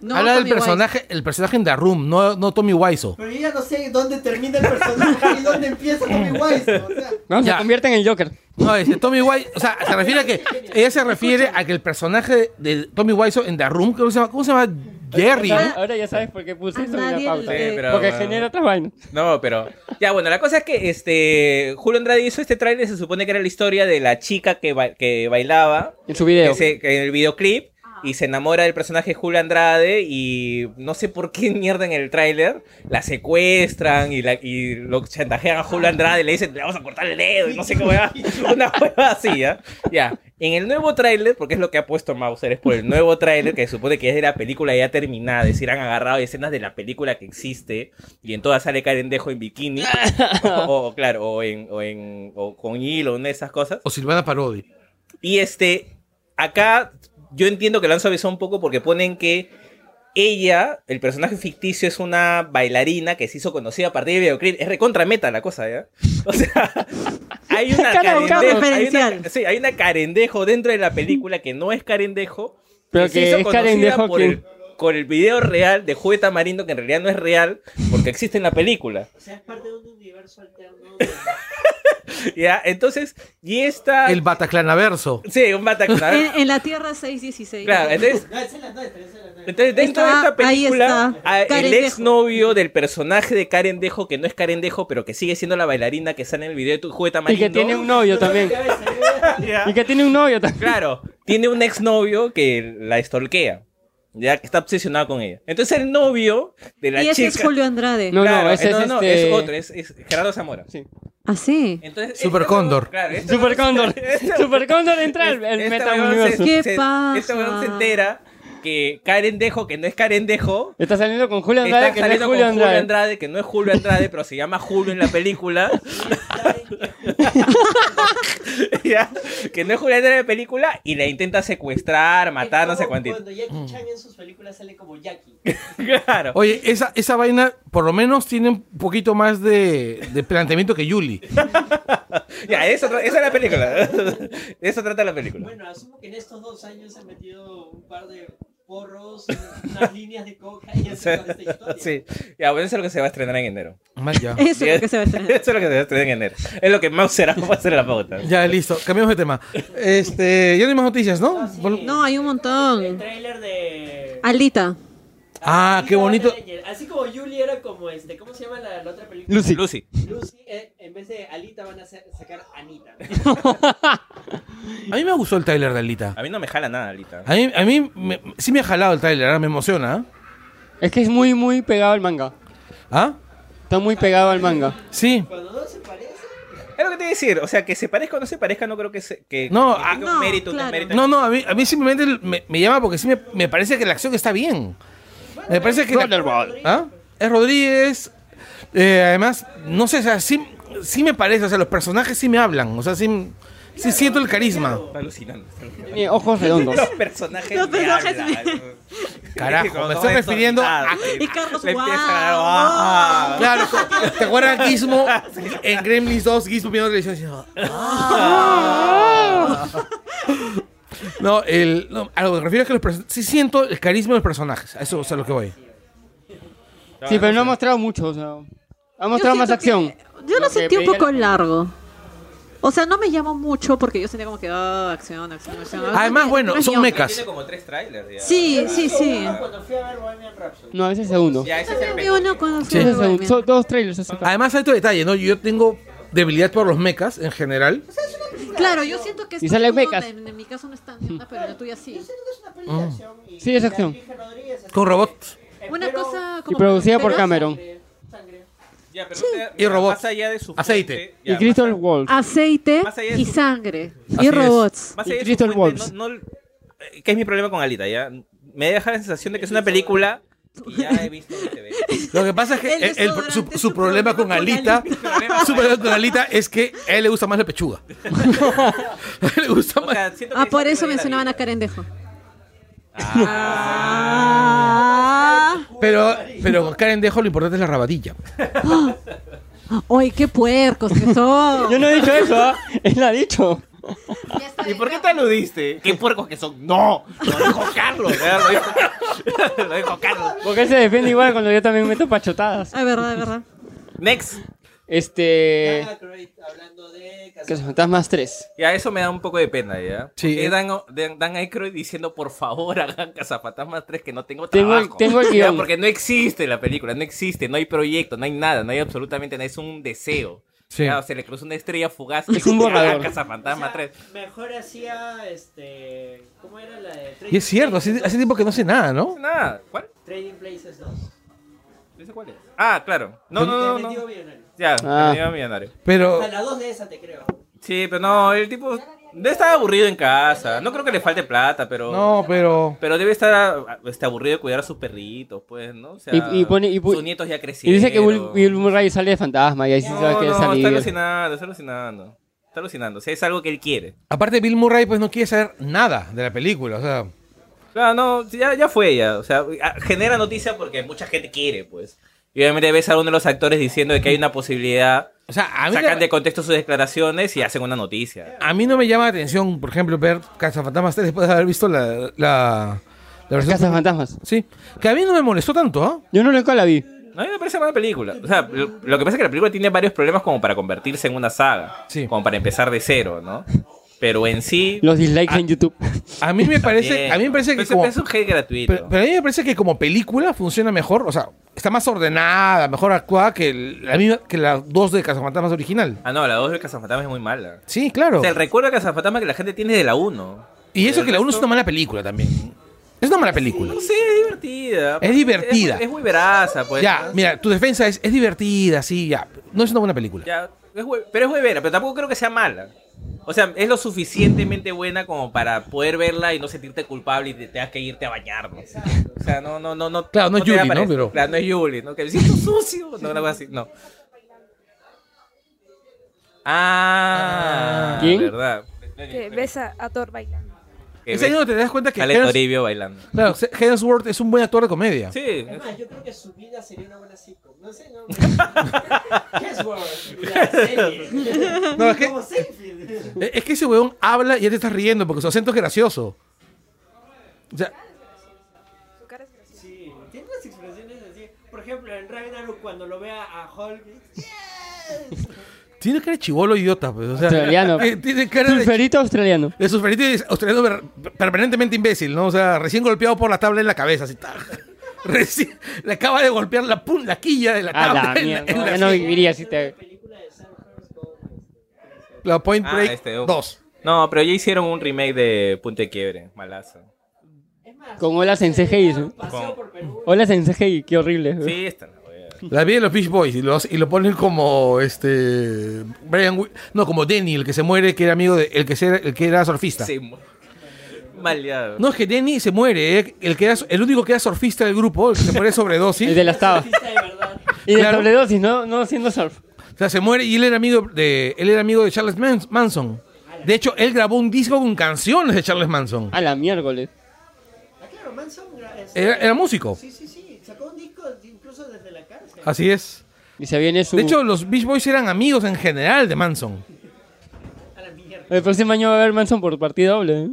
No,
Habla del
Tommy Wiseau.
personaje, el personaje en The Room, no, no Tommy Wiseau.
Pero yo ya no sé dónde termina el personaje y dónde empieza Tommy Wiseau. O sea,
No, se
Ya.
convierte en el Joker.
No, este, Tommy Wiseau, o sea, se refiere a que, ella se refiere a que el personaje de Tommy Wiseau en The Room, ¿cómo se llama? ¿Cómo se llama? Jerry. ¿no?
Ahora, ahora ya sabes por qué puse
A
eso en la
nadie
pauta.
le-
Sí, pero
Porque
bueno.
genera otras vainas.
No, pero. Ya, bueno, la cosa es que este. Julio Andrade hizo este tráiler, se supone que era la historia de la chica que, ba- que bailaba
En su video.
que se- que en el videoclip y se enamora del personaje de Julio Andrade y no sé por qué [laughs] mierda en el tráiler la secuestran y, la, y lo chantajean a Julio Andrade y le dicen le vamos a cortar el dedo y no sé cómo era una hueva así ya ya en el nuevo tráiler porque es lo que ha puesto Mauser es por el nuevo tráiler que se supone que es de la película ya terminada es decir han agarrado escenas de la película que existe y en todas sale Karen Dejo en bikini o, o, claro o en, o en o con hilo una de esas cosas
O Silvana Parodi.
y este, acá yo entiendo que lo han suavizado un poco porque ponen que ella, el personaje ficticio, es una bailarina que se hizo conocida a partir de videoclip. Es recontra meta la cosa, ¿ya? [laughs] O sea, hay una
Cara a
carendejo.
cara
hay una-
referencial.
sí, hay una carendejo dentro de la película que no es carendejo.
Pero
se
que
hizo
es
conocida
Carendejo
por
que-
el- con el video real de Juve Tamarindo, que en realidad no es real, porque existe en la película.
o sea, es parte de un universo alterno.
[laughs] ¿Ya? Entonces, y esta.
El Bataclanaverso.
Sí, un bataclan.
[laughs] En, en la Tierra 616.
Claro, entonces
No, esa es la nuestra, esa es la nuestra.
Entonces, dentro de
Está-
esta película,
ahí está,
a- el
Karen Dejo.
exnovio del personaje de Karen Dejo, que no es Karen Dejo, pero que sigue siendo la bailarina que sale en el video de tu jugueta
Y que tiene
[laughs]
un novio también. Y que tiene un novio también.
Claro, tiene un exnovio que la estorquea, ya que está obsesionado con ella. Entonces, el novio de la
y ese
chica.
es Julio Andrade.
No,
Claro,
ese
eh, no,
es
no,
este-
es otro, es, es Gerardo Zamora.
Sí.
Así.
Entonces,
Super
este-
Cóndor.
Claro, este-
Super Cóndor.
[laughs] este-
[laughs] Super Cóndor entra al al
Este
meta
weón
universo.
se-
¿Qué
se-
pasa?
Este weón se entera que Karen Dejo, que no es Karen Dejo,
Está saliendo con Julio
Está
Andrade, que no es
saliendo
Julio
con Julio
Andrade.
Andrade, que no es Julio Andrade, pero se llama Julio en la película.
[laughs]
[laughs] Ya, Que no es Julio Andrade en la película y la intenta secuestrar, matar, no sé cuántito.
Cuando Jackie Chan en sus películas sale como Jackie.
[laughs] Claro.
Oye, esa, esa vaina por lo menos tiene un poquito más de, de planteamiento que Yuli.
Ya, eso, tra- esa es la película. [laughs] Eso trata la película.
Bueno, asumo que en estos dos años se han metido un par de porros, unas líneas de coca y así
[laughs]
con esta historia.
Sí. Ya, bueno, eso es lo que se va a estrenar en enero. [laughs]
Mal ya.
Eso es lo que se va a
Eso [laughs]
estrenar.
es lo que se va a estrenar en enero. Es lo que más será [laughs] va a hacer la pauta.
Ya, listo. Cambiamos de tema. Este, ya no hay más noticias, ¿no?
sí.
Vol-
No, hay un
El
montón.
tráiler de...
Alita.
Ah, qué
Hija de
bonito.
Avenger. Así como Julie era como este, ¿cómo se llama la, la otra película?
Lucy. Lucy.
Lucy, eh, en vez de Alita van a sa- sacar Anita.
A mí me gustó el tráiler de Alita.
A mí no me jala nada, Alita.
A mí, a mí me- sí me ha jalado el tráiler, ahora me emociona.
[laughs] Es que es muy, muy pegado al manga.
¿Ah?
Está muy pegado al manga.
Sí.
Es lo que te iba a decir. O sea, que se parezca o no se parezca, no creo que, se, que,
No,
que
ah,
tenga un mérito, un desmérito.
No, no, a mí, a mí simplemente me, me llama porque sí me, me parece que la acción está bien. Me parece que. la- ¿Ah? Es Rodríguez. Eh, además, no sé, o sea, sí, sí me parece, o sea, los personajes sí me hablan, o sea, sí, sí siento el carisma.
Está alucinando.
Tiene ojos redondos.
Los personajes.
Los
me
personajes
hablan.
Carajo,
Como
me
son
estoy refiriendo a.
exorcizados.
Y Carlos,
Le
wow.
empiezan a dar, "Ah".
Claro,
[laughs]
¿te acuerdas Gizmo? En Gremlins 2, Gizmo viendo televisión diciendo, No, el, no, a lo que me refiero es que los perso- sí siento el carisma de los personajes. A eso es a lo que voy.
Sí, pero no ha mostrado mucho. o sea, ha mostrado
Yo
más
siento
acción.
que- yo lo,
Lo que
sentí un
pedía la-
poco largo. O sea, no me llamó mucho porque yo sentía como que, ah, acción, acción, acción.
Además,
No,
bueno,
no es
son
ñoño.
mecas.
Tiene como tres trailers. Ya.
Sí, sí, sí.
Cuando fui a ver Bohemian Rhapsody.
No, ese es segundo.
Ya, ese es el
Vi uno
penúltimo.
cuando
Sí.
fui a
Ese
ver
es segundo.
Bohemian.
Son dos trailers. eso está.
Además, hay otro detalle, ¿no? Yo tengo debilidad por los mecas en general.
Claro, yo siento que
Y
esto
sale
no-
mecas.
En, en mi caso no es tan ñoña, pero en la tuya [laughs] sí.
Es una peli de acción y
Sí, es acción.
Hija Rodríguez, así
Con robots.
que
Una
espero
cosa
Y
como...
producida por
pero-
Cameron.
sangre.
Ya, pero no te-
Y robots.
Más allá de su
Aceite.
fuente, ya,
Y Crystal Walls.
Ah. Aceite
Más allá de
y
su-
sangre.
Así
y
es.
robots.
Más
Y
allá de su
Crystal
fuente,
Wolves.
no- no- eh, ¿Qué es mi problema con Alita? Ya me deja la sensación de que es una película y ya he visto que se ve.
Lo que pasa es que
El
el- el-
desodorante
su,
es
su
su
problema
problema
con
con
Alita,
Alita.
su problema con Alita es que a él le gusta más la pechuga. [laughs] a él le gusta
O
más.
sea, siento que
Ah, por
esa
eso
película
mencionaban a
era
Karen Dejo. Ah.
Pero, pero con Karen Dejo lo importante es la rabadilla.
¡Ay, qué puercos que son!
Yo no he dicho eso, ¿ah? Él lo ha dicho.
Alita. ¿Y por qué te aludiste? ¡Qué puercos que son! ¡No! Lo dijo Carlos. ¿verdad? Lo dijo, [laughs] lo dijo Carlos.
Porque él se defiende igual cuando yo también meto pachotadas.
Es verdad, es verdad.
Next.
Este.
Ah, great, hablando de casa-
Cazafantasmas 3.
Ya, eso me da un poco de pena, ¿ya?
Sí.
eh.
Porque Dan, Dan, Dan Aykroyd diciendo, por favor, hagan Cazafantasmas 3 que no tengo
Tengo el-
trabajo.
tengo el
[laughs] Ya,
guión.
Porque no existe la película, no existe, no hay proyecto, no hay nada, no hay absolutamente nada, es un deseo.
Sí.
Ya, se le cruzó una estrella fugaz.
Es un borrador.
Cazafantasmas 3.
Mejor hacía este. ¿Cómo era la de Trading
Y es cierto, hace,
Places
hace tiempo que no sé nada, ¿no?
Nada, ¿cuál?
2? Trading Places 2.
¿Ese cuál es? Ah, claro. No, no, no,
Defendido
no.
millonario.
Ya,
Ah.
bienvenido a millonario.
Pero
A las dos de esa te creo.
Sí, pero no, el tipo debe estar aburrido en casa. No creo que le falte plata, pero...
no, pero
Pero debe estar este, aburrido de cuidar a sus perritos, pues, ¿no? O sea,
Y- y pone- y pu-
sus nietos ya
Y
crecieron.
dice que Will, Will Murray sale de fantasma y ahí sí
no,
se va a querer
no,
salir.
está alucinando, está alucinando. Está alucinando. O sea, es algo que él quiere.
aparte Bill Murray pues no quiere saber nada de la película, o sea,
Claro, no, ya, ya fue ya. O sea, a- genera noticia porque mucha gente quiere, pues. Y obviamente ves a uno de los actores diciendo de que hay una posibilidad.
o sea, a mí,
Sacan
la-
de contexto sus declaraciones y hacen una noticia.
a mí no me llama la atención, por ejemplo, ver Cazafantasmas 3 después de haber visto la la, la versión
Cazafantasmas.
Sí, que a mí no me molestó tanto, ¿ah?
Yo no nunca la vi.
A mí me parece mala película. O sea, lo, lo que pasa es que la película tiene varios problemas como para convertirse en una saga.
Sí.
Como para empezar de cero, ¿no? Pero en sí...
Los dislikes en YouTube.
A mí me parece,
Bien,
a mí me
¿no?
parece
Pero
que
ese-
como,
Es un hate gratuito.
pero, pero a mí me parece que como película funciona mejor, o sea, está más ordenada, mejor actuada que el- la misma, que la dos de Cazafantasmas original.
Ah, no, la 2 de Cazafantasmas es muy mala.
Sí, claro.
O sea, el recuerdo de Cazafantasmas que la gente tiene de la 1.
Y eso que la uno es una mala película también. Es una mala película.
No sé, es divertida. Pues,
Es divertida.
Es, muy- es muy veraza, pues.
Ya, mira, tu defensa es, es divertida, sí, ya. No es una buena película.
Ya, es hue- pero es huevera, pero tampoco creo que sea mala. O sea, es lo suficientemente buena como para poder verla y no sentirte culpable y te tengas que irte a bañar, ¿no? O sea, no, no, no, no.
Claro, no es
te va a
Yuli, ¿no?
parecer-
Pero-
Claro, no es Yuli, ¿no? Que me siento sucio. No, una cosa así, no. Ah,
¿Quién?
¿verdad?
Que besa a Thor bailando.
Que
es ahí
ves-
donde te das cuenta que
Sale
Hemsworth-
Toribio bailando.
claro, se- Hemsworth es un buen actor de comedia.
Sí.
Es más, yo creo que su vida sería una buena sitcom. No sé, no. Hemsworth, la serie.
No, es que- e-,
Como Seinfeld.
Es es que ese weón habla y ya te estás riendo porque su acento es gracioso. O sea,
Su cara es graciosa.
Sí, tiene unas expresiones así. Por ejemplo, en Ragnarok, cuando lo vea a Hulk. ¡Yes!
tiene cara de chivolo idiota, pues. O sea,
Australiano.
eh, Tiene cara de,
Sulferito australiano.
de [laughs] surferito y australiano per- permanentemente imbécil, ¿no? O sea, recién golpeado por la tabla en la cabeza, así. ¡taj! Recién le acaba de golpear la pun, la quilla de la
A
tabla.
Ah, la
en la-
mierda.
Ah, en la-
Yo no viviría si te.
la Point
Ah,
Break
este, oh.
2.
No, pero ya hicieron un remake de Punto de Quiebre, malazo.
Con olas en CGI. ¿no?
Con-
Olas en CGI, qué horrible. ¿no?
Sí, esta la wea.
La vi de los Beach Boys y, los, y lo ponen como este Brian Wi- no como Denny el que se muere que era amigo de el que se- el que era surfista.
Sí, mu- Maleado.
No es que Denny se muere, eh, el que era su- el único que era surfista del grupo, el que se muere sobredosis.
[laughs] El de las tabas. y de
Claro.
sobredosis, no, no haciendo surf.
O sea, se muere y él era amigo de él era amigo de Charles Mans- Manson. De hecho, él grabó un disco con canciones de Charles Manson.
A la miércoles.
Ah, claro, Manson. gra- es-
Era, era músico.
Sí, sí, sí. Sacó un disco incluso desde la cárcel.
Así es.
Y se viene su.
De hecho, los Beach Boys eran amigos en general de Manson.
el próximo año va a haber Manson por partida doble. ¿eh?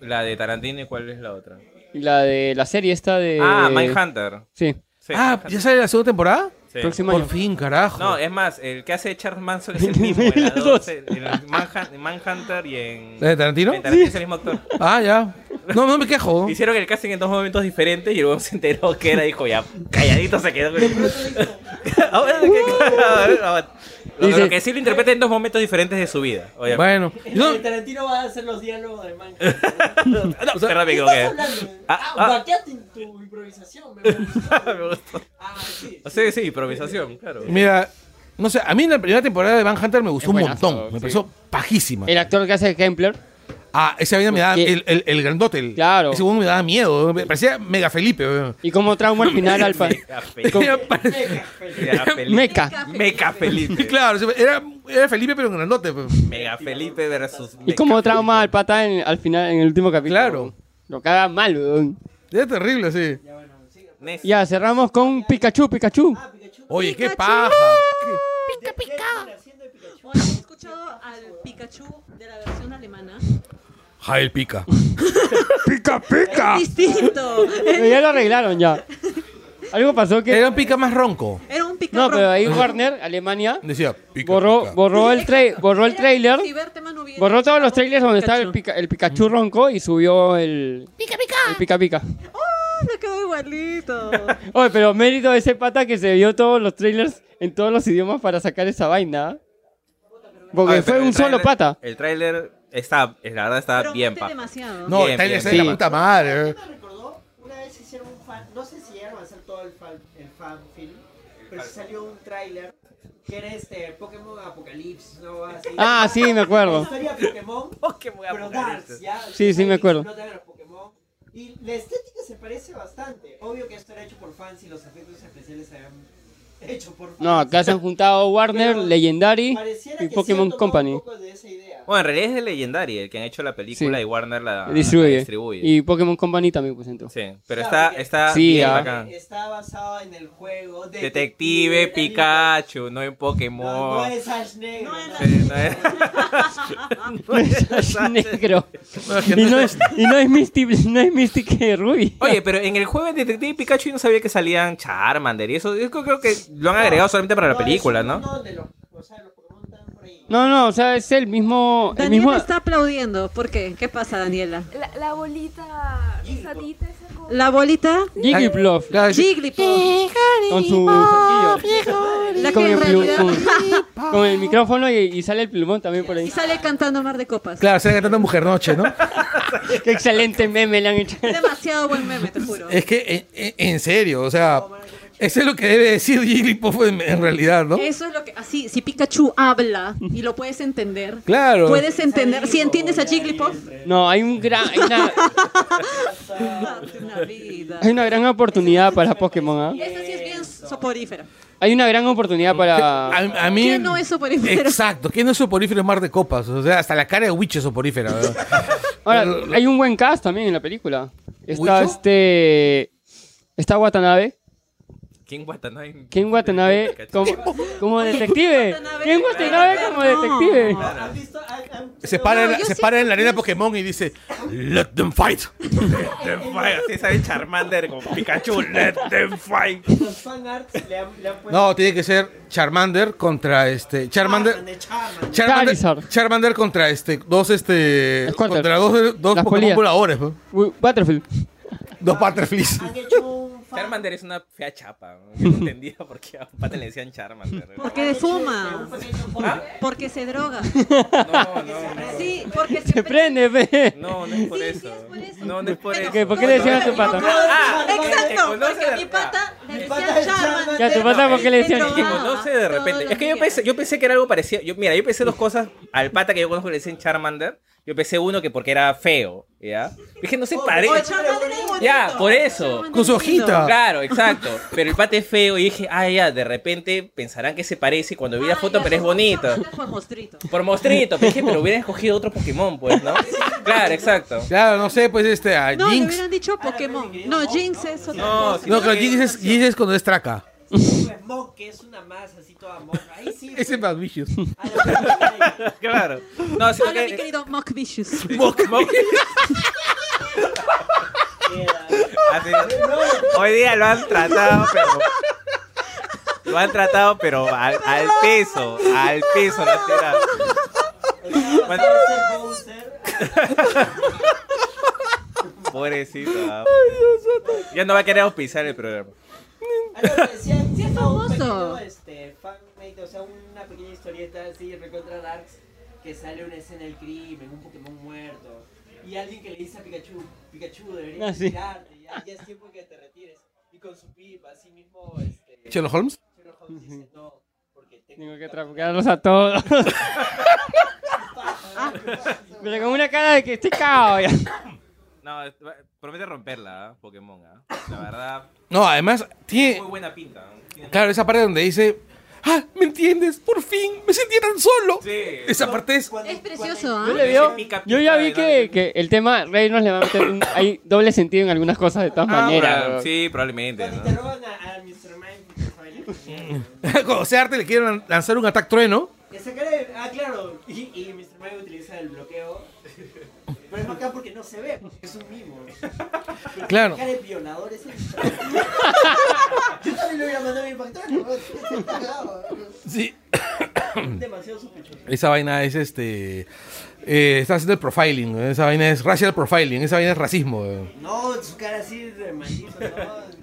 La de Tarantino y cuál es la otra.
Y la de la serie esta de.
Ah, Mindhunter.
Sí.
Sí,
ah,
Mindhunter,
¿ya sale la segunda temporada?
sí.
próximo
Por
año.
fin, carajo.
No, es más, el que hace Charles Manson es el mismo. En, la
Los
dos,
dos.
en el Manhunt- en Manhunter y en.
¿La de Tarantino?
en Tarantino es el mismo actor.
Ah, ya. No, no me quejo.
Hicieron el casting en dos momentos diferentes y luego se enteró que era, dijo ya, calladito se quedó. [laughs] Ahora que- ahora- lo, lo
Dice-
que sí lo interpreta en dos momentos diferentes de su vida. obviamente.
Bueno, no,
El Tarantino va a hacer los diálogos de Manhattan.
[laughs] No, perdón, me
¿Qué
equivoqué.
estás hablando?
Ah,
Ah,
ah.
vaqueate en tu improvisación. me
[laughs]
gustó.
[laughs] Me gustó.
Ah, sí.
Sí, sí, improvisación, claro.
mira, no sé, a mí la primera temporada de Van Hunter me gustó
Es
un
buenazo,
montón. Me
sí.
pareció pajísima.
El actor que hace Kempler.
Ah, esa vaina me daba
Porque-
el, el, el grandote. el-
Claro.
Ese segundo me daba miedo. Me parecía mega Felipe. weón.
Y como trauma al
[laughs]
final al. fa-
Meca Felipe.
[laughs] Como-
Mega Felipe.
Meca.
Meca Felipe.
Claro, era, era Felipe pero grandote. weón.
Mega Felipe versus.
Y
Meca
como
Felipe.
trauma al pata en- al final, en el último capítulo.
Claro.
Lo caga mal, weón.
Era terrible, sí.
Necio.
Ya, cerramos con Pikachu, Pikachu.
Ah, Oye, qué
Pikachu.
paja.
Oye, ¿Has escuchado al Pikachu de la versión alemana?
Jael
[laughs]
pica.
Es distinto.
Pero ya lo arreglaron ya. Algo pasó que.
Era un pica más ronco.
Era un Pikachu.
No, pero
[laughs]
ahí Warner, Alemania,
Decía, pica.
borró,
pica.
borró el tra- borró el trailer.
Si Berteman hubiera-
Borró todos los trailers donde estaba el,
Pikachu.
pica- el Pikachu ronco y subió el. ¡Pica, pica! El pica, pica.
[laughs] ¡Ah, le
[laughs]
quedó igualito!
Oye, pero mérito de ese pata que se vio todos los trailers en todos los idiomas para sacar esa vaina. ¿ah? Porque
Oye, pero
fue
el
un solo
tráiler-
pata.
El tráiler está, la verdad está
Pero
bien,
mete
pa.
demasiado.
No,
Bien,
está en
bien,
esa
bien.
de la puta madre. weón.
Me recordó, una vez hicieron un fan, no sé si llegaron a hacer todo el fan, el fan film, pero salió un tráiler que era este Pokémon Apocalipsis, ¿no? Así.
Ah, sí, me acuerdo.
Historia [laughs] Pokémon,
Pokémon
pero
Apocalipsis.
Darks, ¿ya?
Sí, sí, me acuerdo.
No te hagan los Pokémon. Y la estética se parece bastante. Obvio que esto era hecho por fans y los efectos especiales se habían hecho por fans.
No, acá se han juntado Warner,
Pero
Legendary
Pareciera
y
que sí
Pokémon
han tomado
Company.
Un poco de esa idea.
Bueno, en realidad es de Legendary el que han hecho la película
Sí.
y Warner la Ah, la
Distribuye.
distribuye.
Y Pokémon Company también, pues [laughs] entró.
Sí, pero
Claro,
está,
porque- Este,
está
Sí,
bien
ah.
bacán.
Está basado en el juego
Detective Pikachu, no en Pokémon.
este, No, no es Ash Negro.
No es
¿no?
Ash
Sí, no es- No
[laughs]
es Ash Negro.
negro. y, no es, y no es Misty, no es Misty que Ruby.
Oye, pero en el juego de Detective Pikachu yo no sabía que salían Charmander y eso. Yo creo- creo que lo han agregado solamente para la
No,
película,
es un
¿no?
montón de los- o sea, los Pokémon están por ahí.
No, no, o sea, es el mismo. El
Daniela
mismo
está aplaudiendo. ¿Por qué? ¿Qué pasa, Daniela?
La, la bolita rosadita esa cosa.
La bolita
Jigglypuff.
Ah,
Claro, sí.
Jigglypuff.
Con su cerquillo.
La
Con
que en
el, plu-
realidad... [laughs]
con- con el micrófono y, y sale el plumón también por
Y
ahí.
sale cantando Mar de Copas.
Claro, se cantando Mujer Noche, ¿no?
Qué excelente meme le han hecho.
Demasiado buen meme, te juro.
Es que, en, en- en serio, o sea, eso es lo que debe decir Jigglypuff en, en realidad, ¿no?
Eso es lo que... Así, si Pikachu habla y lo puedes entender...
Claro.
Puedes entender... Si entiendes a Jigglypuff...
No, hay un gran, hay una,
date una vida.
hay una gran oportunidad para Pokémon. ¿ah?
Esta sí es bien soporífera.
Hay una gran
A,
oportunidad para.
a mí.
¿Qué no es soporífero?
Exacto, ¿quién no es soporífero es mar de copas? O sea, hasta la cara de Witch es soporífera. ¿verdad?
Ahora, hay un buen cast también en la película. Está
¿Mucho?
este. Está Watanabe.
¿Quién Watanabe? [laughs]
Ken Watanabe
Pikachu.
como, como detective.
Watanabe.
Ken Watanabe como detective.
¿Han visto? ¿Han- han-
se para, en la-
yo
se
sí
para en la arena Pokémon y dice: Let them fight. [laughs]
Sí, sale Charmander con Pikachu. Let them fight.
los fan arts le han, le han puesto
No, tiene que ser Charmander contra este. Charmander.
Charmander, Ah, Charmander.
Charizard.
Charmander, Charmander contra este. Dos este.
Squirtle.
Contra dos, dos Pokémon
Las polillas.
voladores, ¿no?
Uy, Butterfield.
Dos Butterflies.
Han hecho un
Charmander es una fea chapa. ¿no?
[laughs]
Yo no entendía por qué a un pata le decían Charmander.
Porque fuma.
¿Ah?
Porque se droga.
No, no, no.
Sí, porque se,
Se [laughs] prende, ve.
No, no es por eso. No, no es por
¿Qué?
eso.
¿Por qué le decían a tu pata?
Ah, el que
Exacto,
conoce
porque
de-
mi pata le
Mi
decía
pata es
Charmander.
Ya, tu pata, ¿por qué le
Se
decían?
Que
drogaba
conoce de
todos
repente.
los
Es que yo
días.
pensé, yo pensé que era algo parecido. Yo, mira, yo pensé dos cosas al pata que yo conozco que le dicen Charmander. Yo pensé uno que porque era feo, ¿ya? Dije, no se
O
parece.
Charmander es bonito.
Ya, por eso.
Charmander
Con su
es lindo.
hojita.
Claro, exacto. Pero el pata es feo y dije, ah, ya, de repente pensarán que se parece y cuando vi la
Ah,
foto,
ya,
pero es
su-
bonito.
Charmander fue mostrito.
Por mostrito, pero dije, pero hubieran escogido otro Pokémon, pues, ¿no? Claro, exacto.
Claro, no sé, pues este, a
No, le
Jinx.
hubieran dicho Pokémon. No, Jinx es otra
No,
cosa.
sí.
No, claro, Jinx es, Jinx es cuando es traca.
Smoke, que es una masa así toda morra. Ahí sí.
Ese es
pues.
McVicious.
A la-
Claro. No, sino
Hola, mi
[laughs] que.
querido Mock Vicious.
Así es. Hoy día lo han tratado, pero. Lo han tratado, pero al, al peso. Al peso, la tira. Bueno. Pobrecito. ah. Ya no va a querer auspiciar el programa.
Sí,
es famoso.
Este, fanmate, o sea, una pequeña historieta así, recontra Darks, que sale una escena del crimen, un Pokémon muerto. Y alguien que le dice a Pikachu, Pikachu, deberías
Ah, sí.
retirarte, ya, ya es tiempo que te retires. Y con su pipa, así mismo, este...
[laughs] Sherlock Holmes.
Sherlock Holmes dice, no, porque tengo...
Tengo que traficarlos a todos. [laughs] Pero con una cara de que estoy cagado ya.
No, es- va- promete romperla, ah, Pokémon. ah. La verdad,
No, además, tiene.
muy buena pinta. ah. Tiene-
Claro, esa parte donde dice, ah, ¿me entiendes? Por fin, me sentí tan solo.
Sí.
Esa parte es... [laughs]
Es precioso, ¿ah?
Yo le veo- Yo ya vi que, que el tema Reynolds le va a meter un- hay doble sentido en algunas cosas de todas
Ah,
maneras.
bra-
bro.
sí, probablemente.
Cuando
¿no?
interrogan a, pues, a Mr. Mime,
Cuando se arte le quieren lanzar un ataque trueno.
que sacar el... Ah, claro, y, y Mr. Mime utiliza el bloqueo. Pero es bacán porque no se ve, porque es un mimo.
Claro.
Cara de violador ese. Yo también lo hubiera mandado a mi pactón. [laughs]
Sí.
¿eh? Demasiado sospechoso.
Esa vaina es este... eh, está haciendo el profiling. ¿eh? Esa vaina es racial profiling. Esa vaina es racismo. ¿eh?
No, su cara así de maldito, no.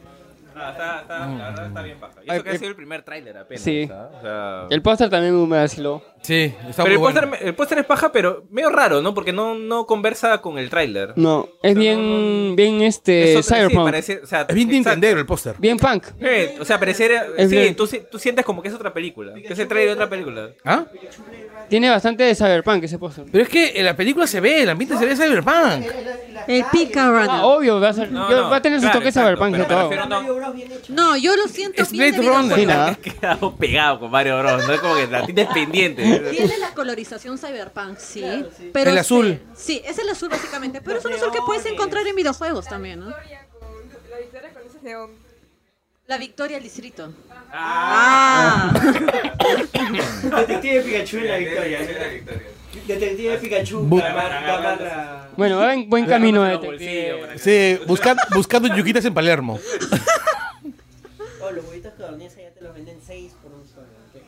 No, está, está, la verdad está bien paja. Y
Ay,
eso que ha
eh,
sido el primer tráiler apenas.
sí.
¿ah? O sea-
El póster también me humedeciló.
Sí, está
pero
muy
el
bueno.
póster el póster es paja, pero medio raro, ¿no? Porque no, no conversa con el tráiler.
No, es bien, bien este,
Eso- sí,
cyberpunk,
parece- o sea,
Es bien
exacto.
Nintendero el póster.
bien punk.
Eh, o sea, pareciera.
Es
sí,
bien.
tú, si- tú sientes como que es otra película. Que es el trailer de otra película.
¿Ah?
Tiene bastante de cyberpunk ese póster.
Pero es que en la película se ve, el ambiente se ve cyberpunk.
El Eh, pica
Ah,
runner.
obvio, va a, ser,
No,
yo-
no,
va a tener
claro,
su toque
exacto,
cyberpunk de
pero me
todo.
refiero-
Mario Bros bien hecho.
No, yo lo siento
Es
bien
Blade
de
Runner.
Sí,
videojuego.
nada.
He quedado pegado con Mario Bros. No es como que la tienes [laughs] pendiente.
Tiene la colorización cyberpunk, sí. Pero
El
se-
azul.
sí, es el azul básicamente. Pero
Los
es un azul que puedes
neones.
encontrar en videojuegos también, ¿no?
Victoria con- La victoria con ese neón.
La victoria al distrito.
Ah,
Ah.
Detective Pikachu en la victoria. ¿eh? Detective Pikachu. Gamarra. Gamarra.
Bueno, va en buen camino este, de
pues
Sí, busca- buscando yuquitas en Palermo.
Oh, los huevitos codornices ya te los venden 6 por un solo. Qué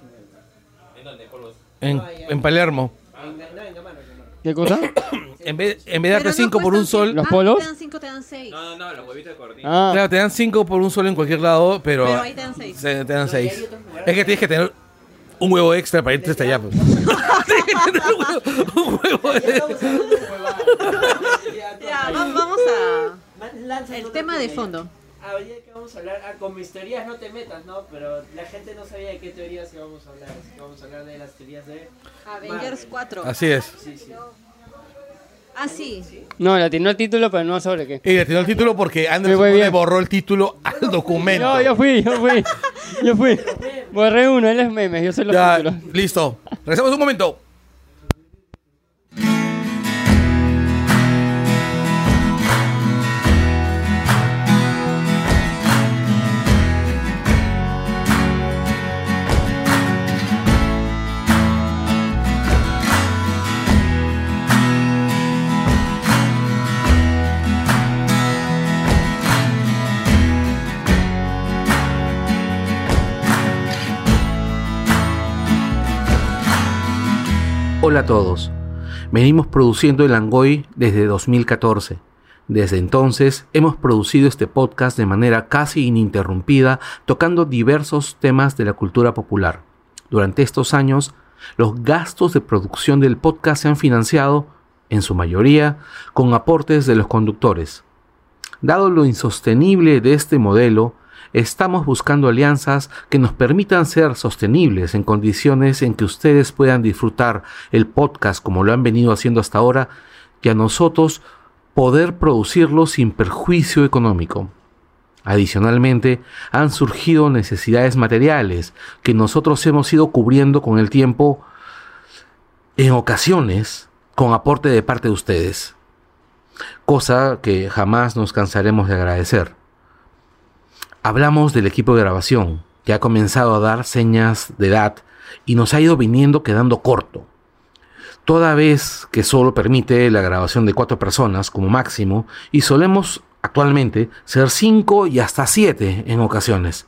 genial. [laughs]
En, en Palermo.
En Ga- No, en Gamarra, en Gamarra.
¿Qué cosa?
En vez, en vez de darte 5 por un sol,
¿Los polos?
Te dan 5, ah, te dan 6.
No, no, no, los huevitos de cordillo.
Ah,
claro, te dan 5 por un sol en cualquier lado, pero,
Pero ahí te dan 6.
se- te dan
No, y hay
6.
otros lugares.
Es que tienes que tener un huevo extra para irte hasta allá. pues. [laughs] Tienes que tener un huevo- un huevo
Ya
de-
estamos hablando de huevadas. Ya,
Ya,
corta.
va- vamos a.
Man, lánzanos
El
otro
tema de
tema.
fondo.
Ah, hoy día que vamos a hablar, ah, con mis teorías no te metas, ¿no? Pero la gente no sabía de qué teorías íbamos a hablar. Así que [laughs] vamos a hablar de las teorías de...
Avengers 4.
Así es.
Sí, sí.
Ah, sí.
no, le atinó el título, pero no sobre qué.
Y le tiró el título porque
Me
Anderson
voy
le
bien.
borró el título al documento.
No, yo fui, yo fui, yo fui. Borré uno, él es memes, yo soy los
Ya,
títulos.
listo. Regresamos un momento.
Hola a todos. Venimos produciendo el Angoy desde 2014. Desde entonces hemos producido este podcast de manera casi ininterrumpida, tocando diversos temas de la cultura popular. Durante estos años, los gastos de producción del podcast se han financiado, en su mayoría, con aportes de los conductores. Dado lo insostenible de este modelo, estamos buscando alianzas que nos permitan ser sostenibles en condiciones en que ustedes puedan disfrutar el podcast como lo han venido haciendo hasta ahora y a nosotros poder producirlo sin perjuicio económico. Adicionalmente, han surgido necesidades materiales que nosotros hemos ido cubriendo con el tiempo, en ocasiones, con aporte de parte de ustedes, cosa que jamás nos cansaremos de agradecer. Hablamos del equipo de grabación, que ha comenzado a dar señas de edad y nos ha ido viniendo quedando corto. Toda vez que solo permite la grabación de cuatro personas como máximo, y solemos actualmente ser cinco y hasta siete en ocasiones.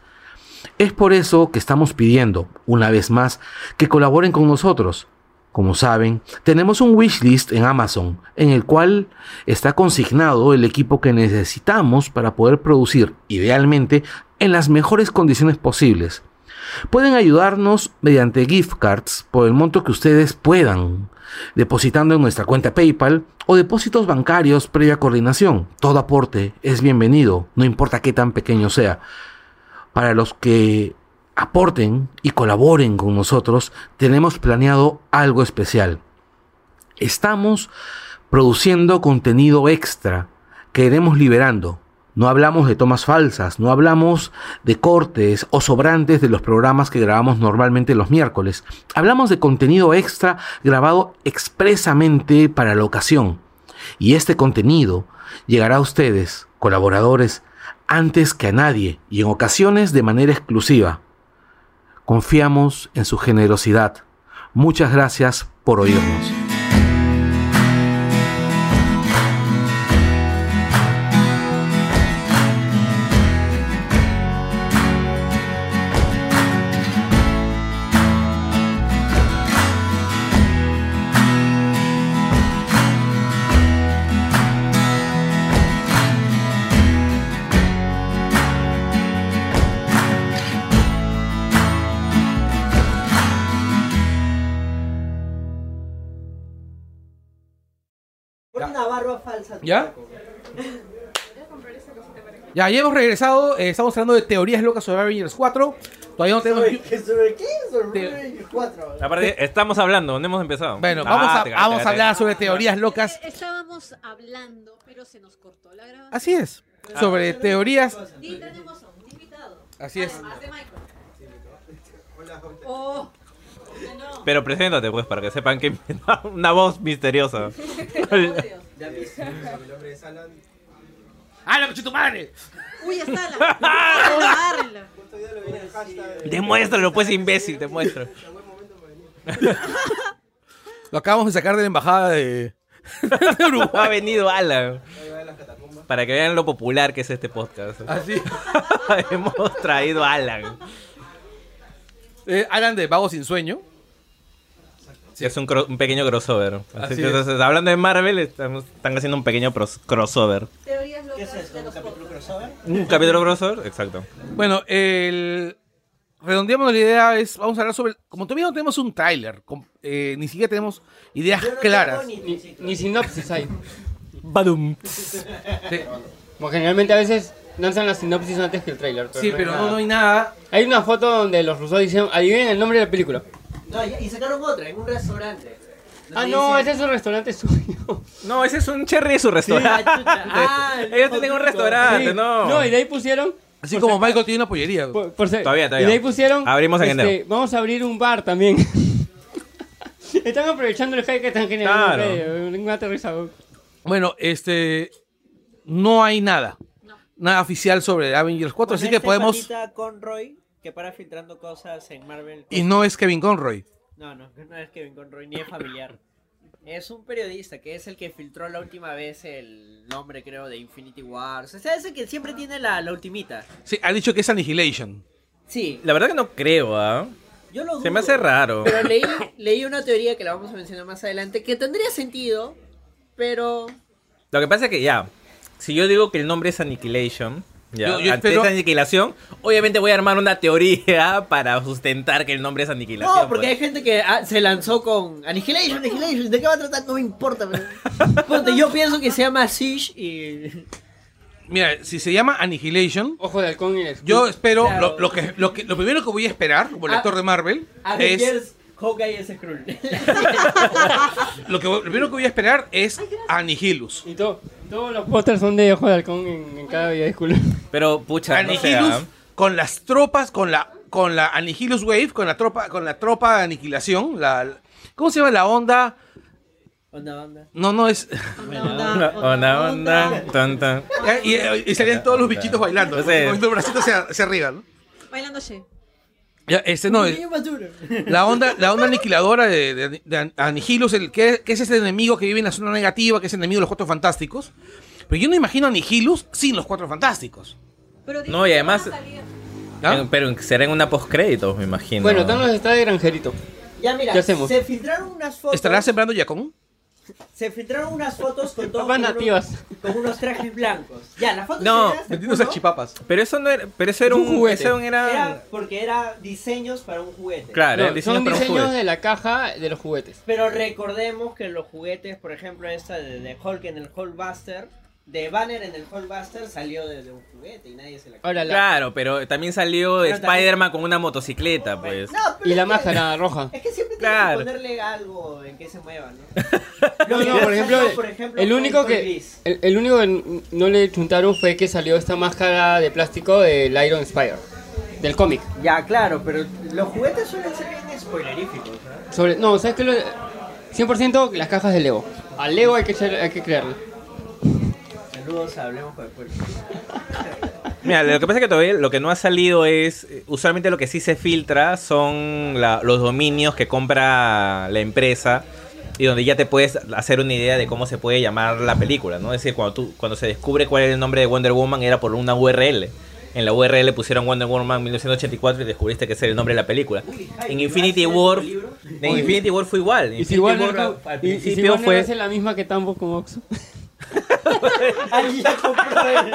Es por eso que estamos pidiendo, una vez más, que colaboren con nosotros. Como saben, tenemos un wishlist en Amazon, en el cual está consignado el equipo que necesitamos para poder producir, idealmente, en las mejores condiciones posibles. Pueden ayudarnos mediante gift cards por el monto que ustedes puedan, depositando en nuestra cuenta PayPal o depósitos bancarios previa coordinación. Todo aporte es bienvenido, no importa qué tan pequeño sea. Para los que aporten y colaboren con nosotros, tenemos planeado algo especial. Estamos produciendo contenido extra que iremos liberando. No hablamos de tomas falsas, no hablamos de cortes o sobrantes de los programas que grabamos normalmente los miércoles. Hablamos de contenido extra grabado expresamente para la ocasión. Y este contenido llegará a ustedes, colaboradores, antes que a nadie y en ocasiones de manera exclusiva. Confiamos en su generosidad. Muchas gracias por oírnos.
Pon una barba falsa. tú,
¿Ya?
Paco.
Ya, ya hemos regresado. eh, estamos hablando de teorías locas sobre Avengers 4. Todavía no tenemos.
Sobre- que sobre qué? Sobre
Te-
Avengers 4.
Aparte, estamos hablando, no hemos empezado.
Bueno,
Ah,
vamos, a,
te cagaste,
vamos a
te-
hablar sobre teorías locas.
Estábamos hablando, pero se nos cortó la grabación.
Así es.
Ah.
Sobre teorías.
Y tenemos a un invitado.
Así es.
Además de Michael. Oh, no.
Pero preséntate, pues, para que sepan que [laughs] una voz
[laughs]
misteriosa.
¡Ah, la tu madre!
Uy,
[laughs]
está la. Agárrenla.
Demuéstralo, pues, imbécil, te muestro.
Lo acabamos de sacar de la embajada de. de
Ha
[laughs] Uruguay.
venido Alan. Para que vean lo popular que es este
[laughs]
podcast.
Así.
Hemos traído a Alan.
Eh, Alan de Vago Sin Sueño.
Es un, cro- un pequeño crossover. Así
Así
que,
es.
entonces, hablando de Marvel, estamos- están haciendo un pequeño pros- crossover.
Teorías
¿Qué es
locas
esto?
de
¿Un
los
capítulo
podcasts.
crossover?
Un capítulo crossover, exacto.
Bueno, el... redondeamos la idea, es vamos a hablar sobre... Como todavía no tenemos un tráiler, com- eh, ni siquiera tenemos ideas
Yo no
claras.
tengo ni-
Ni, ni sinopsis hay.
Badum.
Como generalmente a veces lanzan las sinopsis antes que el trailer.
Sí, pero no, no
hay...
hay nada.
nada. Hay una foto donde los rusos dicen, adivinen el nombre de la película.
No, ya- y sacaron otra en un restaurante.
Ah, no,
Donde
ese es un restaurante suyo.
No, ese es un cherry y su restaurante.
dicen-
[laughs]
Ah, chuta.
Ellos tienen un restaurante,
Sí.
¿no?
No, y de ahí pusieron...
Así como Michael tiene una pollería.
Por, por ser-
Todavía, todavía.
Y de ahí pusieron.
Abrimos en
este,
enero.
Vamos a abrir un bar también. [laughs] están aprovechando el hype que están generando.
Claro.
en Reddit, Un aterrizado.
Bueno, este... No hay nada. Nada oficial sobre Avengers 4, así
Con
que
este
podemos...
patita Conroy, que para filtrando cosas en Marvel.
Y no es Kevin Conroy.
No, no, no es Kevin Conroy, ni es familiar. Es un periodista que es el que filtró la última vez el nombre, creo, de Infinity Wars. O sea, es el que siempre tiene la, la ultimita.
Sí, ha dicho que es Annihilation.
Sí,
La verdad que no creo, ¿ah?
yo lo
Se me
dudo.
hace raro.
Pero leí, leí una teoría que la vamos a mencionar más adelante que tendría sentido, pero
Lo que pasa es que ya, si yo digo que el nombre es Annihilation, ya,
Yo- yo
ante
espero-
esa aniquilación, obviamente voy a armar una teoría [laughs] para sustentar que el nombre es Aniquilación.
No, porque hay gente que ah, se lanzó con Annihilation, Annihilation, ¿de qué va a tratar? No me importa.
[laughs]
pero- Ponte, yo pienso que se llama Siege y...
Mira, si se llama Annihilation,
Ojo de halcón y el-
yo espero,
Claro.
lo, lo que, lo, que, lo primero que voy a esperar como lector de Marvel
ah,
es...
Avengers, Hawkeye es Skrull.
Lo, que, voy- lo primero que voy a esperar es Anihilus.
Y todo- todos los pósters son de ojo de halcón en, en cada video, disculpa.
pues. Pero pucha, no sé,
Anihilus
¿ah? [laughs]
con las tropas, con la con la Anihilus Wave, con la tropa, con la tropa de aniquilación, la, la- ¿cómo se llama la onda?
Onda, onda.
No, no es [laughs]
Onda, onda,
Ah,
onda, tan, tan.
y, y salían todos los bichitos bailando,
No sé.
con los bracitos hacia, hacia arriba, ¿no?
Bailando She.
Ya, este no es
Niño maduro.
la onda, la onda aniquiladora de, de, de An- Anihilus, el que, que es ese enemigo que vive en la zona negativa, que es enemigo de los Cuatro Fantásticos. Pero yo no imagino a Anihilus sin los Cuatro Fantásticos.
Pero dice
No, y
que
además-
van a salir-
¿ah?
En- Pero será en una postcréditos, me imagino.
Bueno, Thanos está de granjerito.
Ya mira,
¿Qué hacemos?
se filtraron unas fotos.
¿Estará sembrando Yacón?
Se filtraron unas fotos
[laughs]
con todos
Más
con unos-
nativas.
con unos trajes blancos. Ya, las fotos
No,
eran-
Metiendo esas chipapas.
Pero eso no era, pero eso era
Es
un,
un juguete.
eso era,
era porque era diseños para un juguete.
claro,
No,
era diseño
son
para un
diseños
juguete.
de la caja de los juguetes.
Pero recordemos que los juguetes, por ejemplo, esta de, de Hulk en el Hulkbuster, de Banner en el Hulkbuster salió desde un juguete y nadie se la
Ahora, la-
Claro, pero también salió
Pero también-
Spider-Man con una
Oh,
motocicleta, pues.
No, pero
y la
es que-
máscara roja.
Es que siempre
Claro.
tienes que ponerle algo en que se mueva, ¿no?
[laughs] No,
Lo
no,
que
por ejemplo,
pasó,
el- el
con-
único
con
que
Gris.
el, el único que no le chuntaron fue que salió esta máscara de plástico del Iron Spider, del cómic.
Ya, claro, pero los juguetes suelen ser bien spoileríficos, ¿no?
Sobre, no, sabes que 100% las cajas de Lego. Al Lego hay que echar- hay que creerle.
Saludos, hablemos con el pueblo.
Mira, lo que pasa es que todavía lo que no ha salido es, eh, usualmente lo que sí se filtra son la- los dominios que compra la empresa y donde ya te puedes hacer una idea de cómo se puede llamar la película, ¿no? Es decir, cuando, tú, cuando se descubre cuál era el nombre de Wonder Woman era por una URL. En la URL pusieron Wonder Woman 1984 y descubriste que ese era el nombre de la película. En Infinity War, en Infinity War fue igual. En
Y si
Infinity
Warner,
War
no-
al
y- y si
principio
Warner
fue
hace la misma que Tambo con Oxxo.
[laughs] Alguien ya compró el-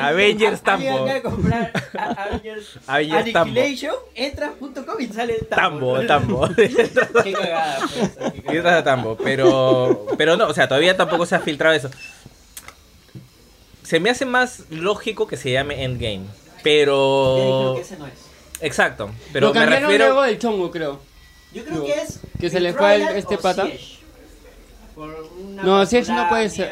[laughs] Avengers Tambo.
Alguien acaba de comprar a- Avengers
[laughs] Avengers Tambo.
Annihilation, entras.com y sale el
Tambo,
Tambo.
Tambo.
[laughs]
Qué cagada,
[laughs]
pues,
Y
qué cagada.
otras a Tambo, pero, pero no, o sea, todavía tampoco se ha filtrado eso. Se me hace más lógico que se llame Endgame,
Ya dijeron
pero...
que ese no es.
Exacto,
Lo
pero me
cambiaron
refiero...
luego del chongo, creo.
Yo creo
No.
que es.
Que se le fue el-
Trial
este
o
pata.
Siege. Por una
No, si no
popular
puede
mía
ser.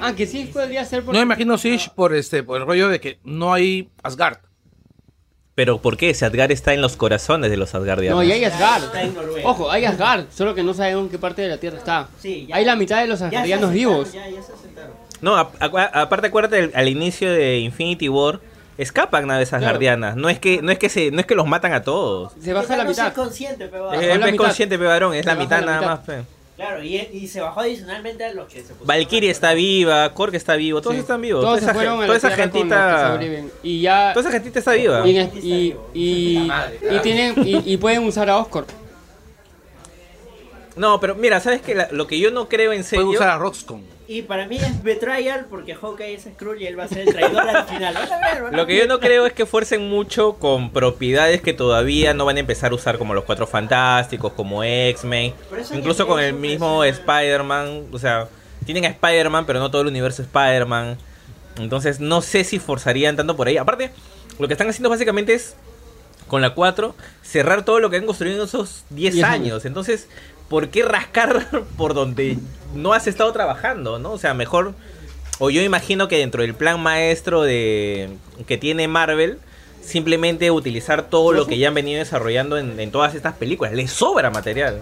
Ah, que sí podría ser
No imagino Siege por este, por el rollo de que no hay Asgard.
Pero ¿por qué? Si Asgard está en los corazones de los Asgardianos.
No, y hay
Está en
Asgard.
Noruega.
Ojo, hay Asgard, solo que no sabemos en qué parte de la Tierra está.
Sí, ya.
Hay la mitad de los
Ya se
asgardianos
sentaron,
vivos.
Ya, ya se sentaron.
No, a- a- aparte acuérdate del- al inicio de Infinity War, escapan naves
Claro.
Asgardianas, no es que no es que se no es que los matan a todos.
Se baja la
no
mitad.
Es consciente, pero.
Es,
la
es
mitad.
consciente, pe, varón, es
Se
la
bajó
mitad
la
nada
mitad.
más. pe.
Claro, y, y se bajó adicionalmente a los que se pusieron.
Pues, Valkyrie está viva, Korg está vivo, todos
Sí.
están vivos. toda
Todos se
esa,
fueron
gen-
a
toda
la
esa
Tierra con los que
gentita,
sobreviven. Y ya.
toda esa gentita está viva.
Y, en- y, y, y tienen, y, y pueden usar a Oscorp.
No, pero mira, sabes que lo que yo no creo en
Pueden
serio.
usar a Roxcon.
Y para mí es Betrayal porque Hawkeye es Skrull y él va a ser el traidor al final. Van a ver, van a
Lo que yo
ver.
no creo es que fuercen mucho con propiedades que todavía no van a empezar a usar como los Cuatro Fantásticos, como X-Men,
Pero eso
incluso
ya
con
es
el
un
mismo
personaje.
Spider-Man, o sea, tienen a Spider-Man, pero no todo el universo Spider-Man. Entonces, no sé si forzarían tanto por ahí. Aparte, lo que están haciendo básicamente es con la 4 cerrar todo lo que han construido en esos 10
Diez
años.
años.
Entonces, ¿por qué rascar [laughs] por donde no has estado trabajando, no? O sea, mejor o yo imagino que dentro del plan maestro de que tiene Marvel, simplemente utilizar todo lo que ya han venido desarrollando en, en todas estas películas. Les sobra material.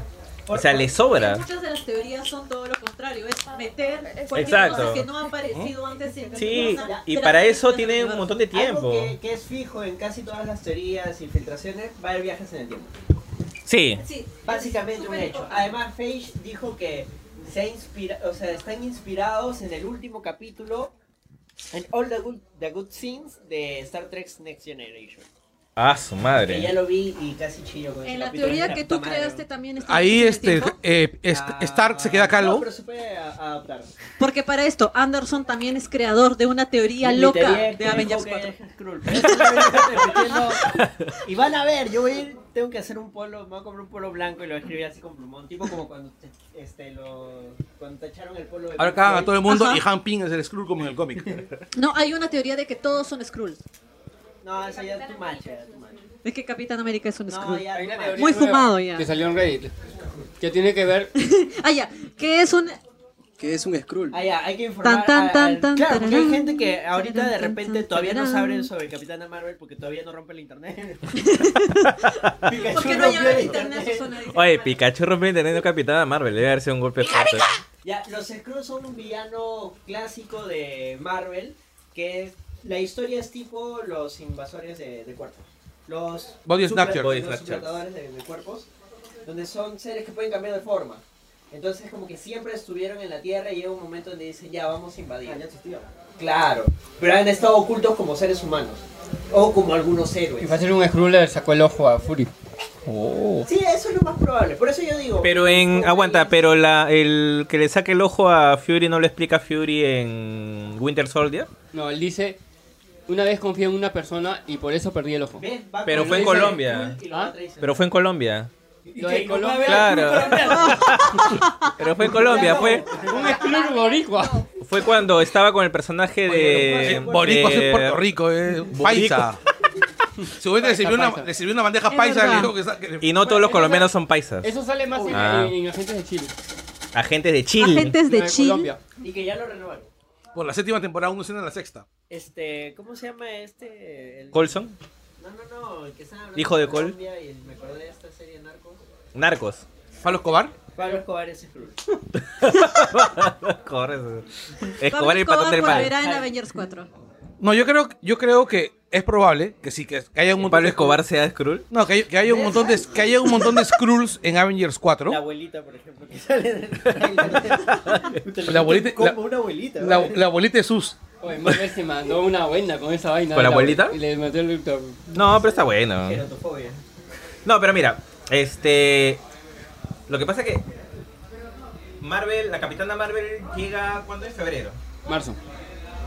O sea, les sobra.
Muchas de las teorías son todo lo contrario, es meter cualquier
Exacto.
cosa que no ha aparecido antes. en la
Sí,
cosa,
y
pero
para
aparece
eso
en el
tiene un
universo.
montón de tiempo.
Algo que, que es fijo en casi todas las teorías y filtraciones va a haber viajes en el tiempo.
Sí.
Sí,
Básicamente un
súper
hecho. Además, Feige dijo que se ha inspira o sea, están inspirados en el último capítulo en All the Good, the good Things de Star Trek Next Generation.
Ah, su
Que
madre.
ya lo vi y casi chillo con ese
En la
capítulo,
teoría
la
que
puta
tú
madre.
creaste también está
Ahí
en el
este
tiempo,
eh, es- Stark se queda calvo.
Ah. No, pero se puede a- adaptar.
Porque para esto, Anderson también es creador de una teoría
Mi
loca
teoría es
de
que
Avengers
Hulk [laughs]
4.
es Skrull. Pero eso lo vengo repitiendo. Y van a ver, yo voy a ir, tengo que hacer un polo, me voy a comprar un polo blanco y lo voy a escribir así con plumón, tipo como cuando te, este, lo, cuando te echaron el polo de
Ahora
Pink
cagan a
Floyd.
todo el mundo
Ajá.
y Han Ping es el Skrull como en el cómic.
No, hay una teoría de que todos son Skrulls.
No, esa ya es tu macha, ya es tu macha.
Es que Capitán América es un
No,
Skrull.
ya es tu macha.
Muy fumado ya.
Que salió en Reddit. Que tiene que ver.
Ah, ya. Que es un.
Que es un Skrull.
Ah, ya, hay que
Tan,
informar.
tan,
a- al-
tan, tan,
claro, porque hay
tararán,
gente que ahorita de
tararán,
repente
tan,
todavía no
tararán.
saben sobre el Capitán de Marvel porque todavía no rompe
[laughs]
el internet.
Porque
Pikachu
no
rompió
lleva
el
el internet su zona dice.
Oye, Pikachu rompió entendiendo Capitán de Marvel. Debe haber sido un golpe fuerte.
Ya, los Skrulls son un villano clásico de Marvel que es- la historia es tipo los invasores de, de cuerpos. Los
Body
super-
Snatchers.
Body
los
Snatchers.
suplantadores de, de cuerpos, donde son seres que pueden cambiar de forma. Entonces como que siempre estuvieron en la Tierra y llega un momento donde dicen, ya vamos a invadir.
Ah,
Claro, pero han estado ocultos como seres humanos o como algunos
Y
héroes.
fue a ser un Skrull le sacó el ojo a Fury.
Sí, eso es lo más probable. Por eso yo digo...
Pero en.
como
Aguanta,
que-
pero la, el que le saque el ojo a Fury no le explica a Fury en Winter Soldier.
No, él dice. Una vez confié en una persona y por eso perdí el ojo.
¿Ves? Va
Pero
con
fue en
lo que dice
Colombia.
Skrull y lo
Ah,
otra dice,
Pero fue en Colombia.
Lo de Colombia-
Claro. Pero fue en Colombia. Fue,
Un Skrull boricua.
fue cuando estaba con el personaje de.
Boricua
de-
es Puerto Rico, eh. Paisa. Seguramente le sirvió, una,
paisa.
le sirvió una bandeja
Es
paisa y le
verdad.
dijo que sa- que-
Y no todos los colombianos son paisas.
Eso sale más en,
Ah.
en- en Agentes de Chile.
Agentes de Chile.
Agentes
No,
de
en
Chile.
Colombia.
Y que ya lo renovaron.
por la séptima temporada uno cena en la sexta.
Este, ¿cómo se llama este? El...
Colson.
No, no, no, el que estaba hablando
Hijo de Col.
Colombia y me acordé de esta serie de narcos.
Narcos.
Pablo
[laughs]
Escobar.
Pablo Escobar es Skrull.
Corre.
Pablo
Escobar el
Escobar
patón del mal.
volverá en Avengers 4.
No, yo creo, yo creo que es probable que sí, que haya un montón
Pablo
de-
Escobar sea Skrull.
No, que, hay- que haya un montón de que haya un montón de Skrulls en Avengers 4.
La abuelita, por ejemplo, [laughs] que sale del trailer. Te lo
La abuelita-
meten como
la-
una abuelita.
La,
¿vale?
la abuelita de Sus.
Oye, Marvel se mandó una buena con esa vaina.
¿Con la abuelita?
Y le metió el doctor.
No, pero está bueno.
Gerontofobia.
No, pero mira, este. Lo que pasa es que. Marvel, la capitana Marvel llega. ¿Cuándo es? Febrero.
Marzo.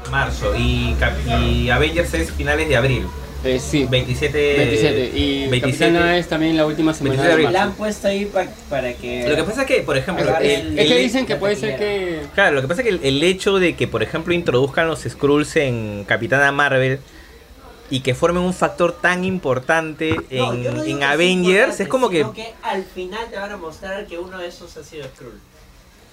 Marzo. Y, Cap- y Avengers es finales de abril.
Eh, sí.
27.
27. Y
27.
Capitana es también la última semana
27
de
de
La
marzo.
han puesto ahí pa- para que.
Lo que pasa es que, por ejemplo.
Agarra
Es,
el-
es que
el-
dicen que
la
puede ser que.
taquillera.
Claro, lo que pasa es que el, el hecho de que, por ejemplo, introduzcan los Skrulls en Capitana Marvel y que formen un factor tan importante
No,
en,
yo no digo
en
que sea
Avengers
importante,
es como que.
sino al final te van a mostrar que uno de esos ha sido Skrull.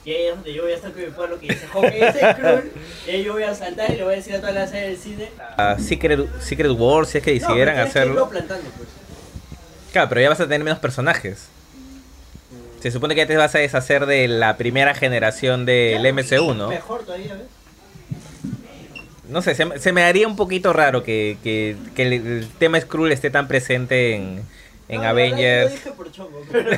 Y ahí es donde yo voy a estar con mi pueblo que dice, Joker es Skrull. y ahí yo voy a saltar y le voy a decir a toda la serie del cine.
ah, Secret, Secret War, si es que decidieran
pero tienes que irlo
hacerlo.
plantando, pues.
Claro, pero ya vas a tener menos personajes. Se supone que ya te vas a deshacer de la primera generación del MCU, ¿no?
Mejor todavía, ¿ves?
No sé, se, me- se me haría un poquito raro que, que- que el, el tema Skrull esté tan presente en, en
No, la verdad,
Avengers.
Yo lo dije por chongo, pero...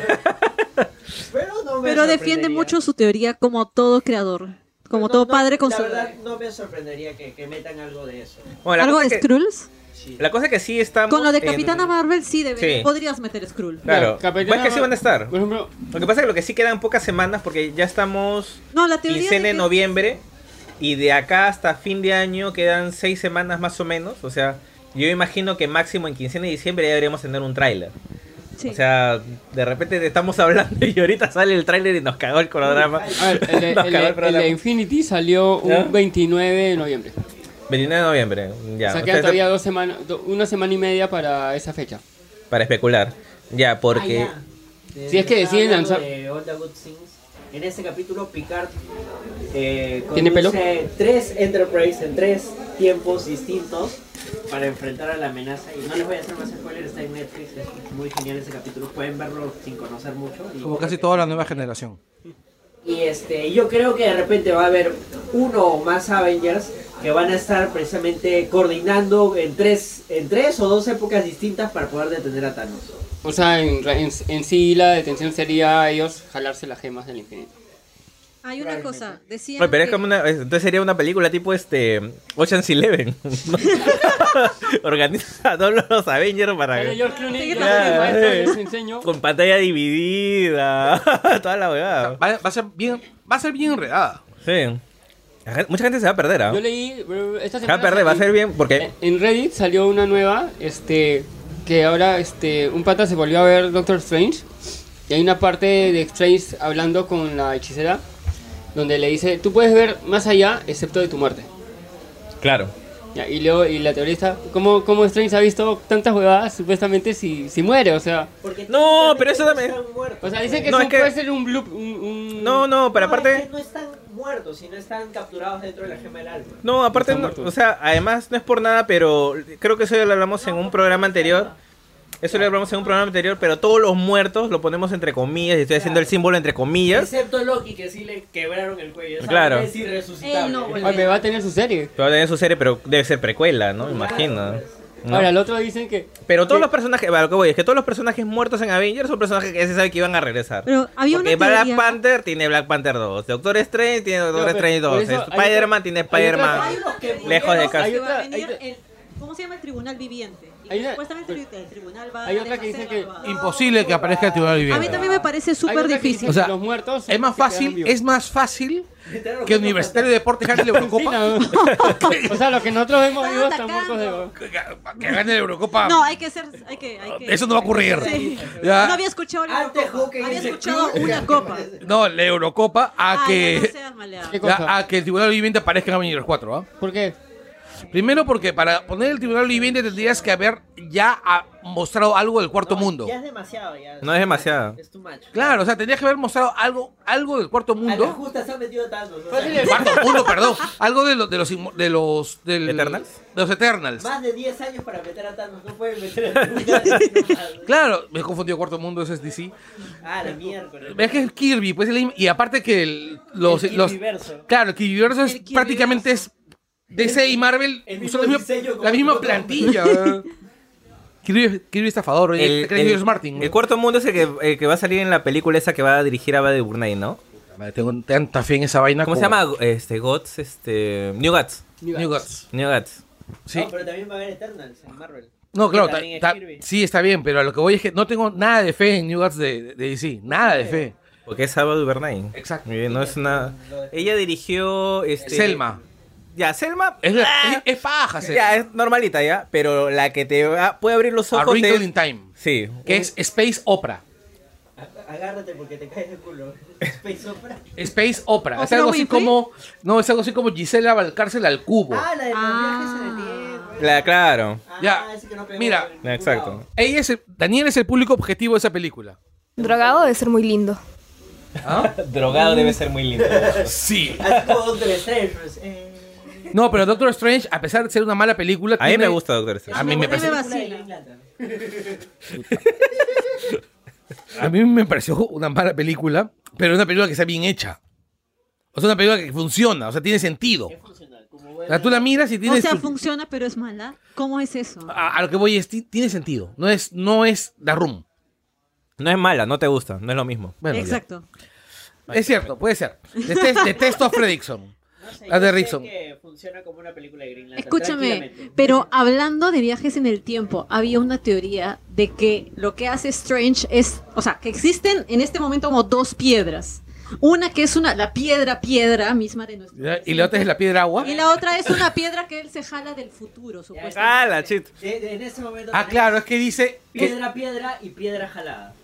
[laughs] pero no me
Pero defiende
sorprendería.
mucho su teoría como todo creador. Como
No,
todo
no,
padre con
la
su.
verdad, no me sorprendería que, que metan algo de eso.
Bueno, la,
¿Algo
cosa
de
es que,
Skrulls?
Sí.
la cosa es que sí estamos.
Con lo de
en-
Capitana Marvel sí, debe-
Sí.
podrías meter Skrull.
Claro,
Capitana
pues que sí van a estar.
Por ejemplo,
Lo que pasa es que lo que sí quedan pocas semanas porque ya estamos
No, la teoría.
quincena
de
de
que-
noviembre y de acá hasta fin de año quedan seis semanas más o menos. O sea, yo imagino que máximo en quincena de diciembre ya deberíamos tener un tráiler.
sí.
O sea, de repente estamos hablando y ahorita sale el tráiler y nos cagó el cronograma.
a ver,
[laughs]
el, de,
Nos
el
cagó
de-
el programa.
el de Infinity salió un
¿Ya?
29 de noviembre.
29 de noviembre, ya.
o sea,
ustedes-
quedan todavía dos semanas, do- una semana y media para esa fecha.
Para especular. Ya, porque...
Ah, ya.
Si es que
Estaba
deciden
hablando
lanzar-
de All the Good Things. En este capítulo, Picard eh,
¿Tiene pelo?
conduce tres Enterprise en tres tiempos distintos para enfrentar a la amenaza. Y no les voy a hacer más spoilers, está en Netflix, es muy genial ese capítulo. Pueden verlo sin conocer mucho. y-
Como casi toda la nueva generación.
Y este, yo creo que de repente va a haber uno o más Avengers que van a estar precisamente coordinando en tres, en tres o dos épocas distintas para poder detener a Thanos.
O sea, en, ra- en- en sí la detención sería ellos jalarse las gemas del infinito.
Hay una cosa, decían.
Oye, pero es
que-
como una. es- Entonces sería una película tipo este. Ocean's Eleven. [laughs] Organiza a todos los Avengers para.
Pero George Clooney,
Sí,
George
claro.
Clooney, maestro,
Sí.
les enseño.
Con pantalla dividida. [laughs] Toda la
Va,
huevada.
va a ser bien, va a ser bien enredada.
Sí. La gen- Mucha gente se va a perder, ¿ah?
Yo leí. bro, Esta
Se va
semana
a perder, va a
salió-
ser bien. Porque.
En Reddit salió una nueva, este, que ahora, este, un pata se volvió a ver Doctor Strange y hay una parte de Strange hablando con la hechicera donde le dice, tú puedes ver más allá excepto de tu muerte.
Claro.
Ya, Y luego, y la teoría está, ¿cómo, cómo Strange ha visto tantas huevadas supuestamente si, si muere? O sea,
Porque
No,
técnicamente
pero eso también-
están muertos.
o sea dice que,
No,
es
es
un-
que-
puede ser un bloop, un- un-
No, no, pero
No, es
aparte.
que no están muertos, sino están capturados dentro de la gema del alma.
No, aparte,
Están
no-
muertos.
o sea, además no es por nada, pero creo que eso ya lo hablamos en un programa anterior. Eso lo hablamos en un programa anterior, pero todos los muertos lo ponemos entre comillas, y estoy haciendo el símbolo entre comillas.
Excepto Loki, que sí le quebraron el cuello. Esa
Claro.
vaina Es irresucitable.
Él no volvió.
Ay, me va a tener su serie.
Pero debe su serie, pero debe ser precuela, ¿no? Imagino. ¿no?
Ahora, el otro dicen que...
Pero todos los personajes, a lo que voy, es que todos los personajes muertos en Avengers son personajes que ya se sabe que iban a regresar.
Pero había
Porque
una
Black
teoría-
Panther tiene Black Panther 2, Doctor Strange tiene Doctor
pero
Strange
por
2,
eso hay otra-
Spider-Man tiene
hay otra-
Spider-Man.
Hay unos que
Lejos de
murieron
casa.
y
Hay
va a
otra- hay
venir
otra-
el- ¿Cómo se llama el tribunal viviente? Y
Hay una-
supuestamente el, el tribunal va
hay
a
otra que dice
deshacer
que-
la huevada.
Imposible que aparezca el tribunal
A mí
viviente.
también me parece súper difícil.
O
O
sea,
sea,
los muertos...
Es más
se quedaron
fácil,
vivos.
es más fácil que Universitario de Deportes gane la
Sí,
Eurocopa.
no. o sea, lo que nosotros vemos
Están
vivos están
atacando.
muertos de
[laughs]
huevo.
Que gane la Eurocopa.
No, hay que ser. Hay que, hay que-
Eso no va a ocurrir.
Sí.
Ya.
No había escuchado la
Antes
copa.
Hawking
Había
dice,
escuchado
"Club".
[laughs]
una copa.
No, la Eurocopa a
Ah, ya no
que
seas maleado.
¿Qué cosa?
a, a que el Tribunal Viviente aparezca en Avengers 4, ¿ah?
¿Por qué?
Primero porque para poner el Tribunal Viviente tendrías que haber ya ah, mostrado algo del Cuarto Mundo.
Ya es demasiado, ya.
No es demasiado.
Es tu macho.
Claro, o sea, tendrías que haber mostrado algo algo del Cuarto
Mundo.
Mundo.
justa se ha metido tanto. o sea,
Cuarto Mundo,
[laughs]
perdón. Algo de, los de los inmo- de los del-
¿Eternals?
de los Eternals.
Más de 10 años para meter a Thanos, no
[laughs]
pueden meter a Thanos.
Claro, me he confundido Cuarto Mundo, ese es DC.
Ah, la miércoles.
Es que es Kirby, pues es la im- y aparte que el- los,
El
los
Kirbyverso.
claro, el Kirbyverso es
El Kirbyverso.
prácticamente es DC y Marvel
El mismo
son la
diseño
misma,
con
la misma
otro
plantilla.
[laughs]
Kirby, Kirby estafador, oye, ¿te crees que eres Martin.
el cuarto mundo es el que, el que va a salir en la película esa que va a dirigir a de Burnay, ¿no?
Madre, Tengo tanta fe en esa vaina.
¿Cómo se
como-
llama? Este, Gods, este... New Gods.
New Gods.
New Gods.
Sí.
No, pero también va a haber Eternals en Marvel.
No,
Que
claro,
también
ta-
es
ta-
Kirby.
sí, está bien, pero a lo que voy es que no tengo nada de fe en New Gods de, de DC. Nada de fe.
Porque es Ava DuVernay.
Exacto.
Muy bien, No es una... Ella dirigió... Este...
Selma.
Ya, Selma...
Es, la-
ah,
es, es paja, Selma.
ya, es normalita ya, pero la que te va- puede abrir los
A
ojos
Wrinkle
es...
in Time.
Sí.
Que es Space Opera.
Agárrate porque te caes de culo. Space Opera.
Space Opera. Es
¿Opera
algo así
Winfrey?
como. No, es algo así como Gisela Valcárcel al cubo.
Ah, la de los
Ah.
viajes en el tiempo.
La, claro.
Ah,
Ya.
ese que no pegó
Mira.
en ningún
Exacto.
lado.
Ella es el- Daniel es el público objetivo de esa película.
Drogado debe ser muy [laughs] lindo.
Drogado debe ser muy lindo.
Sí.
Así como Doctor Strange. pues, eh,
No, pero Doctor Strange, a pesar de ser una mala película.
A mí
tiene-
me gusta Doctor Strange.
A mí me
A mí me
pareció,
película de Lane
vacila.
Lantern.
a mí me pareció una mala película, pero una película que está bien hecha. O sea, una película que funciona, o sea, tiene sentido.
Es funcional, como
O
buena-
sea, tú la miras y tiene.
O sea,
su- Ah,
funciona, pero es mala. ¿Cómo es eso?
a, a lo que voy es, ti- tiene sentido. No es, no es The Room.
No es mala, no te gusta, no es lo mismo.
Bueno, ya.
Exacto.
Es cierto, puede ser. Detes- detesto a Fredrickson.
No sé,
La de
yo sé
Rickson.
que funciona como una película de Green Lantern,
Escúchame,
tranquilamente.
pero hablando de viajes en el tiempo, había una teoría de que lo que hace Strange es, o sea, que existen en este momento como dos piedras. Una que es una la piedra piedra misma de nuestro
Ya, Y la otra es la piedra agua.
Y la otra es una piedra que él se jala del futuro, supuestamente.
Ah, la chit. [laughs]
De- de- en ese momento.
Ah,
tenés
claro, es que dice. que-
Piedra, piedra y piedra jalada.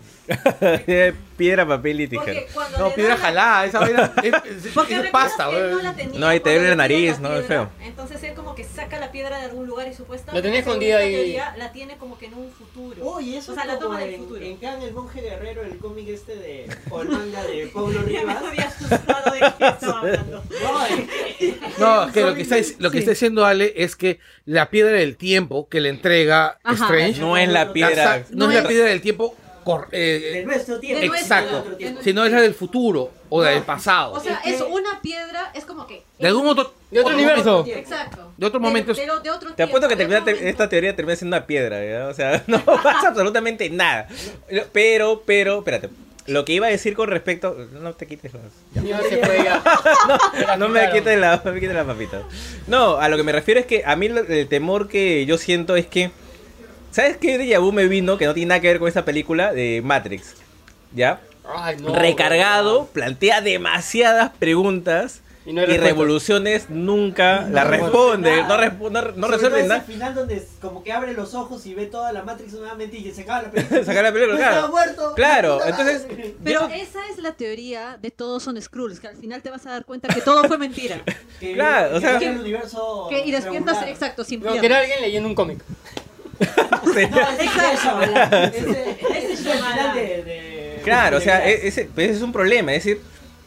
Piedra, papel y tijera.
Porque cuando le
Ah, No,
da
piedra
la-
jalada, esa vaina. Es, es-
Porque
es
recuerdas
pasta,
que él no
weón.
la tenía
No, ahí te
cuando
duele la
le dieron
nariz, ¿no? Es
piedra. Entonces él como que saca la piedra de algún lugar y supuestamente
La tenía
según
escondida
esta
ahí.
teoría, la tiene como que en un futuro.
Oye, eso
o sea,
es
la
como
toma del
en-
futuro.
En Can, el monje guerrero, el cómic este de. O el manga de
[laughs]
Pablo
Ya me
Rivas.
había asustado de qué estaba hablando.
[laughs] No, es- es-
No, es que lo que, está, dic- lo que
Sí.
está diciendo Ale es que la piedra del tiempo que le entrega
Ajá.
Strange
No es la
la sa-
piedra.
no,
No
es
es-
la piedra del tiempo cor-
de
eh,
nuestro tiempo.
De nuestro
exacto,
De otro tiempo.
sino es la del futuro o la del pasado.
O sea, es una piedra, es como que
de algún otro,
De otro universo.
momento.
Exacto.
De otro
Pero-
momento es-
pero de otro
Te apuesto que
tiempo, de
termina,
otro
te- esta
momento.
teoría termina [laughs] siendo una piedra, ¿ya? O sea, no pasa absolutamente nada. Pero, pero, espérate. Lo que iba a decir con respecto. No te quites las.
No se puede ya.
No, no me quites la, [laughs] me quites las papitas. No, a lo que me refiero es que a mí el, el temor que yo siento es que. ¿Sabes qué de Vu me vino? Que no tiene nada que ver con esta película de Matrix. ¿Ya?
Ay, no,
Recargado, plantea demasiadas preguntas. Y,
hay respuesta.
revoluciones nunca la responde, no, respo- no, no
Sobre
resuelve
[laughs]
todo
nada. [laughs]
ese final donde es como que abre los ojos y ve toda la Matrix nuevamente y se
[laughs]
acaba la película.
Sacar la película,
No
claro.
estaba muerto. [laughs]
Claro,
Puta madre.
entonces.
Pero esa es la teoría de todos son Skrulls, que al final te vas a dar cuenta que todo fue mentira.
Que-
Claro, o
que
sea-
cambia el universo
Que- y despiertas,
regular.
exacto, sin
No,
piernas.
que era alguien leyendo un cómic.
No, ese
[laughs]
es Shyamalan. Ese- ese es el
Shyamalan.
final de- de-
Claro, o sea,
de-
e- ese, ese es un problema. Es decir,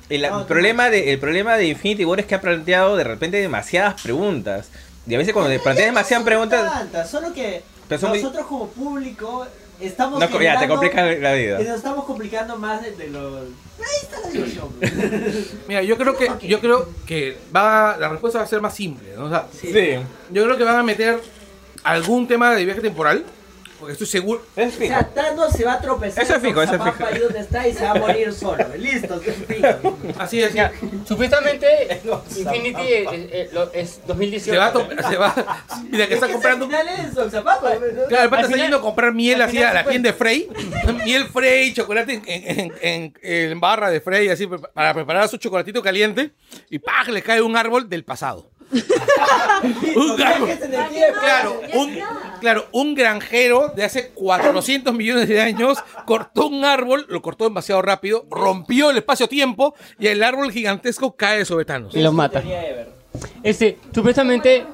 el,
No,
el
claro.
problema de, el problema de Infinity War es que ha planteado de repente demasiadas preguntas. Y a veces cuando te planteas demasiadas preguntas,
Tantas, solo que
Pero son muy-
nosotros como público estamos
no, co- ya, te
generando-
complica la
eh,
vida.
Nos estamos complicando más de, de los... Ahí está la diversión. bro.
Mira, yo creo que, yo creo que va, la respuesta va a ser más simple, ¿no? O sea,
Sí,
yo creo que van a meter algún tema de viaje temporal, porque estoy seguro.
es [laughs]
O
fijo.
sea, Thanos se va a tropezar
Eso es fijo,
con
eso es
Zapapa
fijo.
ahí donde está y se va a morir solo. Listo, que es
[laughs]
fijo.
Así es,
Ya, supuestamente
No,
Infinity
Zapapa.
eh, eh, lo- es 2018.
se va a to- se va. [laughs] Mira que está comprando.
Ese final es Don Zapapa, bro.
Claro, el pata
Al
está
final-
yendo a comprar miel
al
así
final
a la
se fue.
tienda de Frey. [laughs] miel Frey, chocolate en, en- en- en- en barra de Frey, así pre- para preparar su chocolatito caliente. Y ¡pah! le cae un árbol del
[laughs]
pasado. un árbol.
Viajes en el tiempo.
Claro un, claro, un granjero de hace 400 millones de años cortó un árbol, lo cortó demasiado rápido, rompió el espacio-tiempo y el árbol gigantesco cae sobre Thanos.
Y los mata.
Teoría Ever.
Este, supuestamente.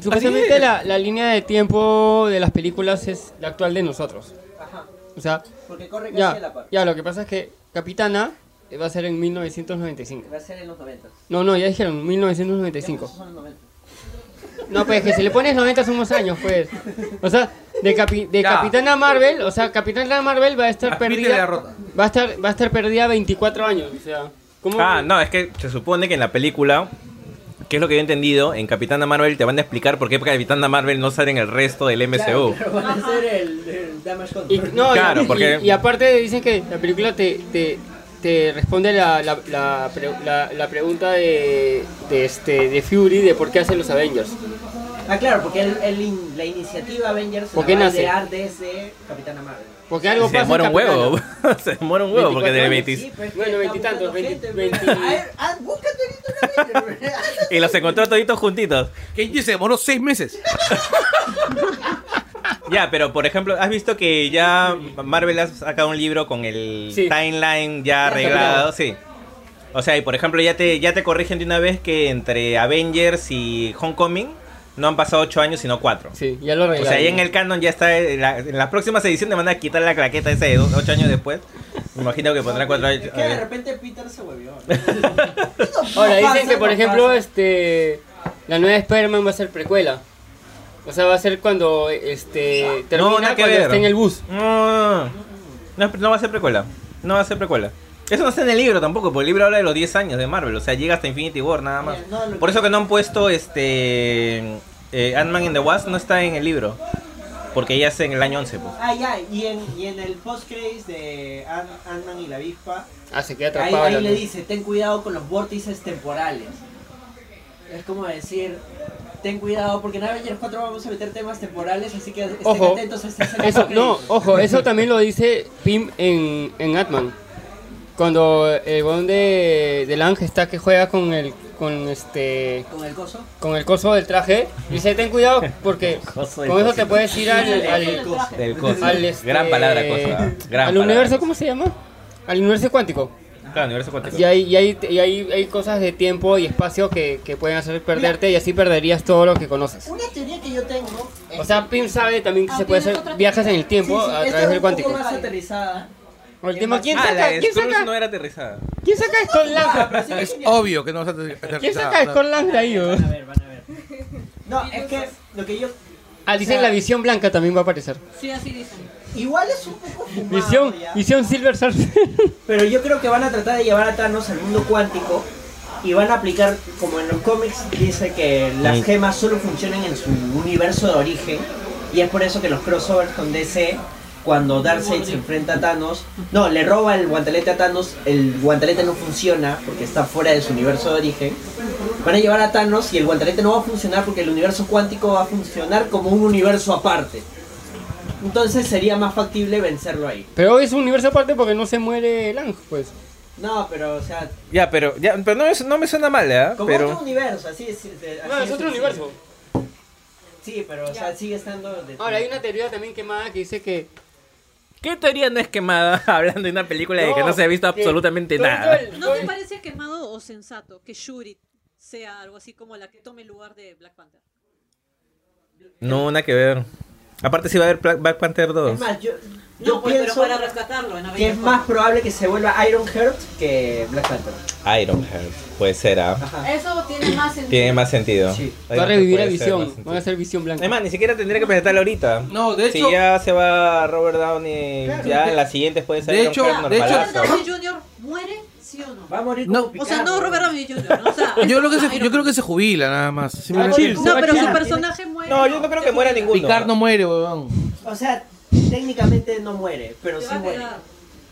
Supuestamente la, la línea de tiempo de las películas es la actual de nosotros. O sea,
Porque corre casi a la
ya,
par.
ya lo que pasa es que Capitana eh, va a ser en 1995.
Va a ser en los 90.
No, no, ya dijeron
Esos
1995.
son los [laughs] 90.
No, pues que si le pones 90 son unos años, pues. O sea, de, capi- de
Ya.
Capitana Marvel, o sea, Capitana Marvel va a estar
Admite
perdida.
la derrota.
Va a estar, va a estar perdida 24 años, o sea. ¿cómo-
Ah, no, es que se supone que en la película, que es lo que yo he entendido, en Capitana Marvel te van a explicar por qué Capitana Marvel no sale en el resto del MCU.
Claro, van a ser el, el Damage
Y,
Control.
no, y-
Claro,
y,
porque-
y aparte dicen que la película te, te, te responde la, la, la, pre- la- la pregunta de, de, este, de Fury de por qué hacen los Avengers.
Ah, claro, porque el, el in- la iniciativa Avengers
¿Por
la
qué
va a
nace?
idear desde Capitana Marvel.
Porque algo
Se
pasa. en
demora un
Capitana.
huevo, [laughs] se demora un huevo, porque de
24
20...
pues,
Bueno,
está
veintitantos, veinti-
buscando gente,
veinti-
pues. A ver, ah, búscate ahorita una
[laughs]
Avenger, pues.
Y los encontró toditos juntitos.
Kenji se demoró seis meses.
Ya, pero por ejemplo, ¿has visto que ya Marvel ha sacado un libro con el
Sí.
timeline ya arreglado? Sí. O sea, y por ejemplo, ya te, ya te corrigen de una vez que entre Avengers y Homecoming no han pasado 8 años, sino 4.
Sí, ya lo
O
arreglaron.
sea, ahí en el canon ya está. En la, en la próxima edición te van a quitar la claqueta esa de 8 años después. Me imagino que eh, pondrán 4 años.
Es que de repente Peter se huevió.
[laughs]
¿no?
Ahora, dicen
No pasa,
que por
no
ejemplo,
pasa.
este la nueva Spider-Man va a ser precuela. O sea, va a ser cuando este, termina
nada que
cuando
ver.
esté en el bus.
No, no, no. No va a ser precuela. No va a ser precuela. Eso no está en el libro tampoco, porque el libro habla de los 10 años de Marvel, o sea, llega hasta Infinity War nada más.
No, lo que-
Por eso que no han puesto este eh, Ant-Man in the Wasp no está en el libro, porque ya está en el año 11, pues.
Ah, ya, y en, y en el post-credits de Ant- Ant-Man y la avispa,
Ah, se queda
ahí,
atrapado.
ahí
la
le
luz.
dice, ten cuidado con los vórtices temporales. Es como decir, ten cuidado, porque en Avengers 4 vamos a meter temas temporales, así que estén
Ojo.
atentos a este esta escena
Eso, no,
post-credits".
ojo, eso también lo dice Pim en, en Atman. Cuando el weón de, de Lange está que juega con el con este
Con el coso.
con el coso del traje, dice ten cuidado porque
[laughs] coso del
con eso
traje.
te puedes ir al, al,
Del coso.
al, este,
Gran palabra, cosa. Gran
al
palabra.
universo, ¿cómo se llama? Al universo cuántico.
Claro, universo cuántico.
Y hay, y hay, y hay, hay cosas de tiempo y espacio que, que pueden hacer perderte y así perderías todo lo que conoces.
Una teoría que yo tengo es...
O sea, Pim sabe también que
Ah,
se puede
tienes
hacer
otra
viajes en el tiempo
Sí, sí,
a
esta
través del
es un poco
cuántico.
más aterrizada.
O el tema, ¿quién
Ah, la
saca?
de
¿Quién
Skrulls
saca?
no era aterrizada.
¿Quién saca a Scott
[laughs]
Lang?
Es obvio que no vas a tener-
¿Quién saca a Scott Lang de ahí?
Van a
weón?
ver, van a ver. No, es que lo que yo...
Ah, dicen la visión blanca también va a aparecer.
Sí, así dicen.
Igual es un poco fumado
Visión,
ya.
visión Silver Surfer. [laughs]
Pero yo creo que van a tratar de llevar a Thanos al mundo cuántico y van a aplicar, como en los cómics dice que las
Sí.
gemas solo funcionan en su universo de origen y es por eso que los crossovers con DC cuando Darkseid se enfrenta a Thanos, no, le roba el guantelete a Thanos, el guantelete no funciona porque está fuera de su universo de origen. Van a llevar a Thanos y el guantelete no va a funcionar porque el universo cuántico va a funcionar como un universo aparte. Entonces sería más factible vencerlo ahí.
Pero es un universo aparte porque no se muere el ángel, pues.
No, pero o sea,
Ya, pero, ya, pero no, es- no me suena mal, ¿eh?
como otro
Pero.
universo, así es. eh,
No,
así
es otro
sí.
universo.
Sí, pero o sea, sigue estando. de-
Ahora, hay una teoría también quemada que dice que.
¿Qué teoría no es quemada [laughs] hablando de una película de que no se ha visto
que
absolutamente
todo
nada?
el-
¿No te parece quemado o sensato que Shuri sea algo así como la que tome el lugar de Black Panther?
No, nada que ver. Aparte, si va a haber Pla- Black Panther 2.
Es más, yo, yo
No, pues, pero
pienso
para rescatarlo en
que es
Avengers.
más probable que se vuelva Ironheart que Black Panther.
Ironheart, puede ser, ¿ah?
Eso tiene más sentido.
Tiene más sentido.
Va a revivir a
Puede ser más
Visión.
sentido.
Van a hacer Visión Blanca.
Es más, ni siquiera tendría que presentarlo ahorita.
No, de
Si
hecho-
ya se va Robert Downey, ya en las siguientes puede ser
De hecho-
Ironheart
de hecho-
¿Robert
normalazo.
Downey Jr. muere, sí o no?
Va a morir
No.
como
O sea,
Picardo.
no Robert Downey Jr., ¿no? O sea,
Yo
es-
creo que se,
Iron
yo creo que se jubila nada más.
Ah,
[laughs]
chill, se
Man. No,
va a
pero su
quedar.
personaje muere.
No, yo no creo que muera ninguno.
Picard no muere, weón.
O sea, técnicamente no muere, pero
Te
sí
va a
muere.
pegar.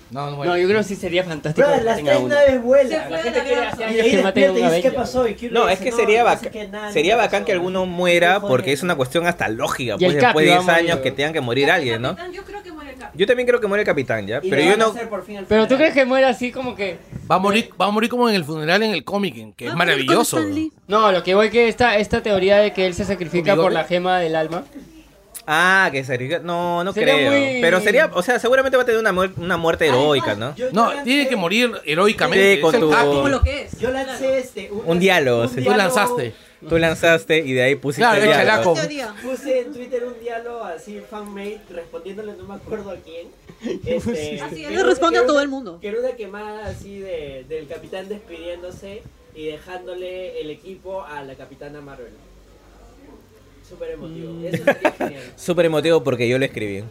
No, no
No,
muere.
yo creo que sí sería fantástico.
Bro,
que
las
tenga
tres
uno.
naves
Se
vuelan.
fue
La
a
gente
la
quiere
guerra.
hacer-
Que
Y
maten a
ahí despierta
un
y dice, ¿qué
Avenger.
pasó? Y Kirby
No, es
dice,
que sería,
no pasa
baca-
que nada,
sería
no
bacán
pasó".
que alguno muera
No fue
porque
nada.
es una cuestión hasta lógica.
Y
Pues
el Capi
después de
va a
10 años
morir.
que tengan que morir alguien, ¿no?
Capitán, Yo creo que muere el capitán.
Yo también creo que muere el capitán, ¿ya?
Y
Pero
le
yo
van a
no...
hacer por fin el
Pero tú
funeral.
crees que muere así como que.
Va a morir, va a morir como en el funeral en el cómic, en que es
Va a morir con
maravilloso.
Stan Lee.
weón.
No, lo que voy que esta, esta teoría de que él se sacrifica
¿Bigote?
por la gema del alma.
Ah, que sería... No, no
Sería
creo.
muy-
Pero sería... O sea, seguramente va a tener una, muer- una muerte heroica, ¿no?
Yo- yo
No,
lancé-
tiene que morir heroicamente.
Sí, con
Es el
tu-
Capi.
Como lo que es.
Yo lancé este.
Un diálogo, sí. Tú
Tú lanzaste.
Tú lanzaste y de ahí pusiste
Claro,
el
el
diálogo.
chalaco.
Teoría.
Puse en Twitter un diálogo así, fanmate, respondiéndole no me acuerdo a
[laughs]
quién. Este,
Así
que
él le responde
que
a todo
una-
el mundo.
Que era una quemada así de, del capitán despidiéndose y dejándole el equipo a la capitana Marvel. Súper emotivo.
Mm.
Eso sería
[laughs]
genial.
Súper emotivo porque yo lo
[laughs]
escribí.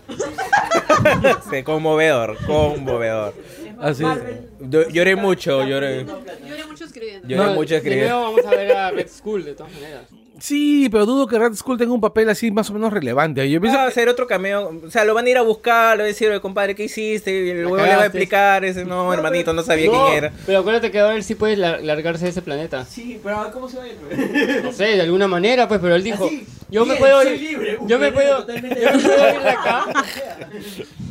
Sí, conmovedor, conmovedor.
Así es.
Marvel.
Yo- lloré mucho, lloré.
Lloré mucho escribiendo.
Lloré
No,
mucho
De
escribiendo.
nuevo vamos a ver a Red School, de todas maneras.
Sí, pero dudo que Red Skull tenga un papel así más o menos relevante. Yo
Empieza
pienso
a hacer otro cameo. O sea, lo van a ir a buscar, le van a decir, "Oye, compadre, ¿qué hiciste? Y el
La
huevo le va a
cagaste.
explicar. Ese, no, hermanito, no sabía [laughs]
No,
quién era.
Pero acuérdate que ahora él sí puede lar- largarse de ese planeta.
Sí, pero ¿cómo se va a ir?
[laughs] No sé, de alguna manera, pues, pero él dijo,
Así,
yo me
bien,
puedo
soy
ir,
libre, un
yo me
perrito
puedo,
totalmente
yo me
libre.
puedo ir de acá.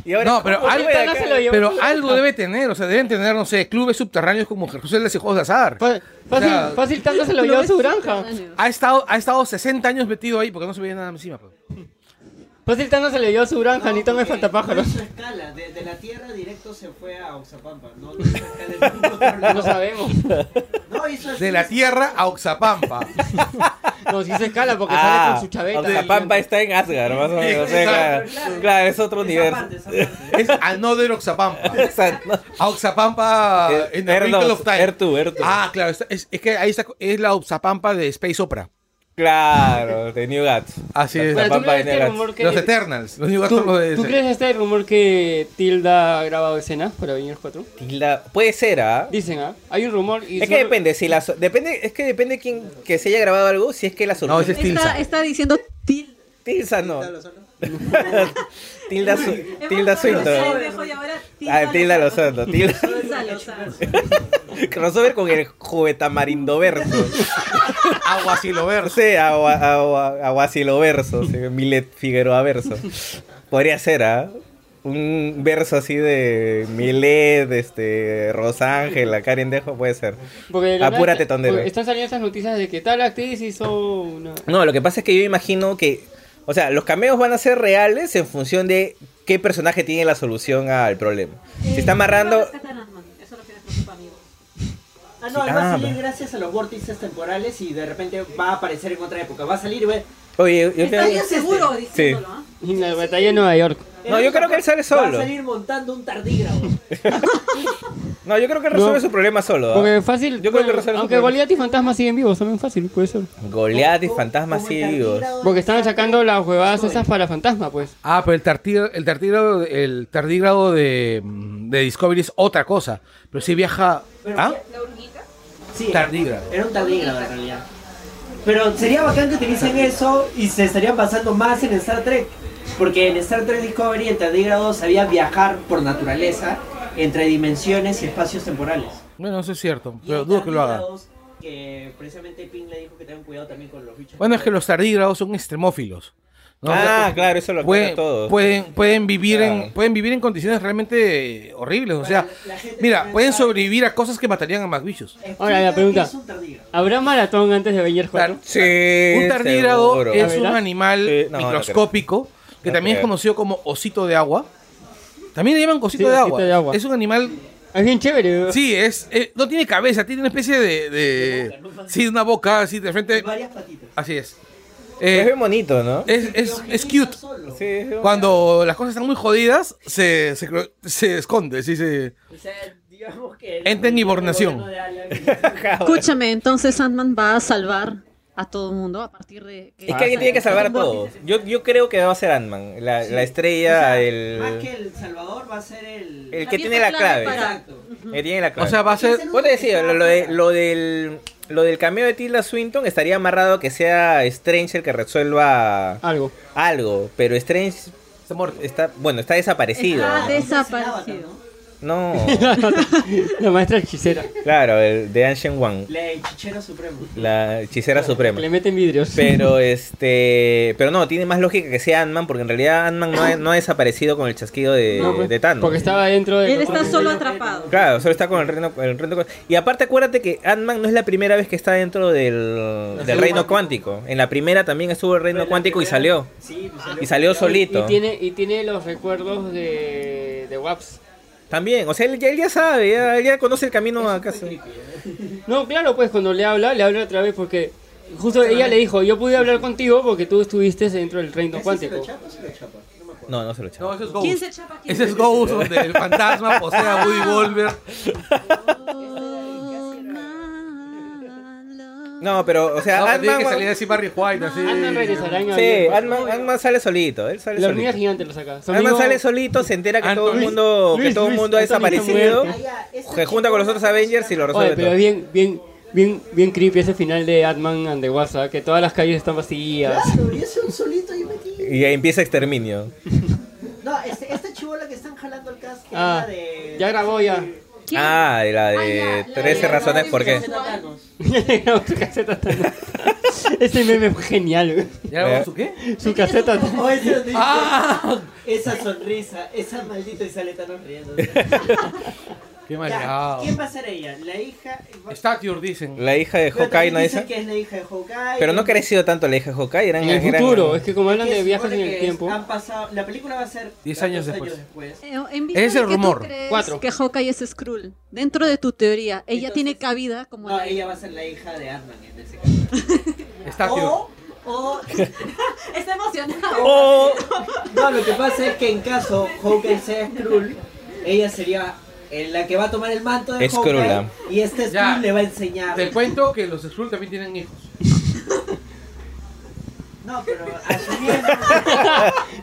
Y ahora,
No, pero
¿cómo
algo-
voy de acá?
Thanos se lo llevó.
Pero algo debe tener, o sea, deben tener, no sé, clubes subterráneos como José de Juegos de Azar.
Fa- Fácil,
Ya.
fácil tanto se [laughs] lo llevó a su granja.
Ha estado, ha estado 60 años metido ahí porque no se veía nada encima. pues.
Fácil tanto se lo llevó a su granja, ni tome
No
fantapájaros. [laughs]
hizo escala, de, de la Tierra directo se fue a Oxapampa. No, no hizo
[laughs]
escala en ningún otro
No
lado.
sabemos.
No hizo
De la tierra a Oxapampa.
Nos hizo escala porque sale
Ah,
con su chaveta.
Oxapampa está en Asgard, más o menos. o sea, claro,
Exacto,
claro, es otro universo.
Esa parte, esa parte.
Es another Oxapampa.
O sea, no.
A Oxapampa Ah, [laughs] en the
Air
Wrinkle
dos,
of Time.
Air two, Air two.
Ah, claro, es, es- es que ahí está, es la Oxapampa de Space Opera.
Claro, de New Gats.
Así es.
Pero tú
Oxapampa
crees
en
este
el
rumor que...
Los Eternals. Los New Gods
¿tú,
son los de-
tú crees este rumor que Tilda ha grabado escenas para Avengers 4?
Tilda- Puede ser, ¿ah?
Dicen, ¿ah? Hay un rumor y...
Es
solo-
que depende, si la so- depende, es que depende quién que se haya grabado algo, si es que la
No,
sorpresa.
ese es Tilsa.
Está, está diciendo Til.
Tilsa no. [laughs] Tilda su
Hemos
Tilda
hablado de
Swinton.
Alejo y ahora
Ah, Tilda
Lozano.
Lozano. Tilda
Tilda Lozano.
crossover con el Jovetamarindó verso.
Agua lo
No
ver.
sé, agua, agua, aguacilo verso, sí, Milet Figueroa verso. Podría ser, ¿ah? Un verso así de Milet, este, Rosángela, Karen Dejo, puede ser.
Porque de la nada-
Apúrate, tondero.
porque Están saliendo estas noticias de que tal actriz hizo una...
No, lo que pasa es que yo imagino que. O sea, los cameos van a ser reales en función de qué personaje tiene la solución al problema. Si está
Va a
amarrando.
rescatar a Ant-Man. Eso es lo que me preocupa, amigo.
Ah, no,
Sí,
va
ah,
a salir
va.
gracias a los vórtices temporales y de repente va a aparecer en otra época. Va a salir y va-
Oye, yo
Está
creo.
bien seguro diciéndolo, ¿ah?
En la batalla de Nueva York.
No, yo creo que él sale
Va
solo.
a salir montando un tardígrado.
No, yo creo que resuelve
No.
su problema solo. ¿ah?
Porque fácil. pues,
Yo creo que resuelve su
aunque
problema.
Goliath y Fantasma siguen vivos, también fácil, puede ser.
Goliath y
Como-
fantasmas
como
sí
el
vivos.
tardígrado
Porque
de
estaban
Star
sacando
Trek.
las huevadas esas para Fantasma, pues.
Ah, pero el tardígrado, el tardígrado, el tardígrado de, de Discovery es otra cosa. Pero si viaja.
Pero-
¿Ah?
Sí,
Tardígrado.
Era un tardígrado en realidad. Pero sería bacán que utilicen eso y se estarían basando más en Star Trek. Porque en Star Trek Discovery en Tardígrado sabía viajar por naturaleza entre dimensiones y espacios temporales.
Bueno, eso es cierto, pero dudo que lo haga.
Tardígrados, Que precisamente Ping le dijo que tengan cuidado también con los bichos.
Bueno, es que los tardígrados son extremófilos. ¿no?
Ah,
O sea,
claro, eso lo aclara
pueden,
todo.
Pueden, pueden, vivir en, pueden vivir en condiciones realmente horribles. O sea, mira, pueden sobrevivir a cosas que matarían a McVicious.
Ahora la pregunta. ¿Habrá maratón antes de Avengers 4?
Sí.
Un tardígrado
seguro.
es
¿Verdad?
un animal
Sí, no, no
microscópico que
No
también es
creo.
conocido como osito de agua. También le llaman osito,
Sí,
de,
osito
agua.
de agua.
Es un animal.
Es bien chévere.
Sí, es, eh, no tiene cabeza, tiene una especie de. de- sí, una boca así de frente. Así es. Eh,
es bien bonito, ¿no?
Es, es, es cute.
Sí,
Cuando las cosas están muy jodidas, se, se, se esconde, sí, se.
O sea, digamos que...
Entra en hibernación.
Escúchame, entonces Sandman va a salvar a todo el mundo a partir de...
Es que alguien tiene que salvar a todos. Yo, yo creo que va a ser Ant-Man, la, la estrella, el,
Más ah, que el Salvador va a ser el...
el que tiene la clave.
Exacto.
El que tiene la clave.
O sea, va a ser-
Vos te decía, lo, lo de- lo del, lo del cameo de Tilda Swinton estaría amarrado a que sea Strange el que resuelva
algo. [laughs]
Algo, pero Strange está, bueno, está desaparecido.
Está desaparecido.
No,
La maestra hechicera.
claro, el de Ancient One,
La hechichera suprema.
la hechicera suprema.
Le meten vidrios.
Pero este, pero no, tiene más lógica que sea Ant-Man porque en realidad Ant-Man no ha, no ha desaparecido con el chasquido de,
No, pues,
de Thanos.
Porque estaba dentro de.
Él está solo atrapado.
Claro, solo está con el reino, el reino cu- Y aparte acuérdate que Ant-Man no es la primera vez que está dentro del, del
sí.
reino cuántico. En la primera también estuvo el reino cuántico y salió.
pues,
Y salió solito.
Y tiene, y tiene los recuerdos de, de Waps.
También, o sea, él ya, él ya sabe, ya, él ya conoce el camino a casa.
pues.
No, claro, pues cuando le habla, le habla otra vez porque justo ella le dijo, yo pude hablar contigo porque tú estuviste dentro del reino cuántico.
No, no se lo echaba.
No, eso es
¿Quién
Ghost.
se chapa quién?
Ese es Ghost, donde el fantasma posee a Woody
[laughs] Ah,
Wolver. [laughs]
No, pero, o sea,
No, pues, tiene
Ant-Man...
que salir así pues, Barry White, así.
Ant-Man regresará en
Sí,
avión.
Ant-Man Ant-Man sale solito, él sale
La hormiga
solito.
gigante lo saca. Su
Ant-Man
amigo-
sale solito, se entera que todo el
Luis,
mundo, que
Luis,
todo el
Luis,
mundo ha
Anthony está
desaparecido,
muerto.
se junta con los otros Avengers y lo
Oye,
resuelve
pero
todo.
bien, bien, bien, bien creepy ese final de Ant-Man and the Wasp, ¿ah? que todas las calles están vacías.
Claro, y ese un solito ahí metido.
Y ahí empieza exterminio.
No, este, esta chivola que están jalando el casco que
Ah,
era de...
ya grabó ya. [laughs]
Ah, de la de 13 razones por qué.
Ya grabó su caseta tan-
[laughs]
Ese meme fue genial. güey.
¿Ya grabó su qué?
Su caseta tan-
[laughs] Oh, ese donde dice,
Ah.
Esa sonrisa, esa maldita y sale tan
[laughs]
riendo.
Qué
Ya,
maleado.
¿Quién va a ser ella? La hija.
Stature, dicen.
La hija de
Pero
Hawkeye,
también
¿no
dicen
dice?
que es la hija de Hawkeye.
Pero no ha crecido tanto la hija de Hawkeye. Eran,
En el
eran-
futuro, es que como hablan
Que
de viajes en
supone
el
que
tiempo.
Han pasado, la película va a ser
Diez años
14
Eh, en vista
Ese es
de
el
que tú
rumor.
crees
Cuatro.
Que Hawkeye es Skrull. Dentro de tu teoría, ella
Entonces-
tiene cabida como
No,
la-
ella va a ser la hija de Ant-Man en ese caso.
Stature.
O,
[laughs]
o-
Está emocionado.
O-
No, lo que pasa es que en caso Hawkeye sea Skrull, ella sería eh, la que va a tomar el manto de
Skrull,
Hawkeye.
ah.
Y este
Ya.
Skrull le va a enseñar.
Te cuento que los Skrull también tienen hijos.
No, pero asumiendo.
[laughs]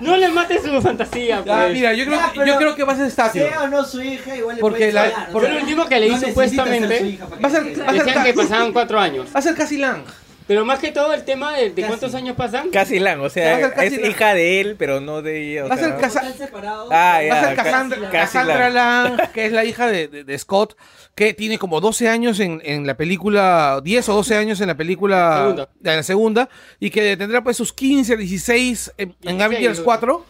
No le mates su fantasía,
Eh, Ya,
pues.
mira, yo creo,
Ya,
que-
pero-
yo creo que va a ser Stature.
Sea o no su hija, igual le
Porque
puede
la-
enseñar, o
porque
sea,
lo último que leí
necesita ser su
supuestamente-
hija para
Va a
que
ser-
quede.
va a ser-
Decían que pasaban cuatro años.
Va a ser casi Lang.
Pero más que todo el tema de, de
Casi.
cuántos años pasan.
Casi Lan, o
Va a
sea,
ser Cassie
es
Lang.
hija de él, pero no de ella. o
Va a
sea,
ser
¿no?
Casa-
Están separados.
Ah,
Va a
ya,
ser Cassandra,
Cassie- Cassie
Cassandra
Lang.
Lang, que es la hija de, de- de Scott, que tiene como 12 años en, en la película, 10 o 12 años en la película
Segunda.
de la segunda, y que tendrá pues sus 15, 16 en, en
16,
Avengers
¿no?
4.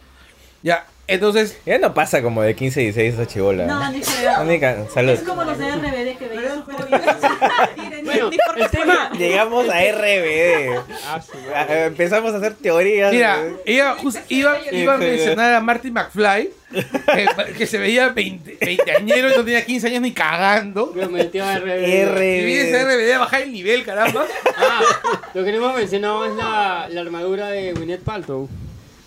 Ya, entonces,
Ya no pasa como de 15 y 16 esa chibola.
No, ni creo.
Mónica, salud.
Es como los de RBD que veían súper
Bueno, el tema.
Llegamos a RBD.
Ah, sí,
A- a- Empezamos a hacer teorías.
Mira,
¿no?
ella just iba, iba a mencionar a Marty McFly, que, que se veía 20, veinteañero y no tenía 15 años ni cagando.
Lo metió a RBD.
Y viene ese
RBD.
RBD a bajar el nivel, caramba.
Ah, lo que no hemos mencionado es la, la armadura de Gwyneth Paltrow.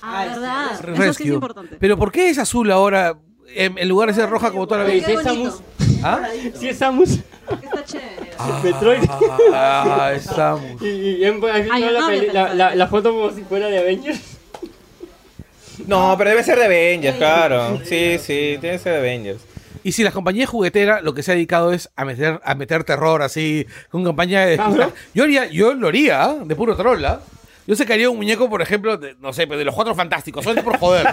Ah, verdad. Eso sí es
Rescue.
importante.
Pero ¿por qué es azul ahora en, en lugar de ser roja como toda la
Oye,
vida?
si es
bonito.
Samus.
¿Ah?
Si es Samus.
Está chévere.
Metroid.
[laughs] Ah, estamos.
Y, y han han filtrado
yo
la,
no había
peli- la-
pensado.
la- la foto como si fuera de Avengers.
No, pero debe ser de Avengers, claro. Sí, sí, tiene que ser de Avengers.
Y si la compañía juguetera lo que se ha dedicado es a meter, a meter terror así, con campaña de...
Ah, ¿no?
Yo, haría, yo lo haría, ¿ah? de puro troll, ¿ah? Yo se caería un muñeco, por ejemplo, de- no sé, pero de los cuatro fantásticos, solo por [laughs] joder.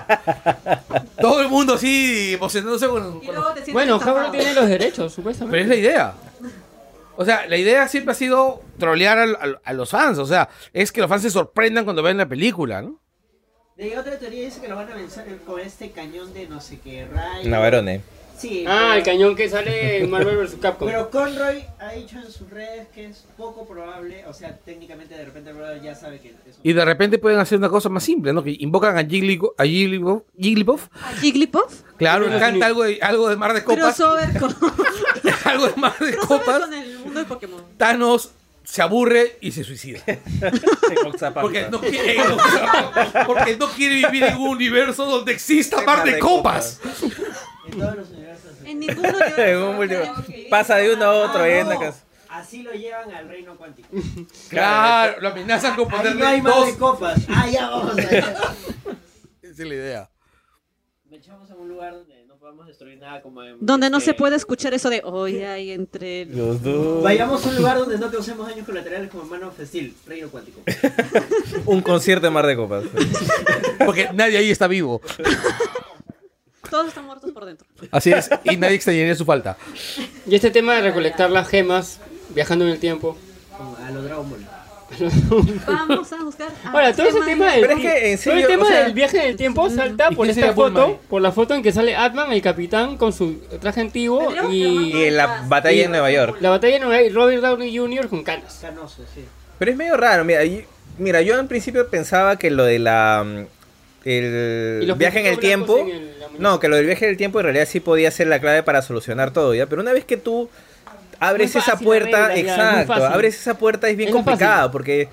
Todo el mundo así emocionándose con, con los-
Bueno, Hasbro tiene los derechos, supuestamente.
Pero es la idea. O sea, la idea siempre ha sido trolear al- al- a, los fans. O sea, es que los fans se sorprendan cuando ven la película, ¿no?
De otra teoría dice que lo van a vencer con este cañón de no sé qué rayo.
Navarone.
Sí.
Ah,
pero-
el cañón que sale en Marvel vs. Capcom.
Pero Conroy ha dicho en sus redes que es poco probable, o sea, técnicamente de repente el brother ya sabe que es
Y de repente pueden hacer una cosa más simple, ¿no? Que invocan a Jigglypuff. A Jigglypuff, Jigglypuff.
Ah, Jigglypuff.
Claro, le canta algo de, algo de Mar de Copas.
Crossover con,
[laughs] algo de Mar de
crossover
Copas.
[laughs] con el mundo de Pokémon.
Thanos se aburre y se suicida. porque, no quiere, porque no quiere vivir en un universo donde exista Mar de Copas.
[laughs]
En ninguno
Un multiverso. Pasa de uno a otro. ahí en la casa.
Ah, Así lo llevan al reino
[laughs]
cuántico.
Claro, lo amenazan con
Ahí
ponerle
no hay más
dos.
de copas. Ah, ya vamos allá.
Esa es la idea.
[laughs] Me echamos a un lugar donde no podamos destruir nada como en-
Donde no
este,
se puede escuchar eso de hoy hay entre
Los dos.
Vayamos a un lugar donde no causemos daños colaterales como mano festil, reino cuántico.
Un concierto de Mar de Copas.
Porque nadie ahí está vivo.
Todos están muertos por dentro.
Así es, y nadie extrañaría su falta.
Y este tema de recolectar las gemas, viajando en el tiempo.
Como A los Dragon Ball.
Vamos a buscar. a
Ah, Ahora, todo ese
Batman.
tema del, todo el tema del viaje en el tiempo salta por
quién
esta
sería Bulma
foto,
ahí?
por la foto en que sale Atman, el capitán, con su traje antiguo y...
Y en la batalla en Nueva York.
La batalla en Nueva York, Robert Downey Jr. con canas.
Canoso, sí.
Pero es medio raro, mira, yo, mira, yo en principio pensaba que lo de la mm,
Y
el
los
viaje en el
puntitos
tiempo,
blancos en el- la
no, que lo del viaje en el tiempo en realidad sí podía ser la clave para solucionar todo, ya, pero una vez que tú abres
Muy fácil,
esa puerta,
arregla, ya, es muy
exacto,
fácil.
abres esa puerta es bien
Es muy
complicado porque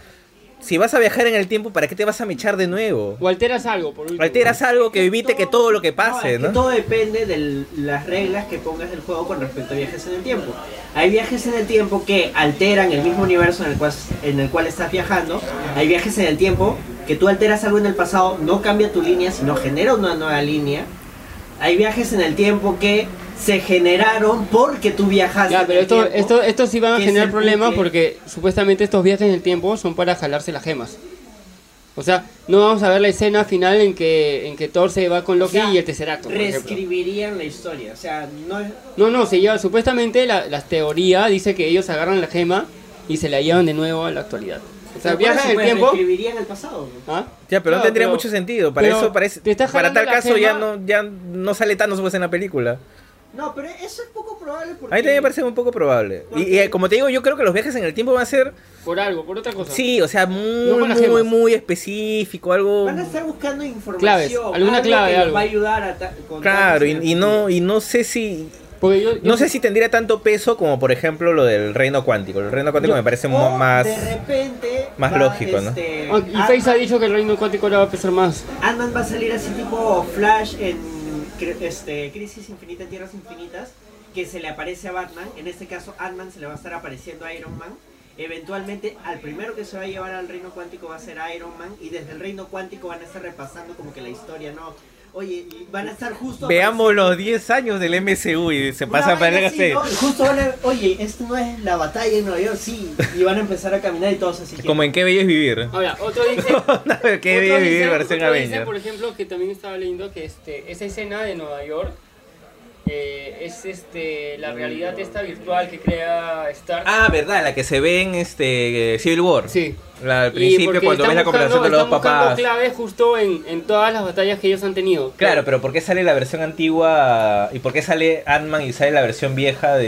si vas a viajar en el tiempo, ¿para qué te vas a mechar de nuevo?
O alteras algo, por último.
Alteras algo que evite que todo lo que pase,
Es que
¿no?
Todo depende de las reglas que pongas del juego con respecto a viajes en el tiempo. Hay viajes en el tiempo que alteran el mismo universo en el cual, en el cual estás viajando. Hay viajes en el tiempo que tú alteras algo en el pasado, no cambia tu línea, sino genera una nueva línea. Hay viajes en el tiempo que se generaron porque tú viajaste.
Ya,
en
pero
el
esto,
tiempo.
esto, esto sí van a
que es
generar
el
problemas
buque.
porque supuestamente estos viajes en el tiempo son para jalarse las gemas. O sea, no vamos a ver la escena final en que, en que Thor se va con Loki
O sea,
y el tercer acto, por ejemplo.
Reescribirían la historia, o sea, no es-
No, no, se lleva, supuestamente la, la teoría dice que ellos agarran la gema y se la llevan de nuevo a la actualidad. O sea,
por eso,
viajan en el
pues,
tiempo.
reescribirían el pasado. ¿no?
¿Ah?
Ya, pero no
Claro,
tendría
pero-
mucho sentido, para
pero
eso parece
te estás
para
jalando
tal
la
caso ya
gema.
no ya no sale Thanos pues en la película.
No, pero eso es poco probable porque
A mí también me parece un poco probable. Y, y, eh, como te digo, yo creo que los viajes en el tiempo van a ser,
Por algo, por otra cosa.
sí, o sea,
No
muy,
con las
muy,
gemas.
muy específico, algo...
van a estar buscando información,
Claves, alguna
algo
clave,
que les
algo.
va a ayudar a ta- con
Claro, y,
tantas-
y no, y no sé si...
Porque yo- yo-
No sé si tendría tanto peso como, por ejemplo, lo del reino cuántico. El reino cuántico me parece mo-
O,
más...
de repente
más
va,
lógico, ¿no?
este,
Ah, Y Face ha
Ant-
dicho que el reino cuántico ahora va a pesar más.
Ant-Man va a salir así tipo Flash en cre- este Crisis Infinita en Tierras Infinitas que se le aparece a Batman, en este caso Ant-Man se le va a estar apareciendo a Iron Man. Eventualmente al primero que se va a llevar al reino cuántico va a ser Iron Man y desde el reino cuántico van a estar repasando como que la historia, ¿no? Oye, y van a estar justo
Veamos los 10 años del MCU y se
Una
pasa para
vaina
el
así, ¿no? Y Justo van a- oye, esto no es la batalla en Nueva York, sí. Y van a empezar a caminar y todos así.
Como en Qué Bello es Vivir.
Ahora, otro
[laughs]
dice.
Qué
Otro
Bello es
dice-
Vivir, versión
otro dice,
Avenger.
por ejemplo, que también estaba leyendo que este, esa escena de Nueva York eh, es este, la realidad esta virtual que crea Stark.
Ah, verdad, la que se ve en este eh, Civil War.
Sí.
La, al
Y
principio
porque
cuando ves
están
la comparación de
buscando-
los dos
están buscando
papás.
claves justo en, en todas las batallas que ellos han tenido.
Claro, pero ¿por qué sale la versión antigua y por qué sale Ant-Man y sale la versión vieja
Él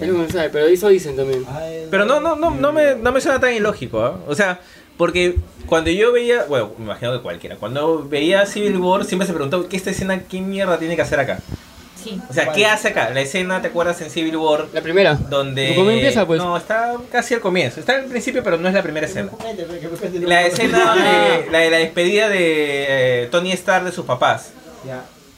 de...
no sabe, pero eso dicen también.
Pero no, no, no, no, me, no me suena tan ilógico, ¿ah? O sea, porque cuando yo veía, bueno, me imagino que cualquiera, cuando veía Civil War siempre se preguntó, ¿qué esta escena, qué mierda tiene que hacer acá?
Sí.
O sea, ¿qué hace acá? La escena, ¿te acuerdas en Civil War?
La primera.
Donde...
¿Cómo empieza, pues?
No, está casi al comienzo. Está al principio, pero no es la primera [laughs] escena.
La
La escena de la, de la despedida de eh, Tony Stark de sus papás.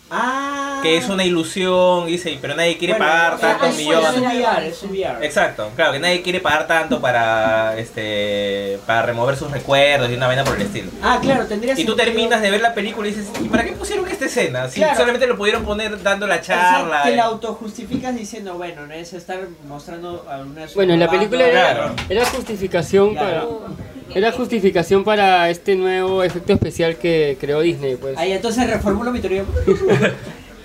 Ah.
Que es una ilusión, dice, pero nadie quiere
Bueno,
pagar
o sea,
tantos
es un
millones.
VR, es un VR.
Exacto, claro, que nadie quiere pagar tanto para este para remover sus recuerdos y una vaina por el estilo.
Ah, claro, tendrías.
Y tú terminas de ver la película y dices, ¿y para qué pusieron esta escena? Si
Claro.
solamente lo pudieron poner dando la charla.
Te
eh.
la autojustificas diciendo, bueno, no es estar mostrando a una.
Bueno, la película
era-
era,
Claro.
era justificación
Claro.
para. Es la justificación para este nuevo efecto especial que creó Disney, pues.
Ahí entonces reformulo mi
[laughs]
teoría.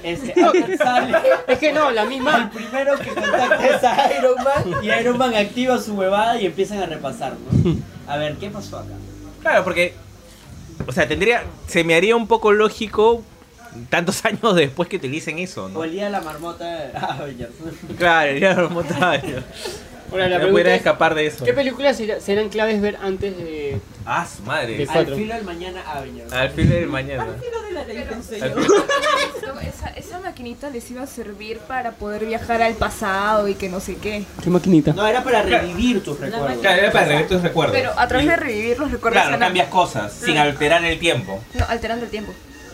Este, alcanzable.
Es que no, la misma.
El primero que contacta es a Iron Man y Iron Man activa su huevada y empiezan a repasar, ¿no? A ver, ¿qué pasó acá?
Claro, porque. O sea, tendría. Se me haría un poco lógico tantos [laughs] años después que utilicen eso, ¿no?
Olía la marmota. [laughs] Ah, ya.
Claro, ya lo montaron.
Ahora,
no
la pregunta
pudiera
es,
escapar de eso.
¿Qué películas será- serán claves ver antes de.?
Ah, su madre.
De cuatro.
Filo del mañana Avenger.
Al fin del mañana.
esa, esa maquinita les iba a servir para poder viajar al pasado y que no sé qué.
¿Qué maquinita?
No, era para revivir tus recuerdos.
Claro, era para revivir tus recuerdos.
Pero a través
Y-
de revivir los recuerdos
Claro,
van a-
cambias cosas sin alterar el tiempo.
no, alterando el tiempo.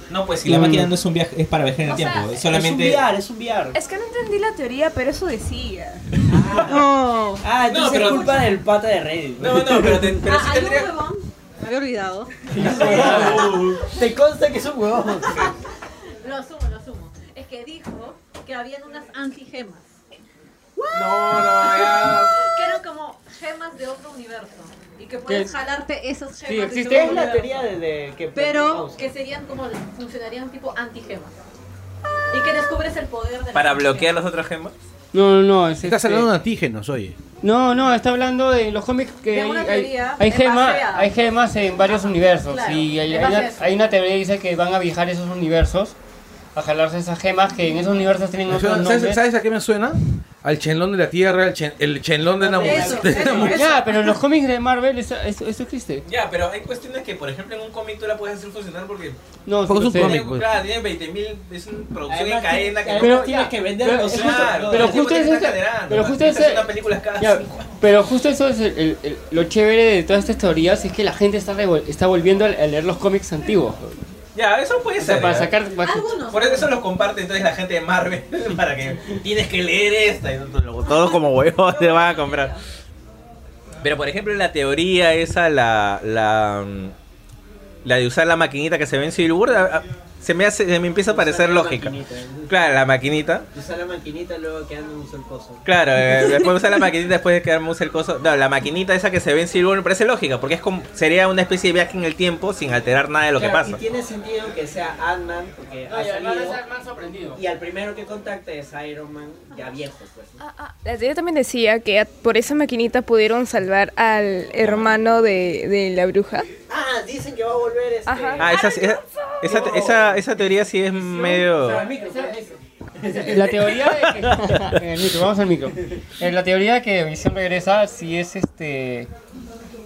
No, pues si la
Mm.
máquina no es un viaje, es para viajar en el
O sea,
tiempo.
es
solamente.
Es un VR, es un VR.
Es que no entendí la teoría, pero eso decía.
Ah, entonces
pero-
es culpa del pata de Reddit.
No, no, pero, te- pero
Ah,
sí
hay un
tendría-
huevón. Me había olvidado.
[laughs] Te consta que es un huevón.
Lo asumo, lo asumo. Es que dijo que habían unas antigemas.
No, no, ya.
Que eran como gemas de otro universo. Y que puedes jalarte esas gemas.
Sí,
de
existe.
tu
¿Qué es la
universo.
teoría de, de que
Pero
Pausa.
que serían como. funcionarían tipo antigemas. Y que descubres el poder de.
Para bloquear las otras gemas.
No, no, no. Es
Estás
este-
hablando de antígenos, oye.
No, no, está hablando de los cómics que
De
hay,
una
hay,
teoría
hay
en
gema-
base a-
hay gemas en varios universos.
claro,
y hay,
en
hay
base a
una,
eso.
hay una teoría que dice que van a viajar esos universos, a jalarse esas gemas que en esos universos tienen
Me
otro
suena- ¿Sabes,
nombre.
sabes a qué me suena? Al chenlón de la Tierra, al chen- el chenlón de Namu.
Eso,
[laughs]
de
eso,
Namu-
Ya, pero en los cómics de Marvel eso, eso- eso existe.
Ya, pero hay cuestiones que, por ejemplo, en un cómic tú la puedes hacer funcionar porque.
Porque
No,
es
sí lo
un
sé.
cómic. pues.
Claro, tiene 20.000. Es una producción
Además,
en cadena que.
además
Pero-
tienes que vender
pero-
los
es justo-
claro.
pero
el tiempo
justo
te
es
está
este-
generando,
pero
¿no?
justo
Estás
ese-
haciendo películas cada
Ya,
cinco años.
pero justo eso es el- el- el- lo chévere de todas estas teorías, es que la gente está, revol- está volviendo a leer los cómics antiguos.
Ya, eso puede
O sea,
ser.
para
ya.
sacar... para-
Algunos.
Por eso los comparte entonces la gente de Marvel [laughs] para que tienes que leer esta y todo, todo [laughs] como huevos te van a comprar. Pero por ejemplo la teoría esa, la, la, mm, la de usar la maquinita que se ve en Civil War, a- a- se me, hace, se me empieza a parecer
la
lógica.
maquinita. ¿eh?
Claro, la maquinita.
Usar la maquinita luego quedando en un sol coso.
Claro, [laughs] eh, después usar la maquinita después de quedarme usa el coso. No, la maquinita esa que se ve en Civil War me parece lógica, porque es como, sería una especie de viaje en el tiempo sin alterar nada de lo que
Claro,
pasa.
Y tiene sentido que sea Ant-Man, porque ha salido. Y al primero que contacta es Iron Man, ya viejo, pues. ¿no?
Ah, ah, La teoría también decía que a- por esa maquinita pudieron salvar al hermano de, de la bruja.
Ah, dicen que va a volver este.
Ajá.
Ah, esa, esa, esa, esa- esa teoría sí es medio...
Para el micro, para el micro.
La teoría
[laughs]
de que... El micro, vamos al micro. Eh, la teoría de que Visión regresa sí es este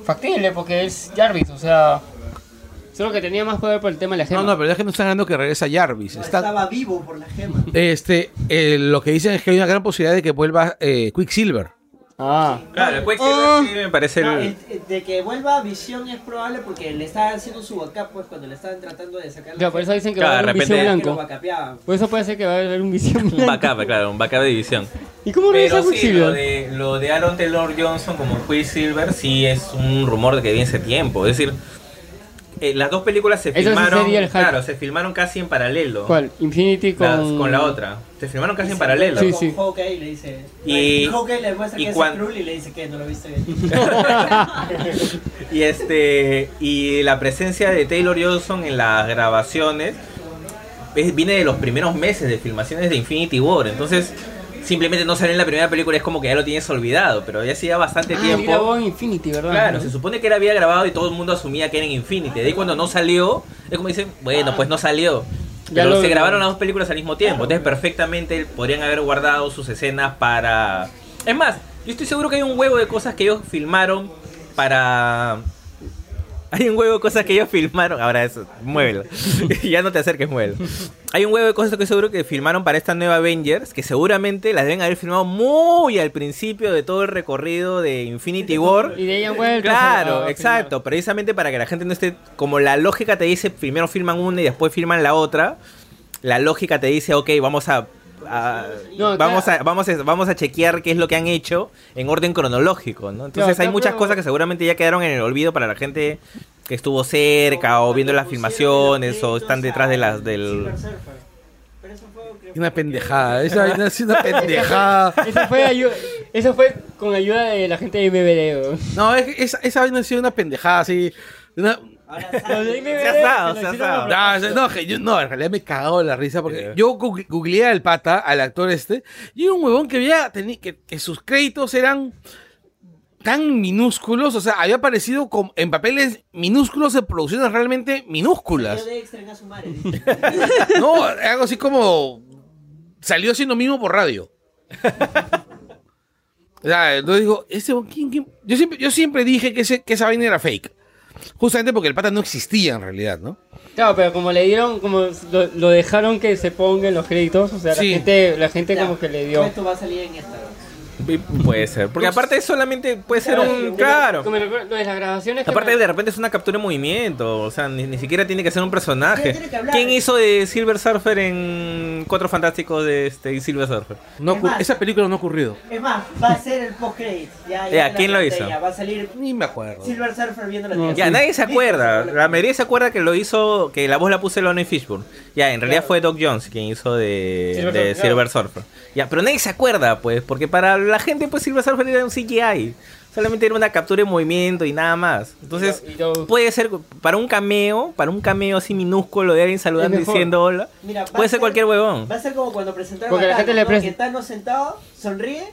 factible, porque es Jarvis, o sea... Solo que tenía más poder por el tema de la gema.
[laughs] No, no, pero es que no están hablando que regresa Jarvis.
No,
Está,
Estaba vivo por la gema.
este, eh, lo que dicen es que hay una gran posibilidad de que vuelva eh, Quicksilver.
Ah,
Claro, el Quicksilver sí me parece el...
No, el- de que vuelva a visión es probable porque le estaban haciendo su backup, pues cuando le estaban tratando de sacar. la
claro, por eso
gema,
dicen que
Claro,
va a haber
de
un visión
repente-
que lo
blanco.
backupeaban.
Por eso puede ser que va a haber
[laughs]
un visión
Un
blanco.
backup, claro, un backup de división.
¿Y cómo regresa
Pero sí, lo
Quicksilver?
de, lo de Aaron Taylor Johnson como Quicksilver sí es un rumor de que viene hace tiempo. Es decir, eh, las dos películas se
Eso sí
filmaron...
sería el hype.
claro, se filmaron casi en paralelo.
¿Cuál? Infinity
Las-
con...
con la otra. Se filmaron casi en
Con
paralelo.
Sí, sí.
Hawkeye le dice.
Y-
Hawkeye le demuestra
y
que
cuan-
es Skrull [laughs] y le dice que no lo viste bien.
Y este y la presencia de Taylor Johnson en las grabaciones es- viene de los primeros meses de filmaciones de Infinity War, entonces simplemente no sale en la primera película, es como que ya lo tienes olvidado, pero ya hacía bastante
Ah, él
tiempo.
grabó en Infinity, ¿verdad?
Claro, se supone que él había grabado y todo el mundo asumía que era en Infinity. De ahí cuando no salió, es como dicen, bueno, pues no salió.
Ya
Pero
lo
se
vi.
grabaron las dos películas al mismo tiempo, entonces perfectamente podrían haber guardado sus escenas para... Es más, yo estoy seguro que hay un huevo de cosas que ellos filmaron para... Hay un huevo de cosas que ellos filmaron. Ahora eso, muévelo. [laughs] ya no te acerques, muévelo. Hay un huevo de cosas que seguro que filmaron para esta nueva Avengers, que seguramente las deben haber filmado muy al principio de todo el recorrido de Infinity War.
Y de ahí han vuelto a-
Claro,
a- a
exacto. Precisamente para que la gente no esté. Como la lógica te dice, primero filman una y después filman la otra. La lógica te dice, ok, vamos a. a-
No,
vamos,
claro.
a, vamos a vamos a chequear qué es lo que han hecho en orden cronológico, ¿no? Entonces
Claro,
hay muchas
claro.
cosas que seguramente ya quedaron en el olvido para la gente que estuvo cerca o viendo las filmaciones o están detrás de las del
Silver Surfer. Pero eso fue, creo,
Una pendejada. Esa vaina es una pendejada.
Eso fue ayu-
Eso fue con ayuda de la gente de MBD.
No, es que esa, esa vaina ha sido una pendejada así. Una...
Se
No, o sea, no, que yo- no, en realidad me he cagado de la risa porque yo gu- googleé al pata, al actor este, y era un huevón que había teni- que, que sus créditos eran tan minúsculos, o sea, había aparecido con- en papeles minúsculos en producciones realmente minúsculas.
[laughs]
No, algo así como salió haciendo mismo por radio. O sea, entonces digo, ese, huevón, ¿quién- quién? Yo, siempre, yo siempre dije que, ese- que esa vaina era fake. Justamente porque el pata no existía en realidad, ¿no?
Claro, pero como le dieron, como lo, lo dejaron que se pongan los créditos, o sea,
Sí.
la gente, la gente como que le dio.
Esto va a salir en esta.
Puede ser. Porque aparte solamente puede ser un. Claro.
Como lo, lo de las grabaciones. que
Aparte
me-
de repente es una captura en movimiento. O sea, ni, ni siquiera tiene que ser un
Ya
personaje.
tiene que hablar.
¿Quién hizo de Silver Surfer en Cuatro Fantásticos de este, Silver Surfer?
No
ocur-
esa película no ha ocurrido.
Es más, va a ser el post credits. Ya,
Ya,
te la
¿quién lo
conté,
hizo?
ya, va a salir
Ni me acuerdo.
Silver Surfer viendo la tele.
Ya, nadie se acuerda. La mayoría se acuerda que lo hizo, que la voz la puso Lonnie Fishburne. Ya, en realidad fue Doc Jones quien hizo de
Silver
de
Surfer, claro.
Silver Surfer. Ya, pero nadie se acuerda, pues, porque para la gente, pues, Silver Surfer era un CGI. Solamente era una captura en movimiento y nada más. Entonces, puede ser para un cameo, para un cameo así minúsculo de alguien saludando
mejor.
diciendo hola.
Mira, va
Puede
a
ser cualquier huevón.
Va a ser como cuando presentaron
Porque
a
la gente
Thanos,
le
¿no?
presta-
Que Thanos sentado, sonríe.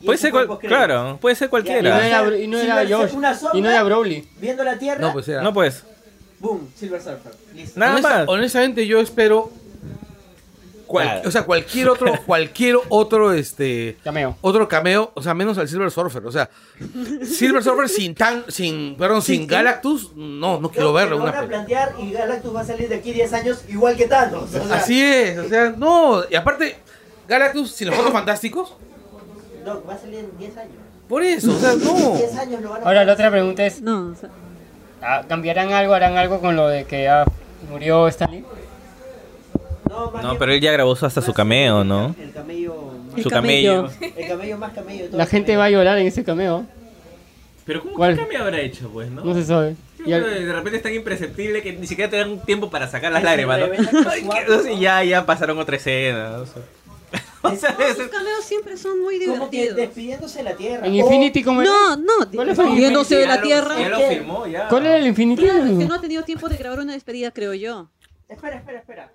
y
Puede
ese
ser
fue
cual-
el postcrédito.
claro, puede ser cualquiera.
Y no era- y no era
Silver Surfer,
Josh,
una sombra,
y no era Broly.
Viendo la Tierra.
No,
eh.
pues era.
No, pues.
Boom, Silver Surfer. Listo.
Nada más.
Honestamente, yo espero. cual-
Nada.
o sea, cualquier otro,
[laughs]
cualquier otro, este.
Cameo.
Otro cameo, o sea, menos al Silver Surfer. O sea, Silver Surfer sin tan, sin, perdón, sin, Galactus, no, no quiero
Creo que
verlo.
lo
Una
van a
peli.
plantear y Galactus va a salir de aquí 10 años igual que Thanos. O sea,
Así es, o sea, no. Y aparte, Galactus sin los Cuatro Fantásticos,
No, va a salir en 10 años.
por eso, o sea, no.
10 años lo van a
Ahora la otra pregunta es,
No, o sea,
ah, ¿cambiarán algo, harán algo con lo de que ya murió Stanley?
No, pero él ya grabó hasta su cameo, ¿no?
El camello.
El
Su camello.
El camello más camello. de todo
La
el
gente
camello.
va a llorar en ese cameo.
Pero ¿cómo
¿Cuál?
qué cambio habrá hecho, pues, no?
No se sabe. Y
Yo creo
al-
que de repente es tan imperceptible que ni siquiera te dan tiempo para sacar las
Sí,
lágrimas, ¿no?
revela con
Ay,
su
que-
acto,
o sea, ya, ya pasaron otra escena. o sea. O sea, [laughs]
todos
es-
sus cameos siempre son muy
Como que
divertidos.
despidiéndose de la Tierra.
en Infinity como
No, no,
¿Cuál es el
despidiéndose de
ya
la
lo-
Tierra.
Ya lo
¿Qué?
firmó, ya.
¿Cuál era el Infinity?
Claro, es que no ha tenido tiempo de grabar una despedida, creo yo.
O- Oh, Espera, espera, espera.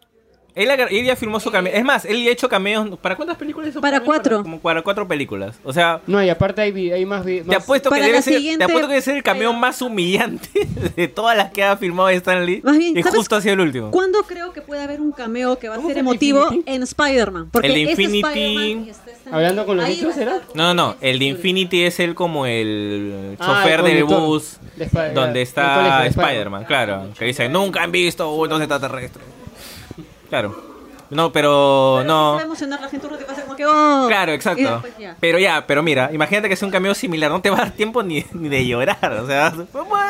Él, agar- él ya firmó su cameo. Es más, él ya ha hecho cameos. ¿Para cuántas películas hizo?
Para
cameos?
cuatro.
como para cuatro películas. O sea,
No, y aparte hay, vi- hay más, vi-
te
más-
apuesto, que
Para
debe
la
ser,
siguiente-
te apuesto que debe ser el cameo más humillante [laughs] de todas las que ha firmado Stan Lee.
Más bien,
y
¿sabes
justo ha sido el último.
¿Cuándo creo que puede haber un cameo que va a
¿Cómo
ser
fue el
emotivo
Infinity?
en Spider-Man? Porque
El
es
Infinity-
Spider-Man y está Stanley.
Hablando con los
Ahí
bichos,
va a
¿era?
estar-
No, no, no. El de Infinity es él como el
Ah,
chofer
el
del
conductor.
bus.
De Spider-
Donde
del colegio
está
de
Spider-Man, claro. Que dice, nunca han visto unos extraterrestres. Claro. No, pero
Pero sí Se va a
no.
emocionar la gente un rato y va a ser como que ¡oh!
Claro,
Y
exacto.
después ya.
Pero ya, pero mira, imagínate que sea un cameo similar, no te va a dar tiempo ni, ni de llorar, o sea,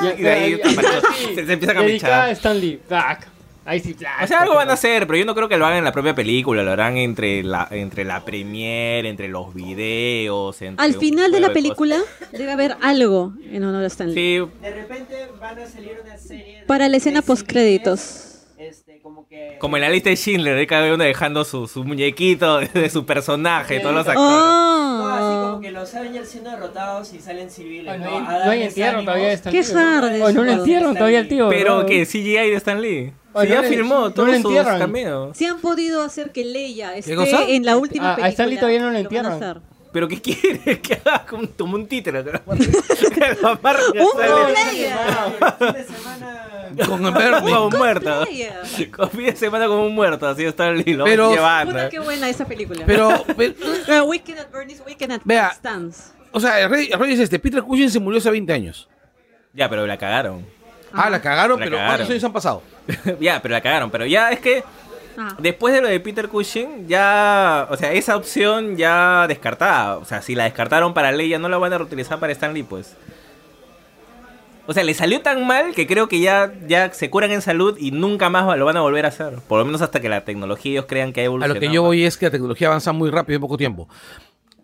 Ya,
y de ahí
ya, ya, sí.
[laughs] se, se empieza
Dedicada
a
a
cambiar.
Stanley. Black. Ahí sí, black.
O sea, algo van a hacer, pero yo no creo que lo hagan en la propia película, lo harán entre la entre la premiere, entre los videos, entre
Al
un
final de
huevo
la película debe haber algo en honor a
cosas.
Stanley.
Sí,
De repente van a salir una serie. de-
Para la escena
de
postcréditos.
cines, Este, como que.
como en la lista de Schindler, ahí cada uno dejando su, su muñequito [laughs] de su personaje, todos los
Ah,
actores.
No, así como
¡Oh!
que los Avengers siendo derrotados y salen civiles.
Ay,
¿no?
No hay,
A
no hay
darles
entierro
ánimos.
todavía de Stanley.
Qué hard
Oh, no lo
es,
entierran
Stanley.
todavía el tío.
Pero
no.
que CGI de Stan Lee.
Ay,
Si
Ah, no
ya
le-
firmó
no
todos
lo
sus
entierran.
cameos.
Si han podido hacer que Leia
cosa?
esté en la última
A- a
película.
Stanley todavía no lo
van a
entierran.
hacer.
¿Pero qué [laughs] quiere? Que haga como, como un títere. Que lo amarre-
[laughs]
que lo amarre a
¡Un
Stan Lee.
player!
Fin de semana.
Con enfermo.
Como un muerto.
player.
Con fin de semana como un muerto. Así está Lee. Lo
Pero-
Pero... llevando.
Puta, qué buena esa película. [laughs]
Pero, pero,
Eh, Weekend at Bernie's Weekend at
Vea.
Stans.
o sea, el rey, el rey es este. Peter Cushing se murió hace 20 años.
Ya, pero la cagaron. [laughs]
Ah, la cagaron,
La
pero
cagaron.
¿cuántos años han pasado?
ya, pero la cagaron. Pero ya es que
Ah.
después de lo de Peter Cushing, ya. O sea, esa opción ya descartada. O sea, si la descartaron para Leia, no la van a reutilizar para Stan Lee, pues. O sea, le salió tan mal que creo que ya, ya se curan en salud y nunca más lo van a volver a hacer. Por lo menos hasta que la tecnología ellos crean que ha
A
evolucionado.
lo que yo voy es que la tecnología avanza muy rápido en poco tiempo.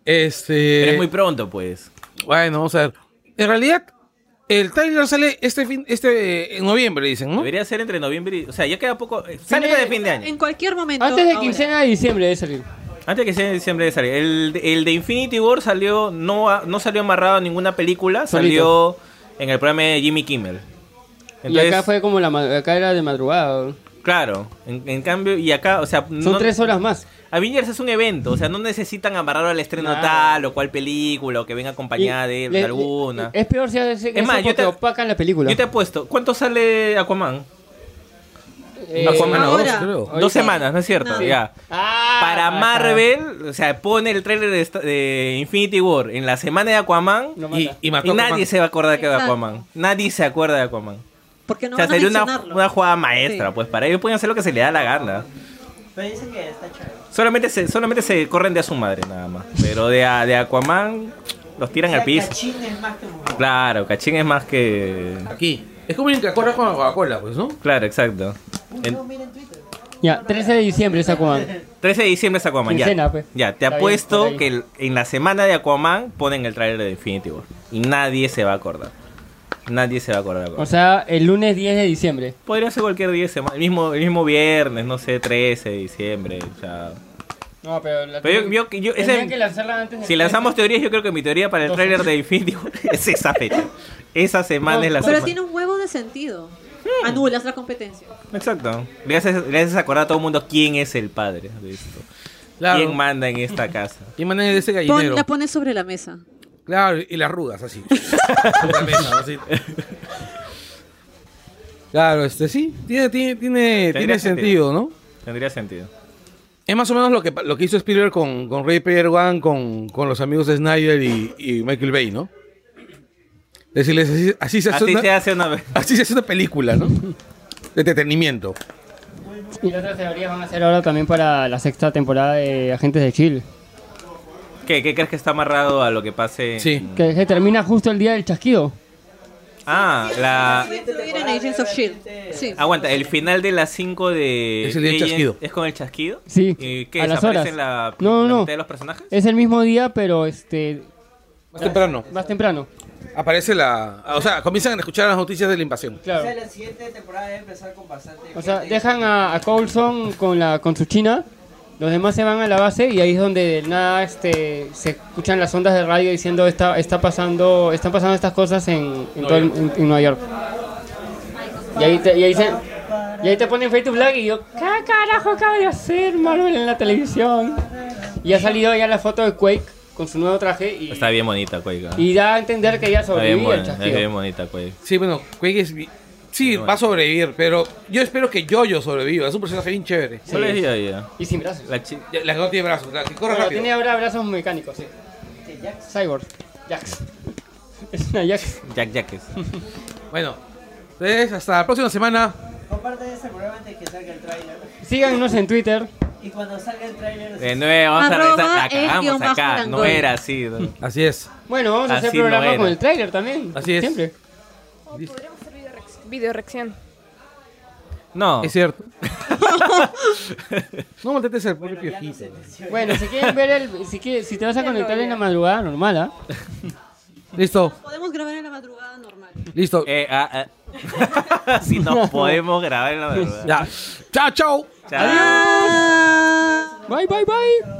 Este.
Pero es muy pronto, pues.
Bueno, vamos a ver. En realidad, el trailer sale este fin, este eh, en noviembre, dicen, ¿no?
Debería ser entre noviembre y... O sea, ya queda poco... eh, Sale para el fin de año.
En cualquier momento.
Antes de
ahora.
eh,
quincena de diciembre debe salir.
Antes que sea en diciembre de salir. El, el de Infinity War salió, no, a- no salió amarrado a ninguna película,
Solito.
salió en el programa de Jimmy Kimmel.
y acá
Entonces,
fue como la ma- acá era de madrugada.
claro, en, en cambio, y acá, o sea...
Son tres horas más.
Avengers es un evento, o sea, no necesitan amarrarlo al estreno
Nada.
tal o cual película, o que venga acompañada de, de
Le-
alguna.
Es peor si hace
Es más, yo
porque
te-
opacan la película.
Yo te apuesto, ¿cuánto sale Aquaman?
Eh,
Aquaman no,
ahora.
dos, creo.
Ahorita.
Dos semanas, ¿no es cierto?
No.
Ya.
Ah,
Para Marvel, o sea, pone el tráiler de, esta- de Infinity War en la semana de Aquaman y,
y mató
y
a
nadie
Aquaman.
se va a acordar que de
Exacto.
Aquaman. Nadie se acuerda de Aquaman.
Porque Ah. no
o sea,
van a
sería una,
mencionarlo.
una jugada maestra,
Sí.
pues para ellos pueden hacer lo que se les da la gana.
Pero dicen que está chévere.
Solamente se, solamente se corren de a su madre, nada más. Pero de, a- de Aquaman los tiran al piso.
Cachín es más que un
Claro, cachín es más que.
Aquí. Es como el que acuerda con la Coca-Cola, pues, ¿no?
Claro, exacto. El
Ya, 13 de diciembre es Aquaman.
13 de diciembre es Aquaman, ya.
Quincena, pues.
Ya, te
Está bien,
apuesto
por ahí.
que el- en la semana de Aquaman ponen el tráiler de Infinity War. Y nadie se va a acordar. Nadie se va a acordar.
O sea, el lunes 10 de diciembre.
Podría ser cualquier día de semana. El mismo, el mismo viernes, no sé, 13 de diciembre. o sea.
No, pero, la
Pero yo- yo- yo- ese-
Tenían que lanzarla antes del
Si lanzamos teorías, yo creo que mi teoría para el
Entonces-
tráiler de Infinity War [laughs] es esa fecha. Esa semana es la
Pero
semana.
tiene un huevo de sentido. Anulas la competencia.
Exacto. Le haces, le haces acordar a todo el mundo quién es el padre de esto.
Claro.
¿Quién manda en esta casa?
Y mandan ese
Pon-
gallinero.
la pones sobre la mesa.
Claro, y las arrugas así. [laughs] Sobre la mesa, así. Claro, este sí. Tiene, tiene, tiene, tiene sentido, ¿no?
Tendría sentido.
Es más o menos lo que, lo que hizo Spielberg con, con Ray Player One, con, con los amigos de Snyder y, y Michael Bay, ¿no? Decirles, así, así se hace
Así
una,
se hace una vez.
así se hace una película, ¿no? De entretenimiento.
Y las otras teorías van a ser ahora también para la sexta temporada de Agentes de Chile.
¿Qué, qué crees que está amarrado a lo que pase? Sí.
Que, que termina justo el día del chasquido.
Ah, la. Ah,
Miren Agents of Shield. Sí.
Aguanta, el final de las 5 de.
Es el día del
Agents-
chasquido.
¿Es con el chasquido?
Sí,
¿Y qué?
a las
¿Desaparecen la,
horas. No,
la
no. Eh,
mitad de los personajes?
Es el mismo día, pero este.
Más temprano.
Más temprano.
Aparece la. O sea, comienzan a escuchar las noticias de la invasión.
O sea, la siguiente temporada debe empezar con bastante.
O sea,
gente.
dejan a, a Coulson con, la, con su china. Los demás se van a la base y ahí es donde de nada este, se escuchan las ondas de radio diciendo está, está pasando, están pasando estas cosas en, en, todo el- en- en Nueva York. Y ahí te, y ahí se- y ahí te ponen Fade to Black y yo, ¿qué carajo acaba de hacer Marvel en la televisión? Y ha salido ya la foto de Quake con su nuevo traje y,
Está bien bonita, Cuelga.
y da a entender que ya
Está bien,
sobrevivió el
buena, es
chasquido.
bien bonita, Cuelga.
Sí, bueno, Quake es. bi- Sí, va a sobrevivir, pero yo espero que Yoyo sobreviva. Es un personaje bien chévere.
Solo es ella, ella.
Y sin brazos.
La chi-
Ya, La que no tiene brazos, la que corre
Bueno,
rápido.
tiene ahora brazos mecánicos, sí. Cyborg. Jax. [laughs] Es una Jax.
Jack Jack es.
Bueno, entonces hasta la próxima semana.
Comparte ese programa antes que salga el tráiler.
Síganos en Twitter.
Y cuando salga el tráiler.
De nuevo, vamos a
Arroba
regresar. La
es
cagamos
guión bajo
acá. No
Langoy.
era así. ¿no?
Así es.
Bueno, vamos a
Así
hacer
no
programa
era.
con el tráiler también.
Así es.
Siempre.
Podríamos hacer video reacción.
No.
Es cierto. [laughs] no maltrates al pobre piojito.
Bueno, si quieren ver el. Si, quiere- si te vas a conectar en la madrugada, normal, ¿ah?
Listo,
Podemos grabar en la madrugada normal.
listo.
Eh, ah, ah. [laughs] si
[laughs]
no podemos grabar en la verdad.
Ya. Chao, chao.
Chao.
Bye, bye, bye.